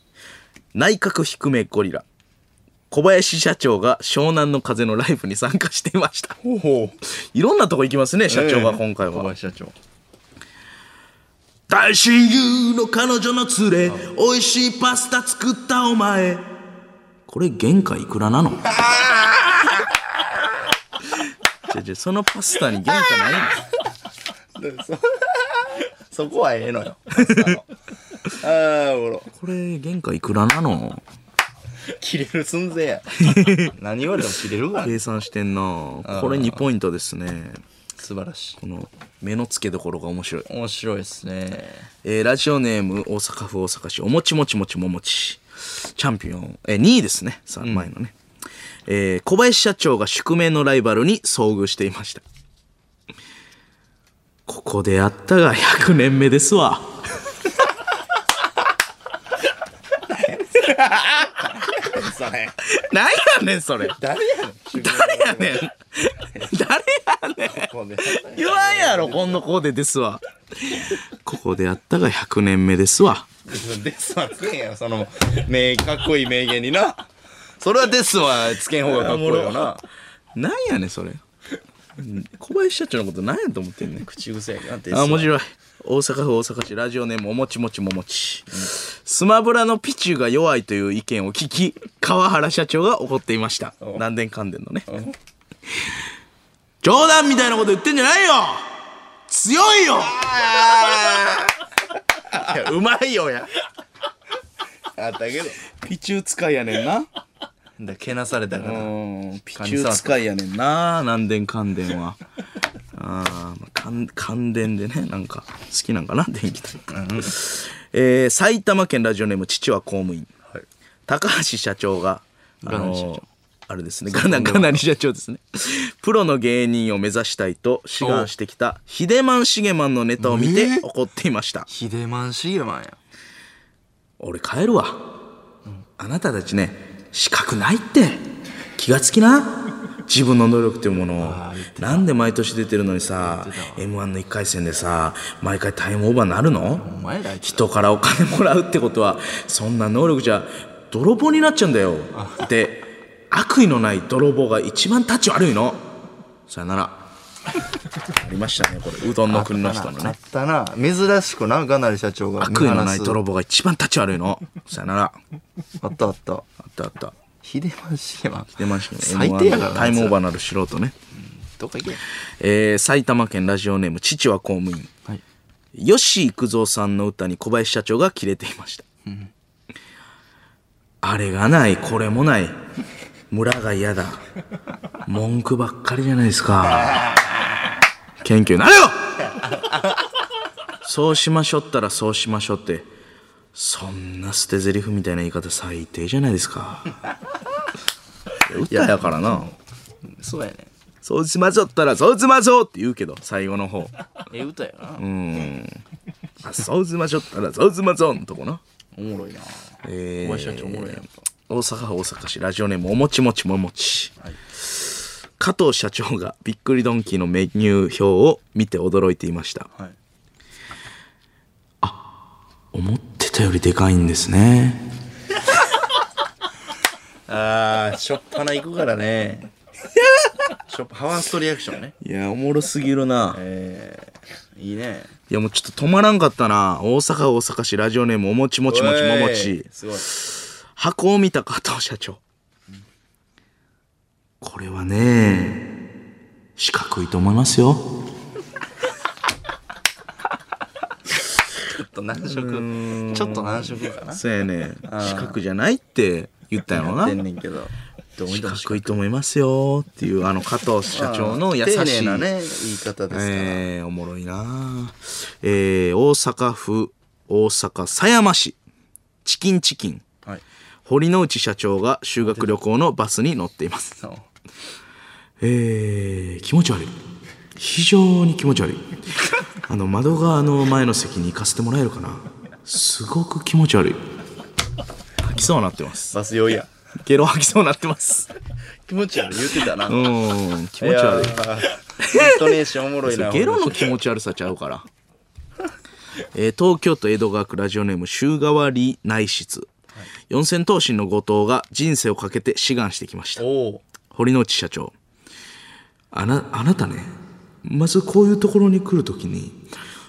Speaker 2: 内閣低めゴリラ小林社長が湘南の風のライブに参加していましたいろんなとこ行きますね社長が今回は、
Speaker 1: 小林社長
Speaker 2: 大親友の彼女の連れ美味しいパスタ作ったお前これ原価いくらなのじ ゃじゃそのパスタに原価ないの
Speaker 1: そこはええの よパスタのああおもろ
Speaker 2: これ原価いくらなの
Speaker 1: 切れる寸前 や何言われても切れるわ
Speaker 2: 計算してんなこれ2ポイントですね
Speaker 1: 素晴らしい
Speaker 2: この目の付けどころが面白い
Speaker 1: 面白いですね
Speaker 2: えーラジオネーム大阪府大阪市おもちもちもちももちチャンピオン、えー2位ですねさ前のね、えー小林社長が宿命のライバルに遭遇していましたここであったが100年目ですわ 何やねんそれ
Speaker 1: 誰やねん
Speaker 2: 誰やねん誰やねん言わんやろこんなコーデですわここであったが100年目ですわ
Speaker 1: ですわつけんやろその名かっこいい名言になそれはですわつけん方がかっこいいよな
Speaker 2: なんやねんそれ小林社長のことなんやと思ってんねん
Speaker 1: 口癖やけどなですわ
Speaker 2: あ面白い大阪府大阪市ラジオネームおもちもちももち、スマブラのピチューが弱いという意見を聞き川原社長が怒っていました南電関電のね冗談みたいなこと言ってんじゃないよ強いよいやうまいよや。
Speaker 1: あったけど。
Speaker 2: ピチュー使いやねんな。
Speaker 1: だけなされたか
Speaker 2: う
Speaker 1: ら。
Speaker 2: ん。ピチュー使いやねんな。南電関電は。 ああ、まあ、関関電でね、なんか、好きなん かな、電気代。えー埼玉県ラジオネーム、父は公務員。
Speaker 1: はい
Speaker 2: 高橋社長が、あ
Speaker 1: ガナ
Speaker 2: の
Speaker 1: リ社長
Speaker 2: あれですね、ガナガナリ社長ですね。プロの芸人を目指したいと志願してきた、ヒデマン・シゲマンのネタを見て
Speaker 1: えー
Speaker 2: 怒っていました。
Speaker 1: ヒデマンシーマンや。
Speaker 2: 俺帰るわ、あなたたちね資格ないって気がつきな自分の能力というものをなんで毎年出てるのにさ m 1の1回戦でさ毎回タイムオーバーなる
Speaker 1: お
Speaker 2: の
Speaker 1: 前らあいつ
Speaker 2: 人からお金もらうってことはそんな能力じゃ泥棒になっちゃうんだよって悪意のない泥棒が一番タッチ悪いのさよならありましたねこれうどんの国の人の
Speaker 1: あ
Speaker 2: ね
Speaker 1: ったな。あったな珍しくな、ガナリ社長が。
Speaker 2: 悪意のない
Speaker 1: 棒。
Speaker 2: 泥棒が一番タッチ悪いのさよなら
Speaker 1: あったあった。
Speaker 2: あったあった
Speaker 1: ヒデマンシーマン。
Speaker 2: 出ましたね。
Speaker 1: 最低やから
Speaker 2: M1
Speaker 1: な。
Speaker 2: タイムオーバー
Speaker 1: ー。
Speaker 2: なる素人ね。
Speaker 1: どっか行け。
Speaker 2: えー、埼玉県ラジオネーム、父は公務員。
Speaker 1: はい。
Speaker 2: 吉幾三さんの歌に小林社長がキレていました。あれがない、これもない。村が嫌だ。文句ばっかりじゃないですか。謙虚になれよそうしましょったらそうしましょって、そんな捨て台詞みたいな言い方最低じゃないですか。歌やからな。
Speaker 1: そうやね。
Speaker 2: そうしましょったら、そうしましょうって言うけど、最後の方。
Speaker 1: ええ歌やな。
Speaker 2: あ、そうしましょったら、そうしましょうのとこな。
Speaker 1: おもろいな。
Speaker 2: えー
Speaker 1: 小林社長おもろいやんか。
Speaker 2: 大阪府大阪市、ラジオネーム、おもちもちももち。加藤社長がびっくりドンキーのメニュー表を見て驚いていました。
Speaker 1: はい。
Speaker 2: 思ってたよりでかいんですね。
Speaker 1: ああ、しょっぱな行くからね。しょっぱ、ハワーストリアクションね。
Speaker 2: いや、おもろすぎるな。
Speaker 1: ええいいね。
Speaker 2: いや、もうちょっと止まらんかったな。大阪府大阪市、ラジオネーム、おもちもちもちもも
Speaker 1: お
Speaker 2: ち
Speaker 1: い。すごい。
Speaker 2: 箱を見た加藤社長。これはね、四角いと思いますよ。
Speaker 1: ちょっと難色。ちょっと難色かな。
Speaker 2: そうやね。四角じゃないって言ったよな。
Speaker 1: てんねんけど。どう
Speaker 2: 四
Speaker 1: にでもし
Speaker 2: 角いと思いますよっていう、あの加藤社長の優しい。
Speaker 1: 丁寧なね、言い方ですから。
Speaker 2: えー、おもろいなえー、大阪府、大阪狭山市、チキンチキン。
Speaker 1: はい。
Speaker 2: 堀之内社長が修学旅行のバスに乗っています。
Speaker 1: そう。
Speaker 2: えー、気持ち悪い非常に気持ち 悪いあの窓側の前の席に行かせてもらえるかなすごく気持ち悪い吐きそうになってます
Speaker 1: バス酔いや。
Speaker 2: ゲロ吐きそうになってます
Speaker 1: 気持ち悪い言ってたな。
Speaker 2: うーん 気持ち悪い
Speaker 1: い。イントネーションおもろいな。
Speaker 2: ゲロの気持ち悪さちゃうから、 えー東京都江戸川区ラジオネーム週替わり内室、四千頭身の後藤が人生をかけて志願してきました
Speaker 1: おう
Speaker 2: 堀之内社長あなあなたねまずこういうところに来るときに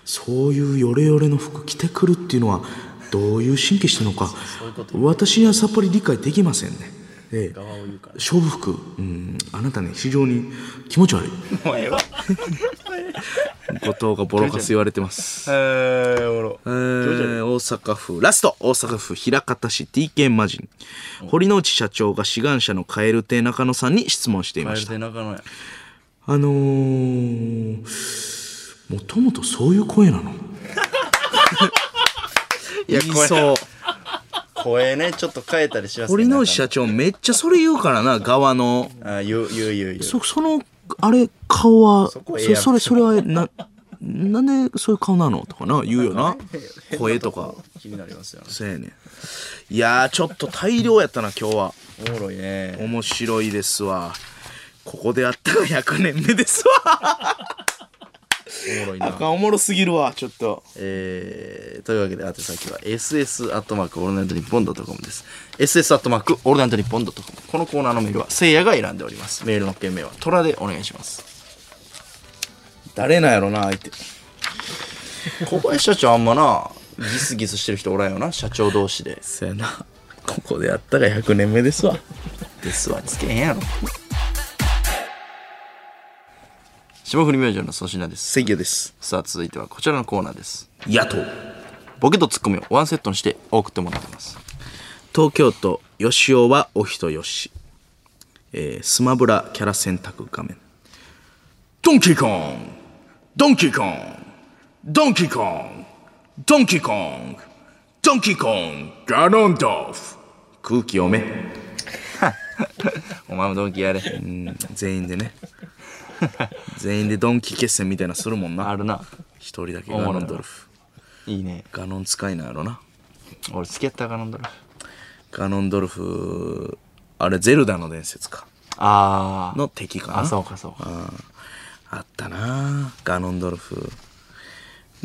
Speaker 2: そういうヨレヨレの服着てくるっていうのはどういう神経してるのか私にはさっぱり理解できませんね、ええ、勝負服、うん、あなたね非常に気持ち悪い
Speaker 1: もうええわ。
Speaker 2: 後藤がボロカス言われてます
Speaker 1: えー、おもろ。
Speaker 2: えー大阪府ラスト大阪府枚方市 TK 魔人堀之内社長が志願者の蛙亭中野さんに質問していま
Speaker 1: マ
Speaker 2: し
Speaker 1: ジ
Speaker 2: た
Speaker 1: で中野や。
Speaker 2: あのー、もともとそういう声なのいや、
Speaker 1: いい
Speaker 2: 言いそう。
Speaker 1: 声ね、ちょっと変えたりしますね。
Speaker 2: 堀之内社長めっちゃそれ言うからな、側の。
Speaker 1: 中野。あ、言う、言う、言う、言う。
Speaker 2: そ、その、あれ、顔は、そ
Speaker 1: こええ
Speaker 2: れ、
Speaker 1: やろ
Speaker 2: それ、それは、な、なんでそういう顔なのとかな、言うよ な。声とか。
Speaker 1: 気になりますよね。
Speaker 2: そうやねん。いやー、ちょっと大量やったな、今日は。
Speaker 1: おもろいね。
Speaker 2: 面白いですわ。ここであったが100年目ですわ。
Speaker 1: おもろいな。
Speaker 2: おもろすぎるわ、ちょっと。
Speaker 1: えー、というわけで、宛先は ss アットマークオールナイトニッポンドットコムです。ss アットマークオールナイトニッポンドットコム。このコーナーのメールはせいやが選んでおります。メールの件名はトラでお願いします。
Speaker 2: 誰なんやろな、相手。
Speaker 1: 小林社長あんまな、ギスギスしてる人おらんよな、社長同士で。
Speaker 2: そやな。ここでやったが100年目ですわ。
Speaker 1: ですわ、つけへんやろ。霜降り明星の粗品です。
Speaker 2: せいやです。
Speaker 1: さあ、続いてはこちらのコーナーです。
Speaker 2: 野党。
Speaker 1: ボケとツッコミをワンセットにして送ってもらってます。
Speaker 2: 東京都吉尾はお人よし、えースマブラキャラ選択画面ドンキーコングドンキーコングドンキーコングドンキーコングドンキーコングガロンドフ空気読め
Speaker 1: お前もドンキやれ。
Speaker 2: うん全員 でね全員でドンキー決戦みたいなのするもん
Speaker 1: あ
Speaker 2: な
Speaker 1: るな。
Speaker 2: 一人だけガロンドルフ
Speaker 1: いいね。
Speaker 2: ガノン使いなんやろな
Speaker 1: 俺、付き合ったから飲んだら。
Speaker 2: ガノンドルフあれゼルダの伝説か
Speaker 1: あー。
Speaker 2: の敵かな
Speaker 1: あ、そうかそうか。
Speaker 2: あったなぁガノンドルフ。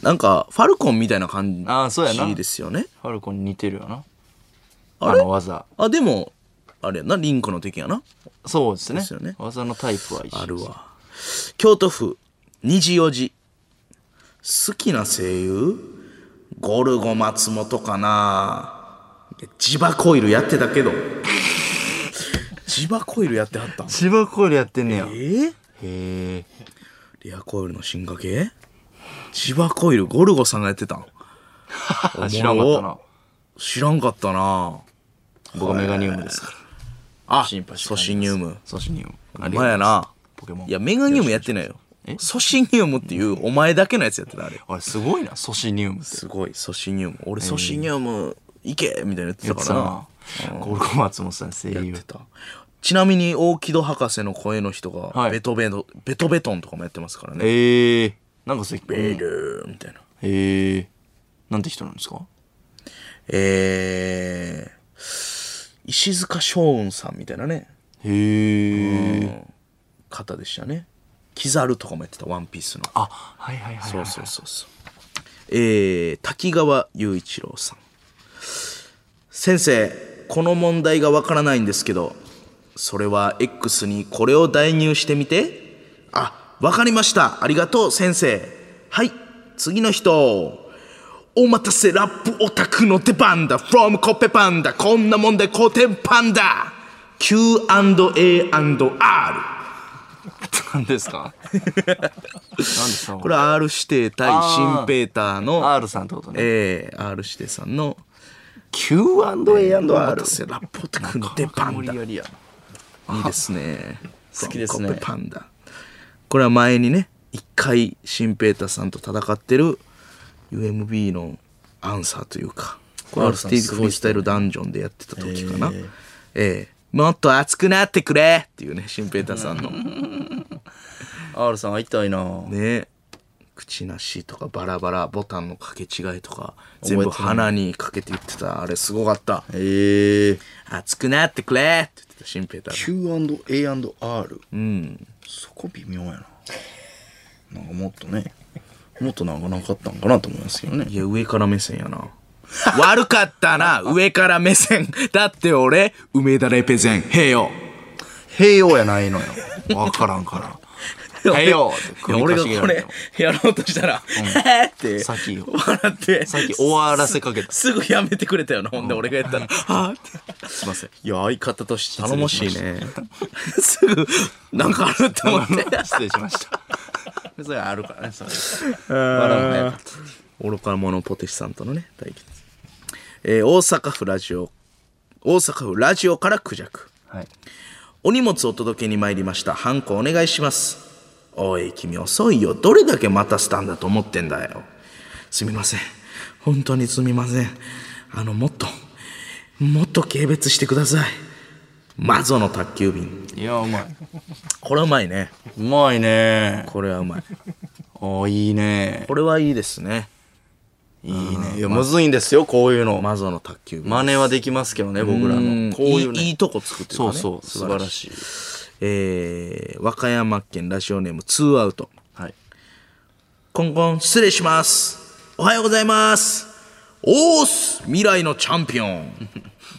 Speaker 2: なんか、ファルコンみたいな感じ
Speaker 1: あーそうやな
Speaker 2: ですよね。
Speaker 1: ファルコンに似てるよな。
Speaker 2: あ
Speaker 1: あ
Speaker 2: れ
Speaker 1: の技。
Speaker 2: あでも、あれやな、リンクの敵やな。
Speaker 1: そうですね。
Speaker 2: ですよね
Speaker 1: 技のタイプは一緒。
Speaker 2: あるわ。京都府、虹四時。好きな声優ゴルゴ松本かなぁいやジバコイルやってたけど。ジバコイルやってはったん
Speaker 1: 千葉コールやってんねや。
Speaker 2: え
Speaker 1: へ
Speaker 2: ー
Speaker 1: え。
Speaker 2: リアコイルの進化系ジバコイル、ゴルゴさんがやってたん
Speaker 1: あ、 知らんかったな。
Speaker 2: 知らんかったな
Speaker 1: 僕はメガニウムですから。
Speaker 2: あ、
Speaker 1: シンパシー
Speaker 2: ソシニウム。
Speaker 1: ソシニウム。あ
Speaker 2: お
Speaker 1: り
Speaker 2: 前
Speaker 1: がとうござい
Speaker 2: や
Speaker 1: ます
Speaker 2: な。
Speaker 1: ポケモン。
Speaker 2: いや、メガニウムやってないよ。ソシニウムっていう、お前だけのやつやってた、あれ。
Speaker 1: あれ、すごいな、ソシニウムって。
Speaker 2: すごい、ソシニウム。俺、ソシニウム、いけみたいなのやって
Speaker 1: 言
Speaker 2: た
Speaker 1: って
Speaker 2: か
Speaker 1: たな
Speaker 2: らな。。
Speaker 1: ゴルゴ松本さん声優
Speaker 2: やって。た。ちなみに、大木戸博士の声の人が、
Speaker 1: はい
Speaker 2: ベトベト、ベトベトンとかもやってますからね。
Speaker 1: ええ。なんかそれ、
Speaker 2: ベ
Speaker 1: うん
Speaker 2: ルーみたいな。
Speaker 1: へえ。なんて人なんですか
Speaker 2: えー、石塚翔雲さんみたいなね、
Speaker 1: へえ。
Speaker 2: 方でしたね。キザルとかもやってた、ワンピースの。
Speaker 1: あ、はいはいはいはい。
Speaker 2: そうそうそうそう。えー、滝川雄一郎さん。先生、この問題がわからないんですけど、それは X にこれを代入してみて。あ、わかりました。ありがとう、先生。はい、次の人。お待たせラップオタクの出番だ from コッペパンダこんなもんでコテンパンダ Q&A&R
Speaker 1: なんですか なんですか
Speaker 2: これは R 指定対
Speaker 1: あー
Speaker 2: シンペーターの
Speaker 1: R さんってことね。
Speaker 2: えー、R 指定さんの
Speaker 1: Q&A&R。
Speaker 2: 「お待たせラッポタクの出
Speaker 1: パン
Speaker 2: 番だ」い
Speaker 1: りやない
Speaker 2: ですね
Speaker 1: 好きですね
Speaker 2: コッペパンダこれは前にね一回新平太さんと戦ってる UMB のアンサーというかこれ
Speaker 1: R さん
Speaker 2: RT
Speaker 1: す
Speaker 2: フ
Speaker 1: ごい
Speaker 2: リー
Speaker 1: っ
Speaker 2: ス
Speaker 1: す
Speaker 2: タイ
Speaker 1: よね
Speaker 2: ルダンジョンでやってた時かなええもっと熱くなってくれっていうね新平太さんの
Speaker 1: R さん会いたいな
Speaker 2: ね口なしとかバラバラボタンの掛け違いとか
Speaker 1: 覚えて
Speaker 2: 全
Speaker 1: ない
Speaker 2: 部鼻にかけて言ってたあれすごかった
Speaker 1: へえ。
Speaker 2: 熱くなってくれって言ってた新平太
Speaker 1: Q&A&R。
Speaker 2: うん
Speaker 1: そこ微妙やな。なんかもっとね、もっとなんかなかったんかなと思いますけどね。
Speaker 2: いや上から目線やな悪かったな上から目線だって俺梅田レペゼンへよ
Speaker 1: 併用やないのよ。わからんから。へよって
Speaker 2: い
Speaker 1: 首
Speaker 2: や俺
Speaker 1: か
Speaker 2: が
Speaker 1: しげら
Speaker 2: こ
Speaker 1: れて
Speaker 2: れ
Speaker 1: も
Speaker 2: やろうとしたら、へーって
Speaker 1: 先よ
Speaker 2: 笑って
Speaker 1: さっき終わらせかけた。
Speaker 2: すぐやめてくれたよなほんで俺がやったら「はあ」ってすいませんいや相方として頼もしいね すぐなんかあると思って
Speaker 1: 失礼しました。そ れあるからね、それ。笑うの早かった
Speaker 2: 愚か者ポテシさんとのね対決、えー大阪府ラジオ大阪府ラジオからクジャク
Speaker 1: はい。
Speaker 2: お荷物を届けに参りましたハンコお願いしますおい君遅いよどれだけ待たせたんだと思ってんだよすみません本当にすみませんあのもっともっと軽蔑してくださいマゾの宅急便
Speaker 1: いや、うまい。
Speaker 2: これはうまいね
Speaker 1: うまいね。
Speaker 2: これはうまい
Speaker 1: おいいね。
Speaker 2: これはいいですね
Speaker 1: いいね。いや、むずいんですよ、こういうの。
Speaker 2: マゾの宅急便
Speaker 1: 真似はできますけどね、僕ら
Speaker 2: うん
Speaker 1: の。こういうね。
Speaker 2: いいいいとこ作ってるか
Speaker 1: そ
Speaker 2: ら
Speaker 1: う
Speaker 2: ね
Speaker 1: そう、素晴らしい。
Speaker 2: えー、和歌山県ラジオネームツーアウト
Speaker 1: はい。
Speaker 2: コンコン失礼しますおはようございますおーす未来のチャンピオン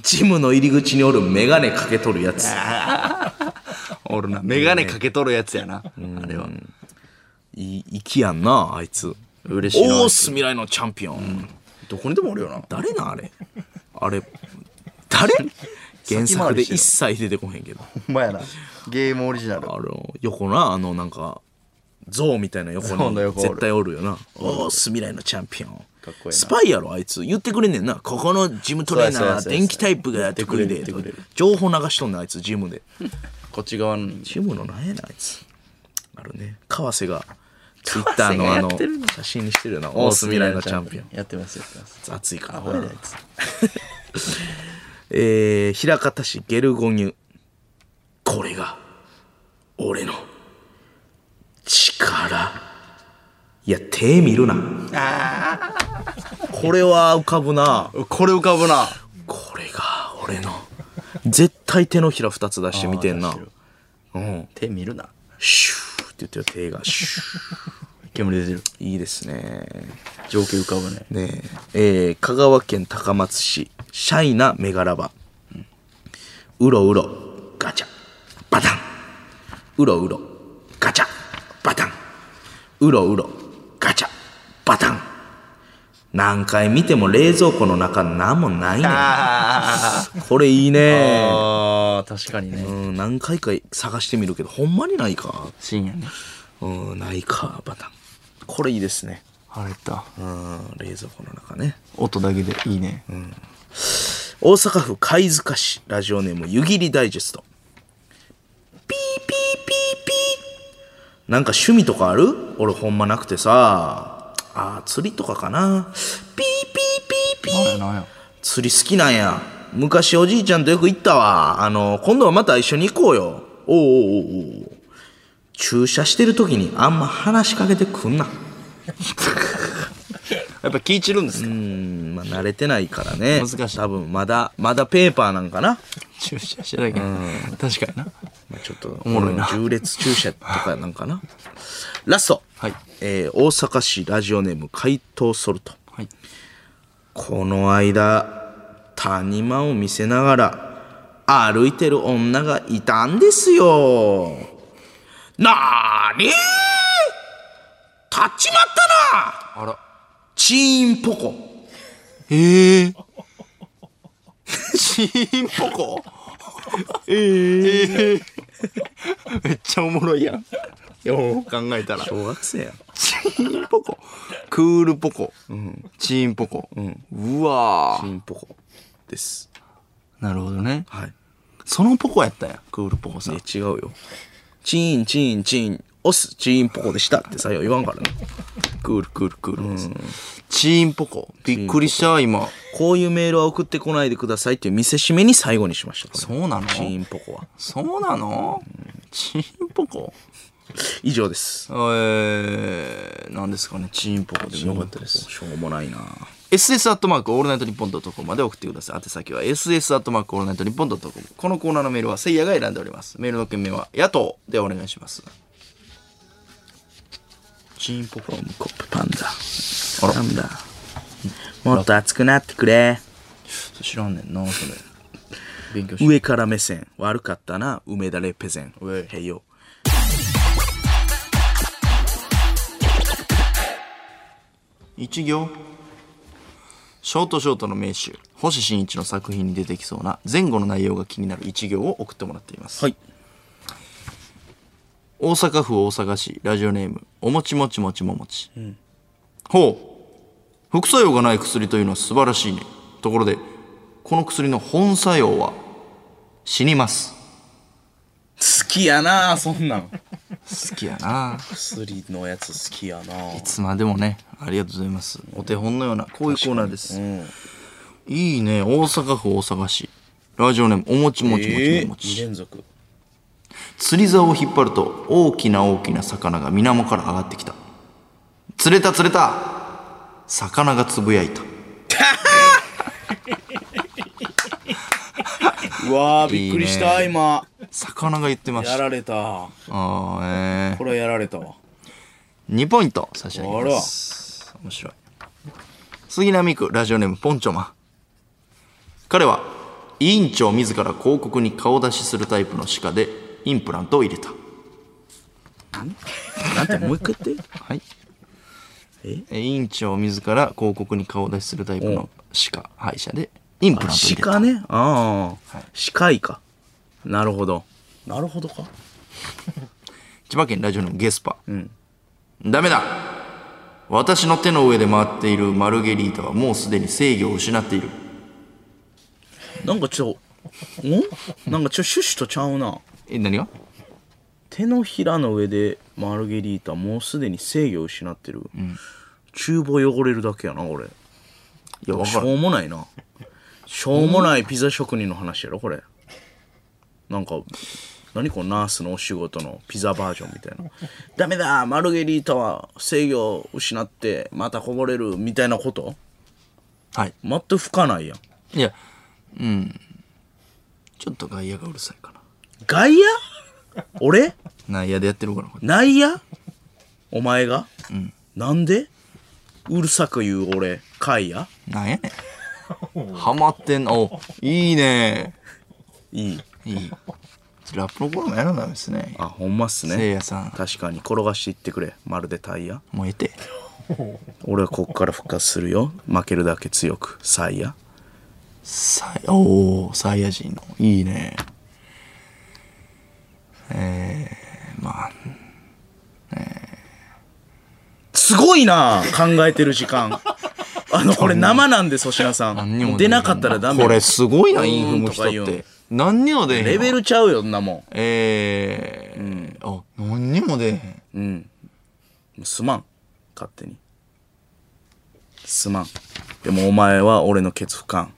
Speaker 2: ジムの入り口におるメガネかけとるやつ
Speaker 1: おるな。メガネかけとるやつやな。あれは。
Speaker 2: いいきやんなあいつ
Speaker 1: 嬉しいな
Speaker 2: おーす未来のチャンピオン、
Speaker 1: どこにでもおるよな。
Speaker 2: 誰なあれあれ誰原作で
Speaker 1: 先回りしてる
Speaker 2: 一切出てこへんけど
Speaker 1: ほんまやな。ゲームオリジナル。
Speaker 2: あの横なあのなんか象みたいな横
Speaker 1: 象の
Speaker 2: に
Speaker 1: 横おる
Speaker 2: 絶対おるよなおーす未来のチャンピオン
Speaker 1: かっこいいな
Speaker 2: スパイやろあいつ言ってくれんねんなここのジムトレーナ
Speaker 1: そう
Speaker 2: ー
Speaker 1: や
Speaker 2: は
Speaker 1: そうやそうや
Speaker 2: 電気タイプがやってくれ
Speaker 1: 言
Speaker 2: で
Speaker 1: ってくれる言って
Speaker 2: 情報流しとんねんあいつジムで
Speaker 1: こっち側の
Speaker 2: ジムのなんやなあいつあるね川瀬がツイッターのあ
Speaker 1: 川瀬がや
Speaker 2: の
Speaker 1: ってるの
Speaker 2: 写真にしてるよなおーす未来のチャンピオン
Speaker 1: やってますやってます
Speaker 2: 熱いから
Speaker 1: アホやであいつ
Speaker 2: えー、平方市ゲルゴニュこれが俺の力いや手見るなこれは浮かぶな
Speaker 1: これ浮かぶな
Speaker 2: これが俺の絶対手のひら二つ出して見てんなうん
Speaker 1: 手見るな
Speaker 2: シューって言ってる手がシュ
Speaker 1: 煙出てる
Speaker 2: ーいいですね
Speaker 1: 情景浮かぶね
Speaker 2: ねええー香川県高松市シャイなメガラバ、うろうろガチャバタンうろうろガチャバタンうろうろガチャバタン何回見ても冷蔵庫の中何もないねん
Speaker 1: あ
Speaker 2: これいいね
Speaker 1: あ確かにね
Speaker 2: うん何回か探してみるけどほんまにないか
Speaker 1: 深夜ね
Speaker 2: うんないかバタンこれいいですね
Speaker 1: 晴れた
Speaker 2: うん冷蔵庫の中ね
Speaker 1: 音だけでいいね
Speaker 2: 大阪府貝塚市ラジオネーム湯切りダイジェストピーピーピーピーなんか趣味とかある俺ほんまなくてさあー釣りとかかなピーピーピーピー
Speaker 1: あれなんや
Speaker 2: 釣り好きなんや昔おじいちゃんとよく行ったわあの今度はまた一緒に行こうよおうおうおうおう駐車してる時にあんま話しかけてくんな
Speaker 1: やっぱ聞いちるんですか
Speaker 2: うんまあ慣れてないからね
Speaker 1: 難しい
Speaker 2: 多分まだまだペーパーなんかな
Speaker 1: 駐車してないけど確かにな
Speaker 2: まあ、ちょっと
Speaker 1: おもろいな
Speaker 2: うん重列注射とかなんかなラスト、
Speaker 1: はい
Speaker 2: えー大阪市ラジオネーム怪盗ソルト
Speaker 1: はい
Speaker 2: この間谷間を見せながら歩いてる女がいたんですよなーに立っちまったな
Speaker 1: あら
Speaker 2: チーンポコ
Speaker 1: ええチーンポコええめっちゃおもろいやんよう考えたら
Speaker 2: 小学生やん
Speaker 1: チーンポコクールポコ、チーンポコ、うわ
Speaker 2: チーンポコです
Speaker 1: なるほどね
Speaker 2: はい
Speaker 1: そのポコやったんやクールポコさん
Speaker 2: え違うよチーンチーンチーン押すチーンポコでしたって最後言わんからね
Speaker 1: クールクールクール、チーンポコびっくりした今
Speaker 2: こういうメールは送ってこないでくださいっていう見せしめに最後にしました。
Speaker 1: そ
Speaker 2: こ
Speaker 1: うなの
Speaker 2: れチーンポコは。
Speaker 1: そうなの、チーンポコ
Speaker 2: 以上です。
Speaker 1: えー、なんですかねチーンポコでもよかったです
Speaker 2: しょうもないな。
Speaker 1: SS アットマークオールナイトニッポンドットコムまで送ってください。宛先は SS アットマークオールナイトニッポンドットコム。このコーナーのメールはせいやが選んでおります。メールの件名は野党でお願いします。チーンポコ
Speaker 2: ロムコップパンダ。
Speaker 1: あら
Speaker 2: パンダ。もっと熱くなってくれ。
Speaker 1: 知らんねんな、それ。勉強し
Speaker 2: 上から目線。悪かったな、梅田レペゼン。
Speaker 1: うえ
Speaker 2: へいよ。
Speaker 1: 一行ショートショートの名手星新一の作品に出てきそうな前後の内容が気になる一行を送ってもらっています、
Speaker 2: はい。
Speaker 1: 大阪府大阪市ラジオネームおもちもちもちももち、ほう副作用がない薬というのは素晴らしいねところでこの薬の本作用は死にます
Speaker 2: 好きやな、そんなん。
Speaker 1: 好きやな
Speaker 2: 薬のやつ好きやな。
Speaker 1: いつまでもねありがとうございますお手本のようなこういうコーナーです、いいね大阪府大阪市ラジオネームおもちもちもちももち、
Speaker 2: 続。
Speaker 1: 釣り竿を引っ張ると大きな大きな魚が水面から上がってきた釣れた釣れた魚がつぶやいた
Speaker 2: うわー、
Speaker 1: びっくりしたいいね
Speaker 2: 今。
Speaker 1: 魚が言ってました
Speaker 2: られた。
Speaker 1: あーえ
Speaker 2: れやられたわ。
Speaker 1: ー、2ポイント差し上げます面白い杉並区ラジオネームポンチョマン彼は委員長自ら広告に顔出しするタイプの鹿でインプラントを入れた
Speaker 2: なんて、もう一回言って。
Speaker 1: はい
Speaker 2: え
Speaker 1: え委員長自ら広告に顔出しするタイプの鹿歯医者でインプラントを入れた
Speaker 2: 鹿ねああ、
Speaker 1: はい
Speaker 2: 歯科医かなるほどなるほどか
Speaker 1: 千葉県ラジオのゲスパ、
Speaker 2: ん
Speaker 1: ダメだ私の手の上で回っているマルゲリータはもうすでに制御を失っている
Speaker 2: なんかちょ、んなんかちょ、シュッシュとちゃうな。
Speaker 1: え何が
Speaker 2: 手のひらの上でマルゲリータ、もうすでに制御を失ってる。厨房汚れるだけやな、俺。
Speaker 1: いや分
Speaker 2: し
Speaker 1: か
Speaker 2: ょ
Speaker 1: る
Speaker 2: うもないな。しょうもないピザ職人の話やろ、これ。なんか、何このナースのお仕事のピザバージョンみたいな。ダメだ、マルゲリータは制御を失って、またこぼれるみたいなこと
Speaker 1: はい
Speaker 2: 全く吹かないやん。
Speaker 1: いやうんちょっと外野がうるさいか
Speaker 2: 外野俺
Speaker 1: な内野でやってるからこれ
Speaker 2: 内野お前が、なんでうるさく言う俺、外野
Speaker 1: なんやね んハマってんのおいいね
Speaker 2: いい。
Speaker 1: いいラップの頃もやらなダメですね
Speaker 2: あ、ほんまっす
Speaker 1: せい
Speaker 2: ね
Speaker 1: や。さん
Speaker 2: 確かに転がしていってくれ。まるでタイヤ。
Speaker 1: もうええて
Speaker 2: 俺はこっから復活するよ。負けるだけ強く。サイヤ。
Speaker 1: サイおおサイヤ人のいいねえー、まあ
Speaker 2: すごいな考えてる 時間。あの、これ生なんで、粗品さ
Speaker 1: 何に
Speaker 2: ん。
Speaker 1: も
Speaker 2: 出なかったらダメ。
Speaker 1: これすごいなインフ
Speaker 2: ム
Speaker 1: ム人って何にも出えへんわ
Speaker 2: レベルちゃうよ、んなも
Speaker 1: えーあ何にも出えへん
Speaker 2: ん。うん。すまん。勝手に。すまん。でもお前は俺のケツ不完。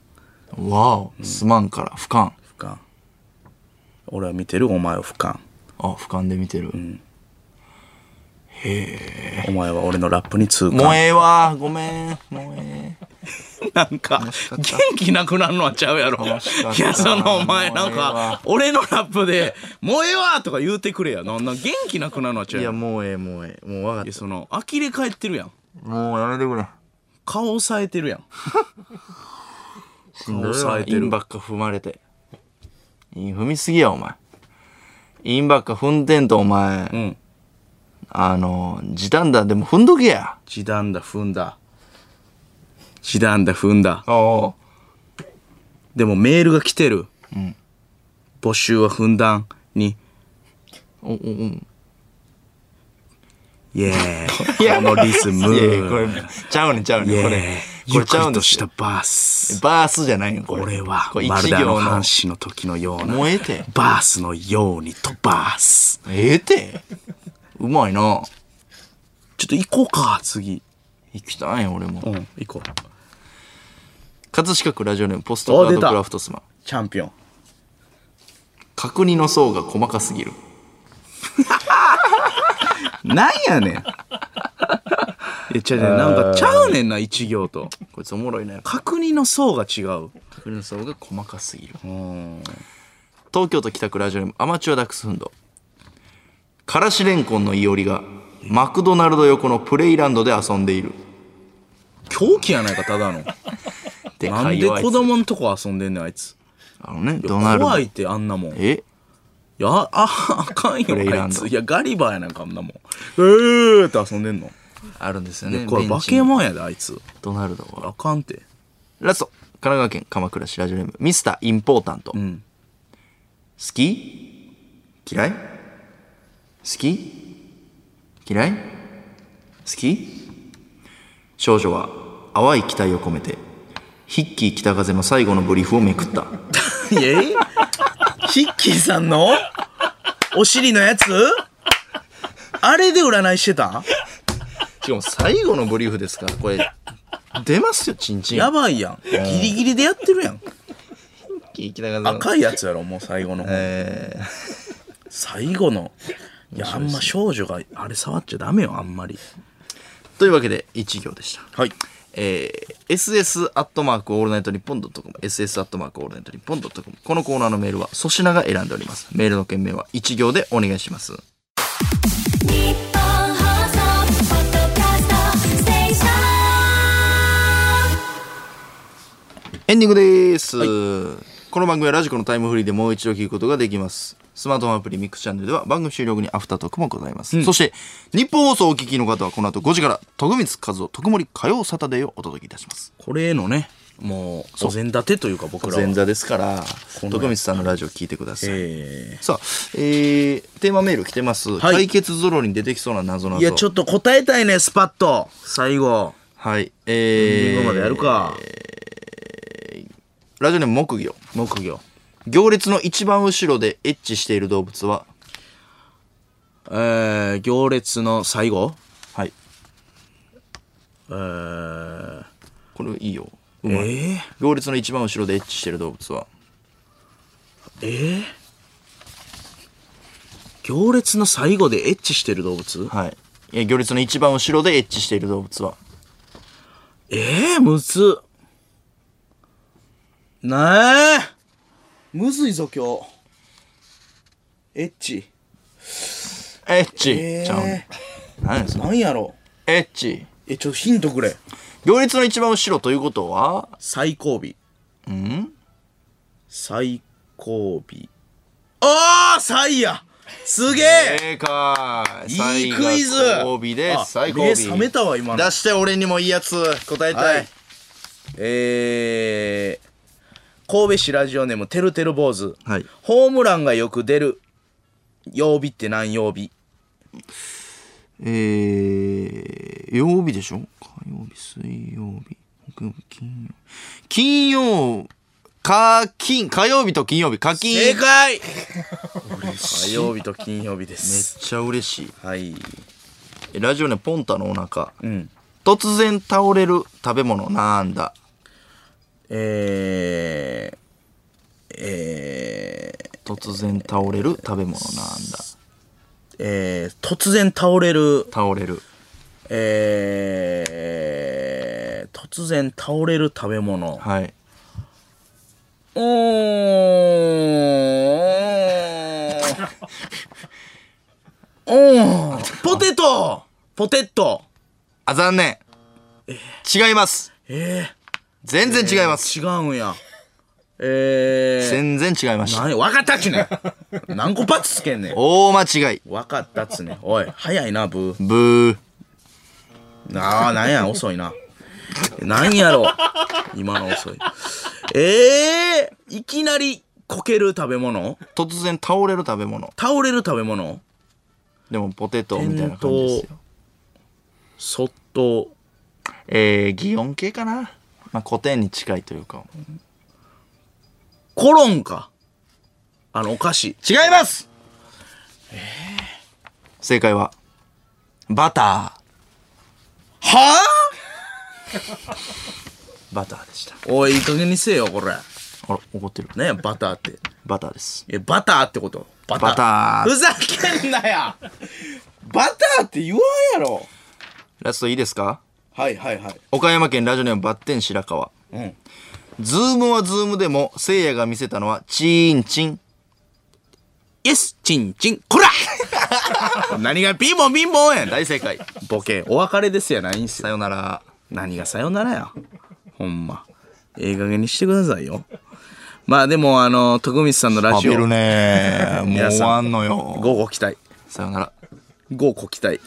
Speaker 1: わおすまんから俯瞰
Speaker 2: 俯瞰俺は見てるお前を俯瞰
Speaker 1: あ俯瞰で見てる、
Speaker 2: お前は俺のラップに痛
Speaker 1: もう
Speaker 2: 感
Speaker 1: ええわごめんもうええ
Speaker 2: なんか元気なくなるのはちゃうやろ
Speaker 1: 楽しかった
Speaker 2: いやそのお前
Speaker 1: もうええ
Speaker 2: なんか
Speaker 1: わ
Speaker 2: 俺のラップで「もうええわ!」とか言うてくれやなんなん元気なくなるのはちゃう
Speaker 1: い
Speaker 2: や
Speaker 1: や
Speaker 2: ろい
Speaker 1: もうええもうええもうわかっ
Speaker 2: やその呆れ返ってるやん
Speaker 1: たもうやめてくれ
Speaker 2: 顔押さえてるやん
Speaker 1: しんどいわ
Speaker 2: 抑えてる
Speaker 1: インばっか踏まれてイン踏みすぎやお前インばっか踏んでんとお前、
Speaker 2: うん
Speaker 1: あの時短だでも踏んどけや
Speaker 2: 時短だ踏んだ時短だ踏んだ
Speaker 1: お
Speaker 2: でもメールが来てる、募集は踏んだんに
Speaker 1: おおうん
Speaker 2: イエーイこのリズム
Speaker 1: いやいやこれちゃうねんちゃう
Speaker 2: い
Speaker 1: ねん
Speaker 2: や
Speaker 1: こ
Speaker 2: こ
Speaker 1: れ
Speaker 2: れ、
Speaker 1: こ
Speaker 2: ゆっ
Speaker 1: れちゃう
Speaker 2: くり
Speaker 1: ね
Speaker 2: と
Speaker 1: ん
Speaker 2: したバース。
Speaker 1: バースじゃないのこれ
Speaker 2: 俺は
Speaker 1: こ、れ
Speaker 2: マ
Speaker 1: 一
Speaker 2: ルダの
Speaker 1: 行の
Speaker 2: 半紙の時のような、
Speaker 1: もうええて
Speaker 2: バースのようにとバース。
Speaker 1: ええてうまいな
Speaker 2: ちょっと行こうか、次。
Speaker 1: 行きたい俺も、
Speaker 2: うん、行こう。
Speaker 1: 葛飾区ラジオネームポストカードクラフトスマン
Speaker 2: チャンピオン。
Speaker 1: 角煮の層が細かすぎる
Speaker 2: なんや ねん。いや、ちゃうねんなんかちゃうねんな、一行と。
Speaker 1: こいつおもろいね
Speaker 2: 角煮の層が違う。
Speaker 1: 角煮の層が細かすぎる
Speaker 2: うん。
Speaker 1: 東京都北区ラジオネームアマチュアダックスフンドからしれんこんのいおりがマクドナルド横のプレイランドで遊んでいる
Speaker 2: 狂気やないか、ただの。
Speaker 1: で
Speaker 2: なんで子供のとこ遊んでんねん、あいつ。
Speaker 1: あのねドナルド
Speaker 2: 怖いって、あんなもん。
Speaker 1: え
Speaker 2: いや、あ、あかんよ、
Speaker 1: プレイラ
Speaker 2: あい
Speaker 1: ンド
Speaker 2: つ。いや、ガリバーやなんか、あんなもん。えーって遊んでんの。
Speaker 1: あるんですよね
Speaker 2: これ、
Speaker 1: ベン
Speaker 2: バ
Speaker 1: チに
Speaker 2: ケモンやで、あいつ。
Speaker 1: ドナルドは
Speaker 2: あかんて。
Speaker 1: ラスト神奈川県鎌倉市ラジオネームミスターインポータント、
Speaker 2: ん
Speaker 1: 好き嫌い好き嫌い好き少女は淡い期待を込めてヒッキー北風の最後のブリーフをめくった
Speaker 2: いやえヒッキーさんのお尻のやつあれで占いしてた
Speaker 1: しかも最後のブリーフですからこ れ出ますよチンチン
Speaker 2: やばいやん。ギリギリでやってるやん。
Speaker 1: ヒッキー北風の
Speaker 2: 赤いやつやろ、もう最後の方。
Speaker 1: えー
Speaker 2: 最後の。いや、あんま少女があれ触っちゃダメよ、あんまり。
Speaker 1: というわけで1行でした
Speaker 2: はい。
Speaker 1: えー、ss アットマークオールナイトニッポンドットコム ss アットマークオールナイトニッポンドットコムこのコーナーのメールは粗品が選んでおりますメールの件名は1行でお願いします
Speaker 3: 日本放送ポッドキャストステーション
Speaker 1: エンディングです、この番組はラジコのタイムフリーでもう一度聞くことができますスマートフォンアプリミックスチャンネルでは番組終了後にアフタートークもございます、そして日本放送をお聞きの方はこの後5時から徳光和夫徳森火曜サタデーをお届けいたします
Speaker 2: これのね、もうお膳立てというか僕らは
Speaker 1: 前座ですから徳光さんのラジオ聞いてください、
Speaker 2: え
Speaker 1: さあ、えー、テーマメール来てます、
Speaker 2: い
Speaker 1: 解決ぞろに出てきそうな謎な
Speaker 2: ー
Speaker 1: ぞ
Speaker 2: いやちょっと答えたいねスパッと最後
Speaker 1: はいえ
Speaker 2: 最
Speaker 1: ー、
Speaker 2: 後までやるか、
Speaker 1: ラジオネーム木魚
Speaker 2: 木魚
Speaker 1: 行列の一番後ろでエッチしている動物は
Speaker 2: えー、行列の最後
Speaker 1: はい
Speaker 2: えー、
Speaker 1: これいいよ
Speaker 2: えー、
Speaker 1: 行列の一番後ろでエッチしている動物は
Speaker 2: えー、行列の最後でエッチしてる動物
Speaker 1: はいいや行列の一番後ろでエッチしている動物は
Speaker 2: えー、むずっなえむずいぞ今日エッチ
Speaker 1: エッチ、
Speaker 2: えー
Speaker 1: ちゃうね何です
Speaker 2: なんやろ
Speaker 1: エッチ
Speaker 2: えちょっとヒントくれ
Speaker 1: 行列の一番後ろということは
Speaker 2: 最後尾ん最後尾ああ最やすげ
Speaker 1: 正
Speaker 2: え
Speaker 1: 解
Speaker 2: いいクイズ
Speaker 1: 最後尾で
Speaker 2: あ
Speaker 1: 最後尾
Speaker 2: 目覚めたわ今の
Speaker 1: 出して俺にもいいやつ答えたい、
Speaker 2: はいえー、神戸市ラジオネームてるてる坊主、
Speaker 1: はい
Speaker 2: ホームランがよく出る曜日って何曜日
Speaker 1: えー、曜日でしょ火曜日水曜日木曜日金曜日金曜火金火曜日と金曜日課金
Speaker 2: 正
Speaker 1: めっ
Speaker 2: 解火曜日と金曜日です
Speaker 1: ちゃ嬉しい
Speaker 2: はい
Speaker 1: えラジオねポンタのお腹
Speaker 2: うん
Speaker 1: 突然倒れる食べ物なんだ
Speaker 2: えー、えー、
Speaker 1: 突然倒れる食べ物なんだ
Speaker 2: えー、突然倒れる
Speaker 1: 倒れる
Speaker 2: えー、突然倒れる食べ物
Speaker 1: はいう
Speaker 2: ーんうーんポテトポテト
Speaker 1: あ残念違います
Speaker 2: え
Speaker 1: 全然違います、
Speaker 2: ー、違うんやえ
Speaker 1: 全然違いまし
Speaker 2: ー、
Speaker 1: た
Speaker 2: 何分かったっちねん何個パッチつけんねん
Speaker 1: 大間違い
Speaker 2: 分かったっつねんおい早いなブー
Speaker 1: ブー
Speaker 2: ああ、なんや、遅いな。なんやろ。今の遅い。ええー、いきなりこける食べ物
Speaker 1: 突然倒れる食べ物
Speaker 2: 倒れる食べ物
Speaker 1: でもポテトみたいな感じです
Speaker 2: 転
Speaker 1: よ
Speaker 2: そっと、
Speaker 1: えー、擬音系かな、まあ、古典に近いというか
Speaker 2: コロンか。あの、お菓子。
Speaker 1: 違います、正解はバタ
Speaker 2: は
Speaker 1: ーバターでした
Speaker 2: ぁおい、いい加減にせえよ、これ。
Speaker 1: あら怒ってる
Speaker 2: ねバターって。
Speaker 1: バターです
Speaker 2: え、バターってことバター。
Speaker 1: バター
Speaker 2: ふざけんなやバターって言わんやろ。
Speaker 1: ラストいいですか
Speaker 2: はいはいはい。
Speaker 1: 岡山県ラジオネームバッテン白川
Speaker 2: うん。
Speaker 1: ズームはズームでもせいやが見せたのはチーンチン
Speaker 2: イエス、チンチン、こら 何がピンポンピンポンやん。
Speaker 1: 大正解
Speaker 2: ボケ、お別れですやないんすよ
Speaker 1: さ。よなら
Speaker 2: 何がさよならや。ほんま。ええ加減にしてくださいよ。まあでも、あの、徳光さんのラジオ、
Speaker 1: ねも
Speaker 2: 皆さん
Speaker 1: のよ
Speaker 2: 午後期待。
Speaker 1: さよなら
Speaker 2: 午後期待。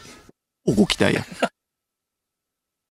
Speaker 1: ご期待や